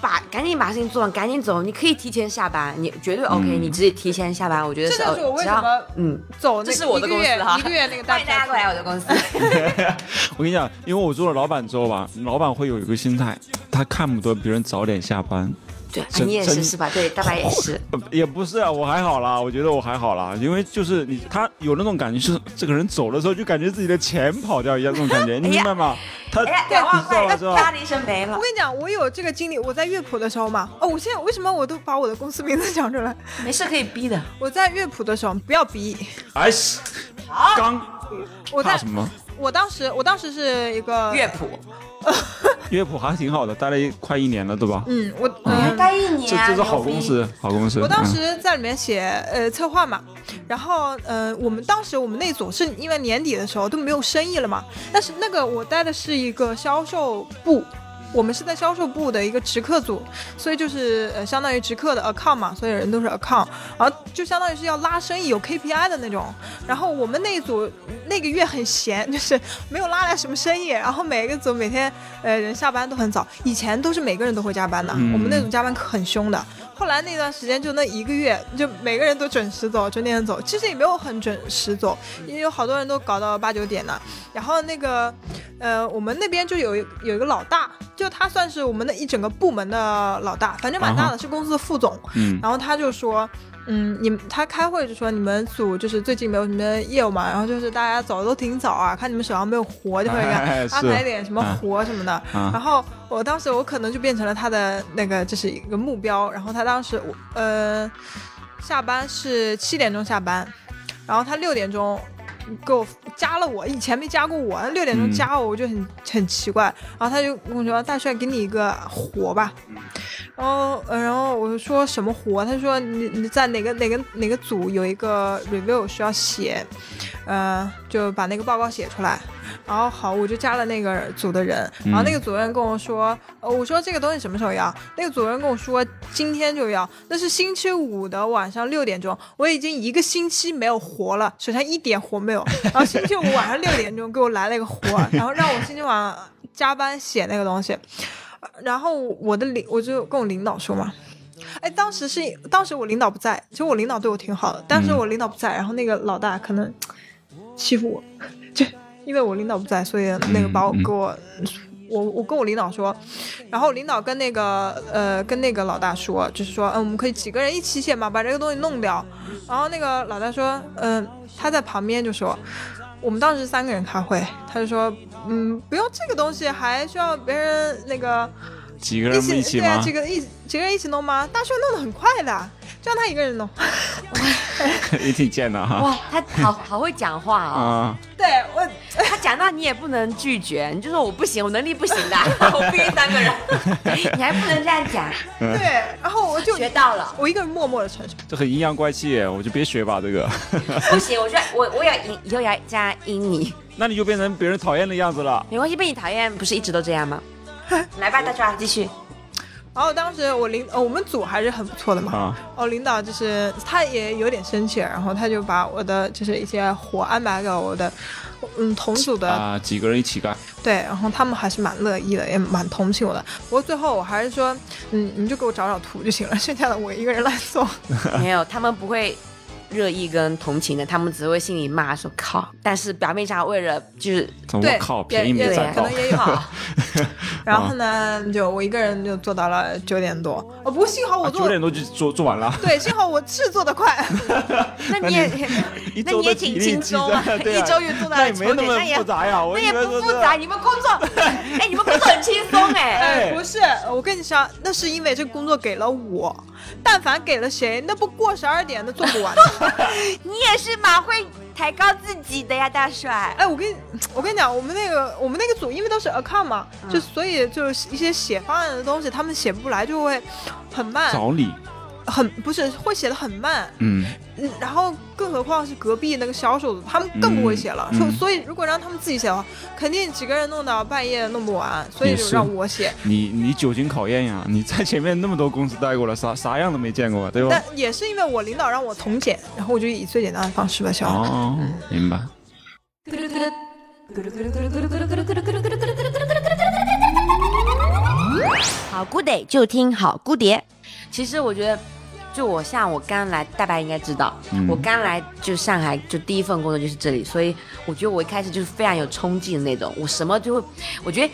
S2: 把赶紧把事情做完，赶紧走。你可以提前下班，你绝对 OK，、你直接提前下班，我觉得
S6: 这就是我为
S2: 只
S6: 什
S2: 要
S6: 么
S2: 嗯。
S6: 走那
S2: 这是我的
S6: 一个
S2: 公司
S6: 月
S2: 哈，
S6: 一个月那个大
S2: 欢迎大家过来我的公司。
S5: 我跟你讲，因为我做了老板之后吧，老板会有一个心态，他看不得别人早点下班。
S2: 对，啊
S5: 真
S2: 你也
S5: 真
S2: 是是吧？对，大白也是。
S5: 呃 也不是啊，我还好啦，我觉得我还好啦，因为就是你，他有那种感觉，就是这个人走的时候就感觉自己的钱跑掉一样，这种 感觉，你明白吗？他
S2: 哎呀，两
S5: 你
S2: 万
S5: 知道吧？
S2: 块，
S5: 知道
S2: 啪
S5: 吧？
S2: 的一声没了
S6: 我。跟你讲，我有这个经历。我在乐谱的时候嘛，哦，我现在为什么我都把我的公司名字讲出来？
S2: 没事可以逼的。
S6: 我在乐谱的时候不要逼，
S5: 哎，是刚
S6: 我
S5: 怕
S6: 在
S5: 什么？
S6: 我当时我当时是一个，
S2: 乐谱，
S5: 乐谱还挺好的，待了一快一年了，对吧？
S6: 嗯，我
S2: 还
S6: 嗯，
S2: 待一年，啊
S5: 这这是好
S2: 牛逼
S5: 公。司，好公司。
S6: 我当
S5: 嗯
S6: 时在里面写呃策划嘛，然后呃我们当时我们那组是因为年底的时候都没有生意了嘛，但是那个我待的是一个销售部。我们是在销售部的一个直客组，所以就是呃相当于直客的 account 嘛，所有人都是 account，然后就相当于是要拉生意有 KPI 的那种。然后我们那一组那个月很闲， 就是没有拉来什么生意，然后每个组每天呃人下班都很早，以前都是每个人都会加班的，
S5: 嗯
S6: 我们那组加班很凶的。后来那段时间就那一个月，就每个人都准时走，准点走。其实也没有很准时走，因为有好多人都搞到八九点呢。然后那个，呃，我们那边就有一有一个老大，就他算是我们的一整个部门的老大，反正蛮大
S5: 啊
S6: 的，是公司的副总。
S5: 嗯，
S6: 然后他就说，嗯，你们他开会就说你们组就是最近没有什么业务嘛，然后就是大家走的都挺早啊，看你们手上没有活就会给
S5: 哎
S6: 安
S5: 是
S6: 排一点什么活什么的。
S5: 啊
S6: 然后我当时我可能就变成了他的那个就是一个目标，然后他当时我呃下班是七点钟下班，然后他六点钟。给我加了我，以前没加过我，六点钟
S5: 嗯
S6: 加我，我就很很奇怪。然后他就跟我说：“大帅，给你一个活吧。”然后，呃，然后我就说什么活？他说你你在哪个哪个哪个组有一个 review 需要写，呃，就把那个报告写出来。然后好，我就加了那个组的人，然后那个组的人跟我说，呃，我说这个东西什么时候要？那个组的人跟我说今天就要，那是星期五的晚上六点钟。我已经一个星期没有活了，手上一点活没有。然后星期五晚上六点钟给我来了一个活，然后让我星期晚上加班写那个东西。呃然后我的领，我就跟我领导说嘛，哎，当时是当时我领导不在，其实我领导对我挺好的，但
S5: 嗯
S6: 是我领导不在，然后那个老大可能欺负我， 就因为我领导不在，所以那个把我
S5: 嗯嗯
S6: 给我。我我跟我领导说，然后领导跟那个呃跟那个老大说，就是说，嗯，我们可以几个人一起写嘛，把这个东西弄掉。然后那个老大说，嗯、他在旁边就说，我们当时三个人开会，他就说，嗯，不用这个东西，还需要别人那个
S5: 几个人不一起
S6: 对啊
S5: 吗，？
S6: 几个一几个人一起弄吗？大帅弄得很快的，就让他一个人弄。
S5: 也挺贱的哈。
S2: 哇，他好好会讲话啊、
S5: 啊，
S6: 对我，
S2: 他讲到你也不能拒绝，你就说我不行，我能力不行的， 我必须三个人， 你还不能这样 讲，
S5: 嗯
S6: 对，然后我就
S2: 学到了。
S6: 我一个人默默的承受。
S5: 这很阴阳怪气耶，我就别学吧这个，
S2: 不行，我觉得我我要赢，以后要加赢你，
S5: 那你就变成别人讨厌的样子了。
S2: 没关系，被你讨厌不是一直都这样吗？来吧，大帅，继续。
S6: 然后当时我领，呃，我们组还是很不错的嘛。
S5: 啊
S6: 哦，领导就是他也有点生气，然后他就把我的就是一些活安排给我的，嗯，同组的
S5: 啊，几个人一起干，
S6: 对，然后他们还是蛮乐意的，也蛮同情我的。不过最后我还是说，嗯，你们就给我找找图就行了，剩下的我一个人来做。
S2: 没有，他们不会热议跟同情的，他们只会心里骂说靠，但是表面上为了就是
S5: 我
S6: 对
S5: 靠，啊
S6: 也
S5: 便宜没
S6: 也
S5: 占
S6: 可
S5: 到
S6: 能。也有。啊 然后呢，就我一个人就做到了九点多。哦，不过幸好我
S5: 啊
S6: 做、
S5: 九点多就做做完了，
S6: 对，幸好我是做得 快。哎
S2: 那你也
S5: 一
S2: 那
S5: 周
S2: 你也
S5: 的
S2: 挺
S5: 体力
S2: 轻
S5: 积
S2: 松啊，
S5: 攒对啊
S2: 一周也做到
S5: 那
S2: 了
S5: 也
S2: 九
S5: 没
S2: 点，
S5: 那么
S2: 那也
S5: 复杂呀。我
S2: 那
S5: 一
S2: 也
S5: 般
S2: 不
S5: 都
S2: 复
S5: 是啊
S2: 杂，你们工作 哎，你们工作很轻松哎，
S5: 哎
S6: 不是，我跟你说，那是因为这工作给了我，但凡给了谁，那不过十二点那做不完的。
S2: 你也是蛮会抬高自己的呀，大帅。
S6: 哎，我跟你，我跟你讲，我们那个我们那个组，因为都是 account 嘛，
S2: 嗯
S6: 就所以就是一些写方案的东西，他们写不来就会很慢，
S5: 找你，
S6: 很不是会写的很慢。
S5: 嗯，
S6: 嗯，然后更何况是隔壁那个小手，他们更不会写了。
S5: 嗯
S6: 所、
S5: 嗯
S6: 所以如果让他们自己写的话，肯定几个人弄到半夜弄不完，所以
S5: 也
S6: 就是让我写。
S5: 你你久经考验呀，你在前面那么多公司待过了，啥啥样都没见过吧，对吧
S6: 但？也是因为我领导让我统检，然后我就以最简单的方式吧，小孩。
S5: 哦，明白。
S2: 好姑得就听好姑爹。其实我觉得，就我像我刚来，大白应该知道，
S5: 嗯
S2: 我刚来就上海，就第一份工作就是这里，所以我觉得我一开始就是非常有冲劲的那种，我什么就会，我觉得。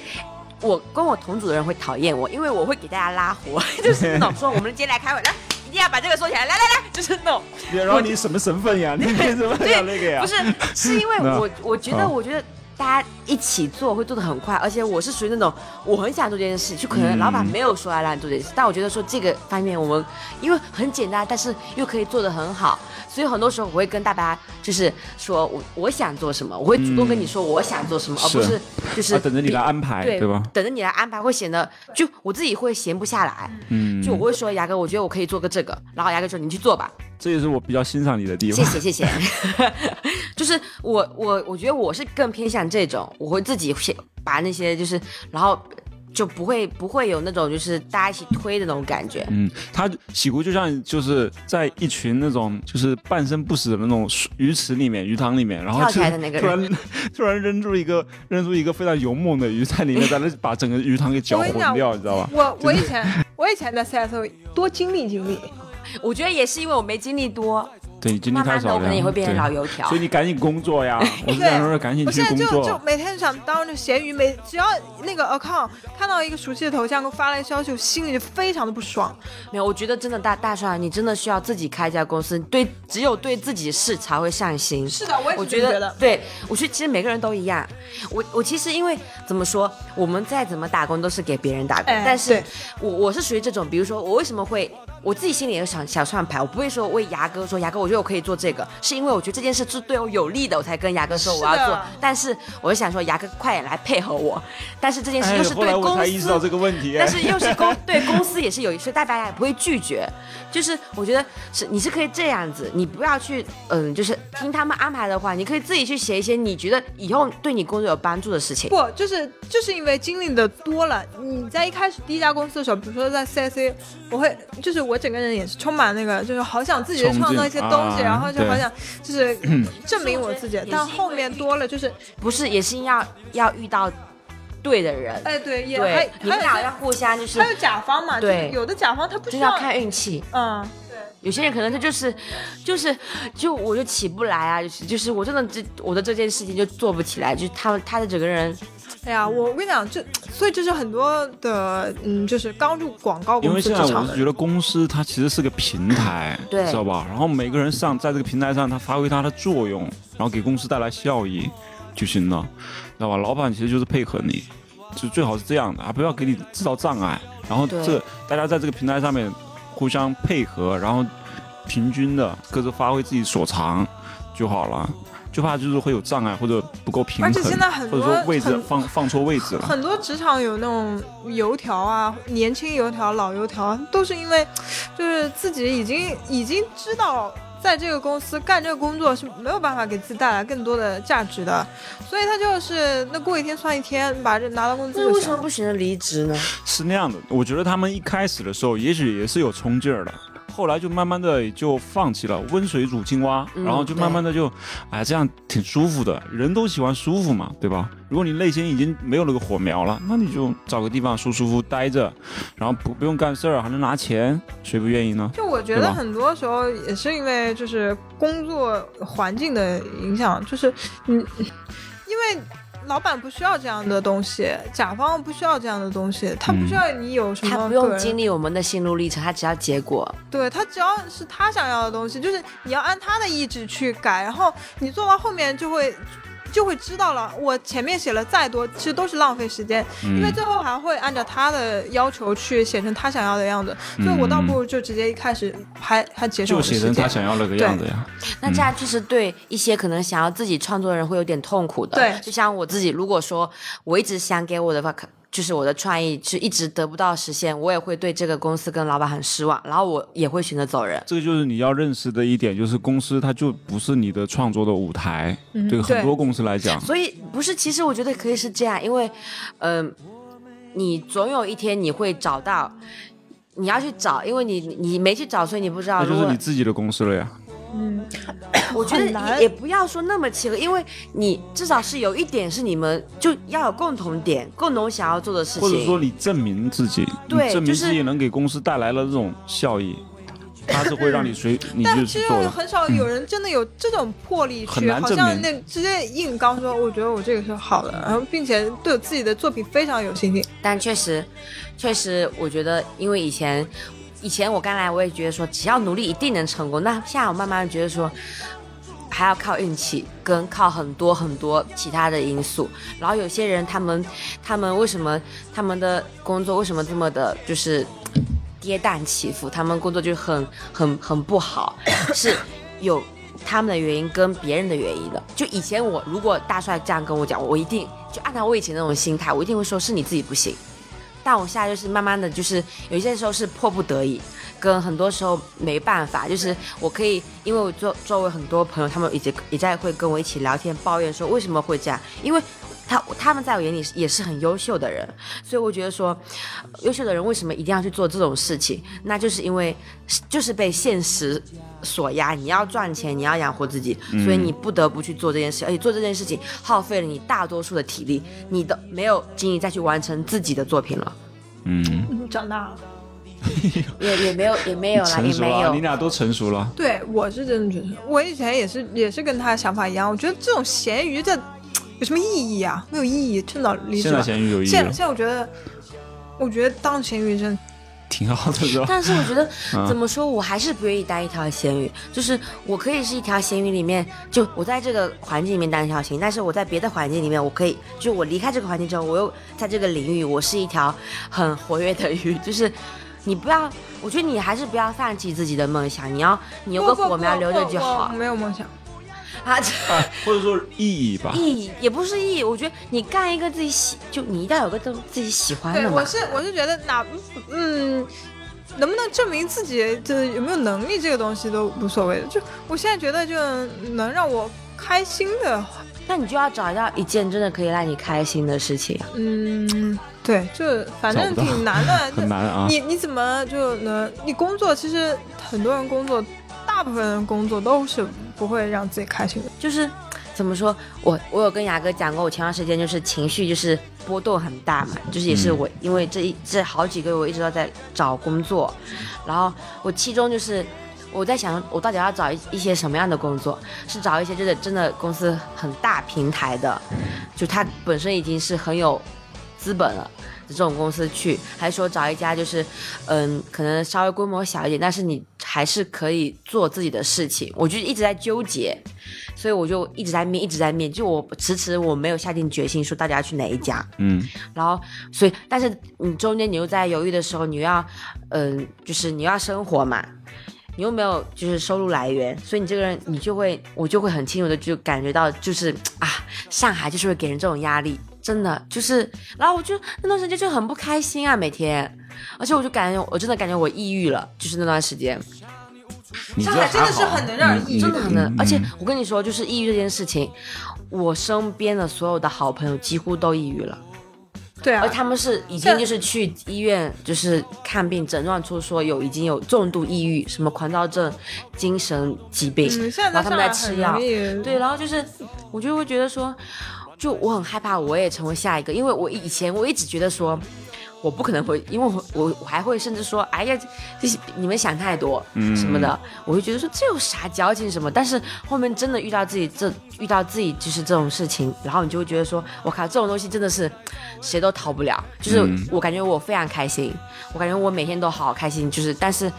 S2: 我跟我同组的人会讨厌我，因为我会给大家拉活， 就是那种说我们今天来开会，来一定要把这个说起来，来来来，就是那种
S5: 然后你什么身份呀？你凭什么要那个呀？
S2: 不是，是因为
S5: 那
S2: 我我觉
S5: 啊
S2: 得，我觉得大家一起做会做的很快，而且我是属于那种我很想做这件事，就可能
S5: 嗯
S2: 老板没有说要让你做这件事，但我觉得说这个方面我们因为很简单，但是又可以做的很好，所以很多时候我会跟大家就是说我我想做什么，我会主动跟你说我想做什么，而不
S5: 是
S2: 是就是
S5: 啊等着你来安排，
S2: 对
S5: 对吧？
S2: 等着你来安排，会显得就我自己会闲不下来，
S5: 嗯，
S2: 就我会说牙哥，我觉得我可以做个这个，然后牙哥说你去做吧，
S5: 这也是我比较欣赏你的地
S2: 谢
S5: 方。
S2: 谢谢谢， 就是我我我觉得我是更偏向这种，我会自己写把那些就是，然后就不会不会有那种就是大家一起推的那种感觉。
S5: 嗯，他洗锅就像就是在一群那种就是半生不死的那种鱼池里面、鱼塘里面，然后
S2: 跳起来
S5: 就
S2: 的那个
S5: 突
S2: 人
S5: 然 突然扔出一个扔出一个非常勇猛的鱼在里面，在那把整个鱼塘给搅
S6: 我
S5: 浑
S6: 跟你讲
S5: 掉，你知道吧？
S6: 我我以前我以前在 CSO 多经历经 历，
S2: 我觉得也是因为我没经历多，
S5: 对，你精力
S2: 慢
S5: 太
S2: 慢的
S5: 少
S2: 我
S5: 了呀，
S2: 可能也会变成
S5: 对
S2: 老油条
S5: 所以。你赶紧工作呀！我就
S6: 对
S5: 想说赶紧
S6: 不
S5: 去
S6: 是
S5: 工
S6: 就就
S5: 作。
S6: 每天就想当着咸鱼，每只要那个 account 看到一个熟悉的头像给我发来消息，我心里就非常的不爽。
S2: 没有，我觉得真的大大帅，你真的需要自己开一家公司，对，只有对自己的事才会上心。
S6: 是的，我也
S2: 我
S6: 是
S2: 觉
S6: 这么
S2: 得，
S6: 觉得。
S2: 对我觉得其实每个人都一样。我我其实因为怎么说，我们再怎么打工都是给别人打工，
S6: 哎
S2: 但是
S6: 对
S2: 我我是属于这种，比如说我为什么会我自己心里有想小算盘，我不会说为牙哥说牙哥，我觉得我可以做这个，是因为我觉得这件事是对我有利的，我才跟牙哥说我
S6: 是
S2: 要
S6: 的
S2: 做。但是我就想说，牙哥快点来配合我。但是这件事
S5: 哎
S2: 又是
S5: 后
S2: 对
S5: 来我
S2: 公
S5: 才意识到
S2: 司
S5: 这个问题，
S2: 但是又是公对公司也是有，所以大家也不会拒绝。就是我觉得是你是可以这样子，你不要去嗯，就是听他们安排的话，你可以自己去写一些你觉得以后对你工作有帮助的事情。
S6: 不，就是就是因为经历的多了，你在一开始第一家公司的时候，比如说在 CSA，我会就是我整个人也是充满那个，就是好想自己
S5: 冲劲
S6: 创造一些东西，
S5: 啊
S6: 然后就好
S5: 对
S6: 想 就是证明我自己。但后面多了就是，
S2: 不是，也是要要遇到对的人，
S6: 哎，对，也还
S2: 对，你们
S6: 还
S2: 俩
S6: 有
S2: 要互相就是
S6: 还有甲方嘛，
S2: 对
S6: 就是有的甲方他不
S2: 就
S6: 需
S2: 是要看运气。
S6: 嗯，
S2: 有些人可能他就是，就是，就我就起不来啊，就是就是我真的这我的这件事情就做不起来，就是他们他的整个人
S6: 哎呀，我跟你讲，就所以就是很多的，嗯，就是刚入广告
S5: 因
S6: 公
S5: 为
S6: 司
S5: 现
S6: 职
S5: 在我
S6: 场的
S5: 是
S6: 人
S5: 觉得公司它其实是个平台，
S2: 对
S5: 知道吧？然后每个人上在这个平台上，他发挥他的作用，然后给公司带来效益就行了，知道吧？老板其实就是配合你，就最好是这样的，啊，不要给你制造障碍。然后
S2: 对
S5: 这大家在这个平台上面互相配合，然后平均的各自发挥自己所长就好了。就怕就是会有障碍或者不够平衡，
S6: 而且现在很
S5: 或者
S6: 多
S5: 说位置
S6: 很
S5: 放放错位置了。
S6: 很多职场有那种油条啊，年轻油条、老油条，都是因为就是自己已经已经知道。在这个公司干这个工作是没有办法给自己带来更多的价值的，所以他就是那过一天算一天，把这拿到工资
S2: 那为
S6: 就行
S2: 什么
S6: 了。
S2: 不选择离职呢？
S5: 是那样的，我觉得他们一开始的时候也许也是有冲劲儿的，后来就慢慢的就放弃了，温水煮青蛙，
S2: 嗯
S5: 然后就慢慢的就，哎，这样挺舒服的，人都喜欢舒服嘛，对吧？如果你内心已经没有那个火苗了，那你就找个地方舒舒服服待着，然后不不用干事儿，还能拿钱，谁不愿意呢？
S6: 就我觉
S5: 对
S6: 得
S5: 吧
S6: 很多时候也是因为就是工作环境的影响，就是你 因为老板不需要这样的东西，甲方不需要这样的东西，他不需要你有什么
S2: 他不
S6: 个
S2: 用
S6: 人
S2: 经历我们的心路历程，他只要结果。
S6: 对他只要是他想要的东西，就是你要按他的意志去改，然后你做到后面就会就会知道了。我前面写了再多，其实都是浪费时间，因为
S5: 嗯
S6: 最后还会按照他的要求去写成他想要的样子。所以我倒不如就直接一开始还还节
S5: 嗯
S6: 省
S5: 就
S6: 我的
S5: 写
S6: 时
S5: 成他
S6: 间。
S5: 想要那个样子呀。
S2: 那这样确实对一些可能想要自己创作的人会有点痛苦的。
S6: 对
S2: 就像我自己，如果说我一直想给我的话，可就是我的创意是一直得不到实现，我也会对这个公司跟老板很失望，然后我也会选择走人。
S5: 这个就是你要认识的一点，就是公司它就不是你的创作的舞台，对很多公司来讲，
S2: 嗯所以不是，其实我觉得可以是这样，因为，嗯、你总有一天你会找到，你要去找，因为你你你没去找，所以你不知道。
S5: 那就
S2: 如
S5: 是
S2: 果
S5: 你自己的公司了呀。
S2: 我觉得
S6: 很难
S2: 也也不要说那么契合，因为你至少是有一点是你们就要有共同点，共同想要做的事
S5: 或者
S2: 情。
S5: 说你证明自己，你
S2: 对
S5: 证明
S2: 就是
S5: 自己能给公司带来了这种效 益，它是会让你随你
S6: 但
S5: 就
S6: 其
S5: 去
S6: 实
S5: 做的。
S6: 很少有人真的有这种魄力
S5: 很
S6: 去，
S5: 难
S6: 好
S5: 证
S6: 像
S5: 明
S6: 那直接硬刚说，我觉得我这个是好的，然后并且对我自己的作品非常有信心。
S2: 但确实，确实，我觉得因为以前，以前我刚来我也觉得说，只要努力一定能成功。那现在我慢慢觉得说。还要靠运气，跟靠很多很多其他的因素。然后有些人，他们，他们为什么他们的工作为什么这么的，就是跌宕起伏？他们工作就很很很不好，是有他们的原因跟别人的原因的。就以前我如果大帅这样跟我讲，我一定就按照我以前那种心态，我一定会说是你自己不行。但我现在就是慢慢的就是有些时候是迫不得已，跟很多时候没办法，就是我可以，因为我周周围很多朋友，他们已经也在会跟我一起聊天抱怨说为什么会这样，因为他他们在我眼里是也是很优秀的人，所以我觉得说，优秀的人为什么一定要去做这种事情？那就是因为就是被现实所压，你要赚钱，你要养活自己，所以你不得不去做这件事，而且做这件事情耗费了你大多数的体力，你的没有精力再去完成自己的作品了。
S5: 嗯，
S6: 嗯长大了，
S2: 也也没有，也没 有啦，
S5: 成
S2: 也
S5: 熟
S2: 没
S5: 了，你
S2: 有。
S5: 俩都成熟了。
S6: 对，我是真的觉得，我以前也是也是跟他的想法一样，我觉得这种咸鱼这有什么意义啊？没有意义，趁早离职
S5: 现在
S6: 吧。
S5: 咸鱼有意义
S6: 现在
S5: 了，
S6: 现在我觉得，我觉得当咸鱼真
S5: 挺好的 是吧？
S2: 但是我觉得
S5: 嗯，
S2: 怎么说，我还是不愿意当一条咸鱼。就是我可以是一条咸鱼里面，就我在这个环境里面当一条咸鱼，但是我在别的环境里面，我可以，就我离开这个环境之后，我又在这个领域，我是一条很活跃的鱼，就是 你不要，我觉得你还是不要放弃自己的梦想，你要你有个
S6: 不不
S2: 火苗
S6: 不
S2: 留着
S6: 不
S2: 就
S6: 不
S2: 好
S6: 我没有梦想，
S2: 啊。 这
S5: 啊，或者说意义吧。
S2: 意义也不是意义，我觉得你干一个自己喜，就你一定要有个自自己喜欢
S6: 对，
S2: 的嘛
S6: 我。是我是觉得哪嗯。能不能证明自己，就是有没有能力，这个东西都无所谓的。就我现在觉得，就能让我开心的，
S2: 那你就要找到一件真的可以让你开心的事情。
S6: 嗯，对，就反正
S5: 找不到
S6: 挺难的。
S5: 很
S6: 就
S5: 难啊，
S6: 你你怎么就能？你工作其实很多人工作，大部分人工作都是不会让自己开心的。
S2: 就是怎么说，我我有跟雅哥讲过，我前段时间就是情绪就是波动很大嘛，就是也是
S5: 嗯
S2: 我、因为这一这好几个月我一直都在找工作，然后我其中就是我在想我到底要找一一些什么样的工作，是找一些就是真的公司很大平台的，就它本身已经是很有资本了。这种公司去，还是说找一家就是，嗯，可能稍微规模小一点，但是你还是可以做自己的事情。我就一直在纠结，所以我就一直在面，一直在面，就我迟迟我没有下定决心说到底要去哪一家。
S5: 嗯，
S2: 然后，所以，但是你中间你又在犹豫的时候，你又要，嗯、就是你要生活嘛，你又没有就是收入来源，所以你这个人你就会，我就会很清楚的就感觉到，就是啊，上海就是会给人这种压力，真的就是，然后我就那段时间就很不开心啊，每天，而且我就感觉我真的感觉我抑郁了，就是那段时间。
S5: 你这
S6: 上海真的
S5: 还好
S6: 是很能让人
S5: 你
S2: 真的很难
S5: 嗯。
S2: 而且
S5: 嗯
S2: 我跟你说，就是抑郁这件事情，我身边的所有的好朋友几乎都抑郁了，
S6: 对啊
S2: 哦而，他们是已经
S6: 这
S2: 就是去医院就是看病，诊断出说有已经有重度抑郁，什么狂躁症、精神疾病，
S6: 嗯，现在
S2: 然后他
S6: 在上
S2: 们
S6: 海
S2: 在吃
S6: 很
S2: 药
S6: 容。易，
S2: 对，然后就是我就会觉得说，就我很害怕我也成为下一个，因为我以前我一直觉得说。我不可能会，因为我我我还会甚至说，哎呀，这些你们想太多，
S5: 嗯
S2: 什么的，我就觉得说这有啥矫情什么？但是后面真的遇到自己这遇到自己就是这种事情，然后你就会觉得说，我靠，这种东西真的是谁都逃不了。就是
S5: 嗯
S2: 我感觉我非常开心，我感觉我每天都好开心，就是但是，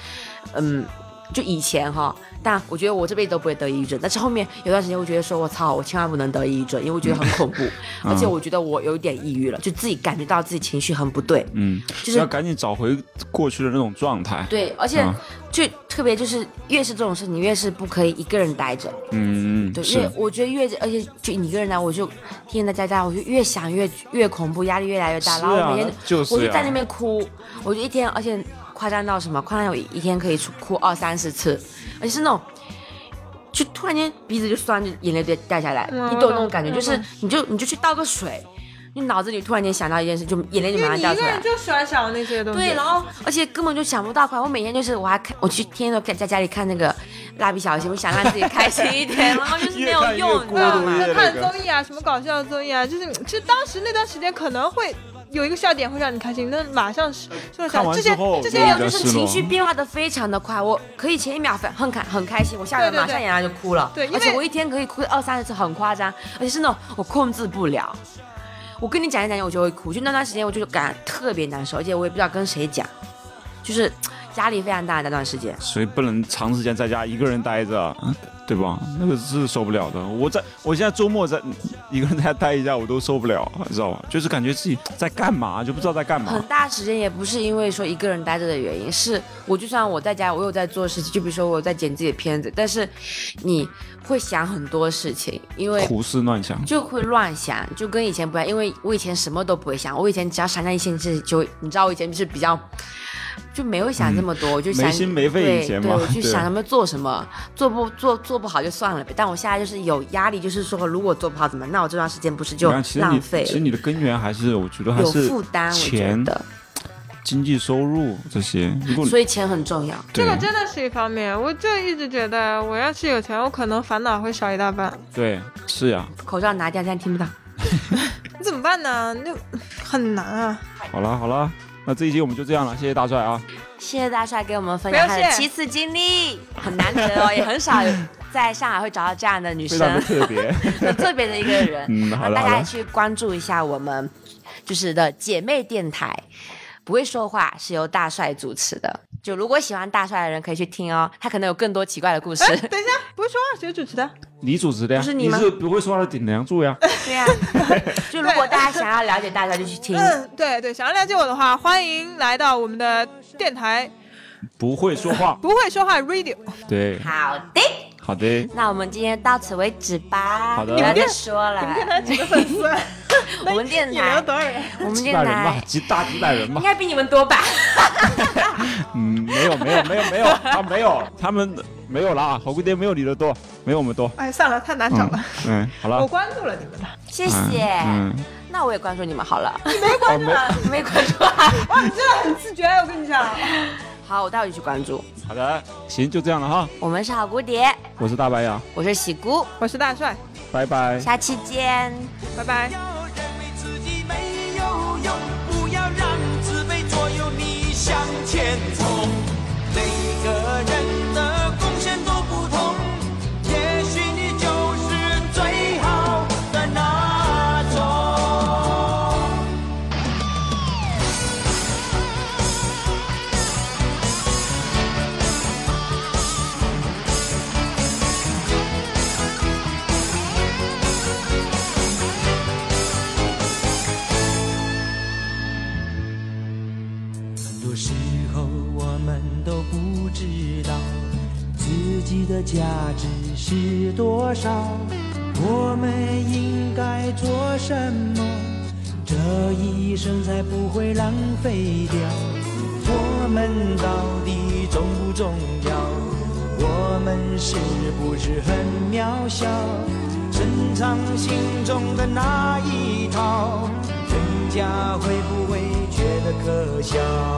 S2: 嗯，就以前哈，但我觉得我这辈子都不会得抑郁症，但是后面有段时间，我觉得说，我操，我千万不能得抑郁症，因为我觉得很恐怖，
S5: 嗯
S2: 而且我觉得我有点抑郁了，就自己感觉到自己情绪很不对，
S5: 嗯，
S2: 就是
S5: 要赶紧找回过去的那种状态。
S2: 对，而且
S5: 嗯
S2: 就特别就是越是这种事，你越是不可以一个人待着，
S5: 嗯，
S2: 对，
S5: 是
S2: 越我觉得越而且就你一个人待，我就天天在家待，我就越想越越恐怖，压力越来越大，
S5: 是
S2: 然后
S5: 啊
S2: 我每天
S5: 就是
S2: 我就
S5: 呀
S2: 在那边哭，我就一天，而且夸张到什么？夸张有一天可以出哭二三十次，而且是那种。就突然间鼻子就酸，就眼泪就掉下来，
S6: 嗯
S2: 你
S6: 我
S2: 懂那
S6: 懂
S2: 种感觉？就是你就你就去倒个水，你脑子里突然间想到一件事，就眼泪就马上掉出来。
S6: 就喜欢想那些东啊
S2: 对，然后而且根本就想不到快。我每天就是我还看，我去天天都在在家里看那个蜡笔小新，我想让自己开心一点，然后就是没有
S5: 越看越
S2: 用，你知道
S5: 孤独
S2: 吗？
S5: 越
S6: 就看
S5: 那个
S6: 综艺啊，什么搞笑的综艺啊，就是其实当时那段时间可能会有一个笑点会让你开心，但马上是就是
S5: 呃看
S6: 想
S5: 完
S6: 这
S5: 之
S6: 些
S5: 后
S6: 这
S5: 就
S6: 些
S2: 没
S5: 比
S2: 有，
S5: 较
S2: 就是
S5: 失
S2: 情
S5: 落
S2: 绪。变化的非常的快，我可以前一秒很很开很开心，我下一秒
S6: 对对
S2: 马
S6: 对
S2: 上眼泪就哭了，
S6: 对因为
S2: 而且我一天可以哭二三十次，很夸张，而且是那种我控制不了。我跟你讲一讲，我就会哭，就那段时间我就感特别难受，而且我也不知道跟谁讲，就是压力非常大的那段时间。
S5: 所以不能长时间在家一个人待着，啊
S2: 嗯
S5: 对吧？那个是受不了的。我在我现在周末在一个人在家待一下，我都受不了，你知道吧？就是感觉自己在干嘛，就不知道在干嘛
S2: 很。大时间也不是因为说一个人待着的原因，是我就算我在家，我有在做事情，就比如说我有在剪自己的片子，但是你会想很多事情，因为
S5: 胡思乱想，
S2: 就会乱想，就跟以前不一样，因为我以前什么都不会想，我以前只要想象一件事情就，你知道我以前就是比较。就没有想这么多，我就想
S5: 嗯没心没肺以前嘛
S2: 对，对，我就
S5: 对
S2: 想什么做什么，做不做做不好就算了呗。但我现在就是有压力，就是说如果做不好怎么，那我这段时间不是就
S5: 你看其实
S2: 浪
S5: 你
S2: 费
S5: 其实
S2: 了，
S5: 你的根源还是我觉得还
S2: 有
S5: 是
S2: 负担，我觉
S5: 钱
S2: 得，
S5: 经济收入这些。如果你
S2: 所以钱很重要。
S6: 这
S5: 对
S6: 个真的是一方面，我就一直觉得，我要是有钱，我可能烦恼会少一大半。
S5: 对是呀，
S2: 口罩拿掉，这样听不到。
S6: 你怎么办呢？那很难啊。
S5: 好了好了，那这一集我们就这样了，谢谢大帅啊。
S2: 谢谢大帅给我们分
S6: 不
S2: 享
S6: 要
S2: 他的
S6: 谢
S2: 七次经历，很难得哦，也很少有在上海会找到这样的女
S5: 非
S2: 生，
S5: 常的特别。
S2: 很特别的一个人。
S5: 嗯
S2: 然后
S5: 好了
S2: 大
S5: 好
S2: 家
S5: 了
S2: 也去关注一下我们就是的姐妹电台，不会说话是由大帅主持的。就如果喜欢大帅的人可以去听哦，他可能有更多奇怪的 故事。
S6: 哎，等一下，不是说话谁主持的？
S5: 你主持的呀，
S2: 不是你
S5: 你
S2: 吗
S5: 是不会说话的顶梁柱 呀。
S2: 对呀、就如果大家想要了解大帅，就去听。
S6: 嗯，对对，想要了解我的话，欢迎来到我们的电台，
S5: 不会说话，
S6: 不会说话 Radio。
S5: 对，
S2: 好的，
S5: 好的，
S2: 那我们今天到此为止吧。
S5: 好的
S2: 不要
S5: 你
S2: 再
S5: 们
S2: 说了
S6: 你。们电台几个 粉丝？
S2: 我们电
S6: 你们有
S2: 台，
S6: 多少人？
S2: 我们
S5: 几
S2: 电
S5: 百人吧
S2: 台，
S5: 几大几百人吧
S2: 应。该比你们多吧？
S5: 嗯，没有没有没有没有，他没有，他们没有啦，火锅店没有你的多，没有我们多。
S6: 哎，算了，太难找
S5: 嗯
S6: 了。
S5: 嗯，好了
S6: 我，关注了你们了，
S2: 谢谢。
S5: 嗯，
S2: 那我也关注你们好了，
S5: 哦没，
S2: 没关注啊。
S6: 哇，你真的很自觉，我跟你讲。
S2: 好，我待会就去关注。
S5: 好的，行，就这样了哈。
S2: 我们是好蝴蝶，
S5: 我是大白羊，
S2: 我是喜姑，
S6: 我是大帅，
S5: 拜拜。
S2: 下期见。
S6: 拜拜
S8: 不。要认为自己没有用，不要让自卑左右你向前冲。每个人的贡献都不同，也许你就是最好的那种。
S7: 很多时候我们都不知道自己的价值是多少，我们应该做什么，这一生才不会浪费掉。我们到底重不重要？我们是不是很渺小？深藏心中的那一套，人家会不会觉得可笑？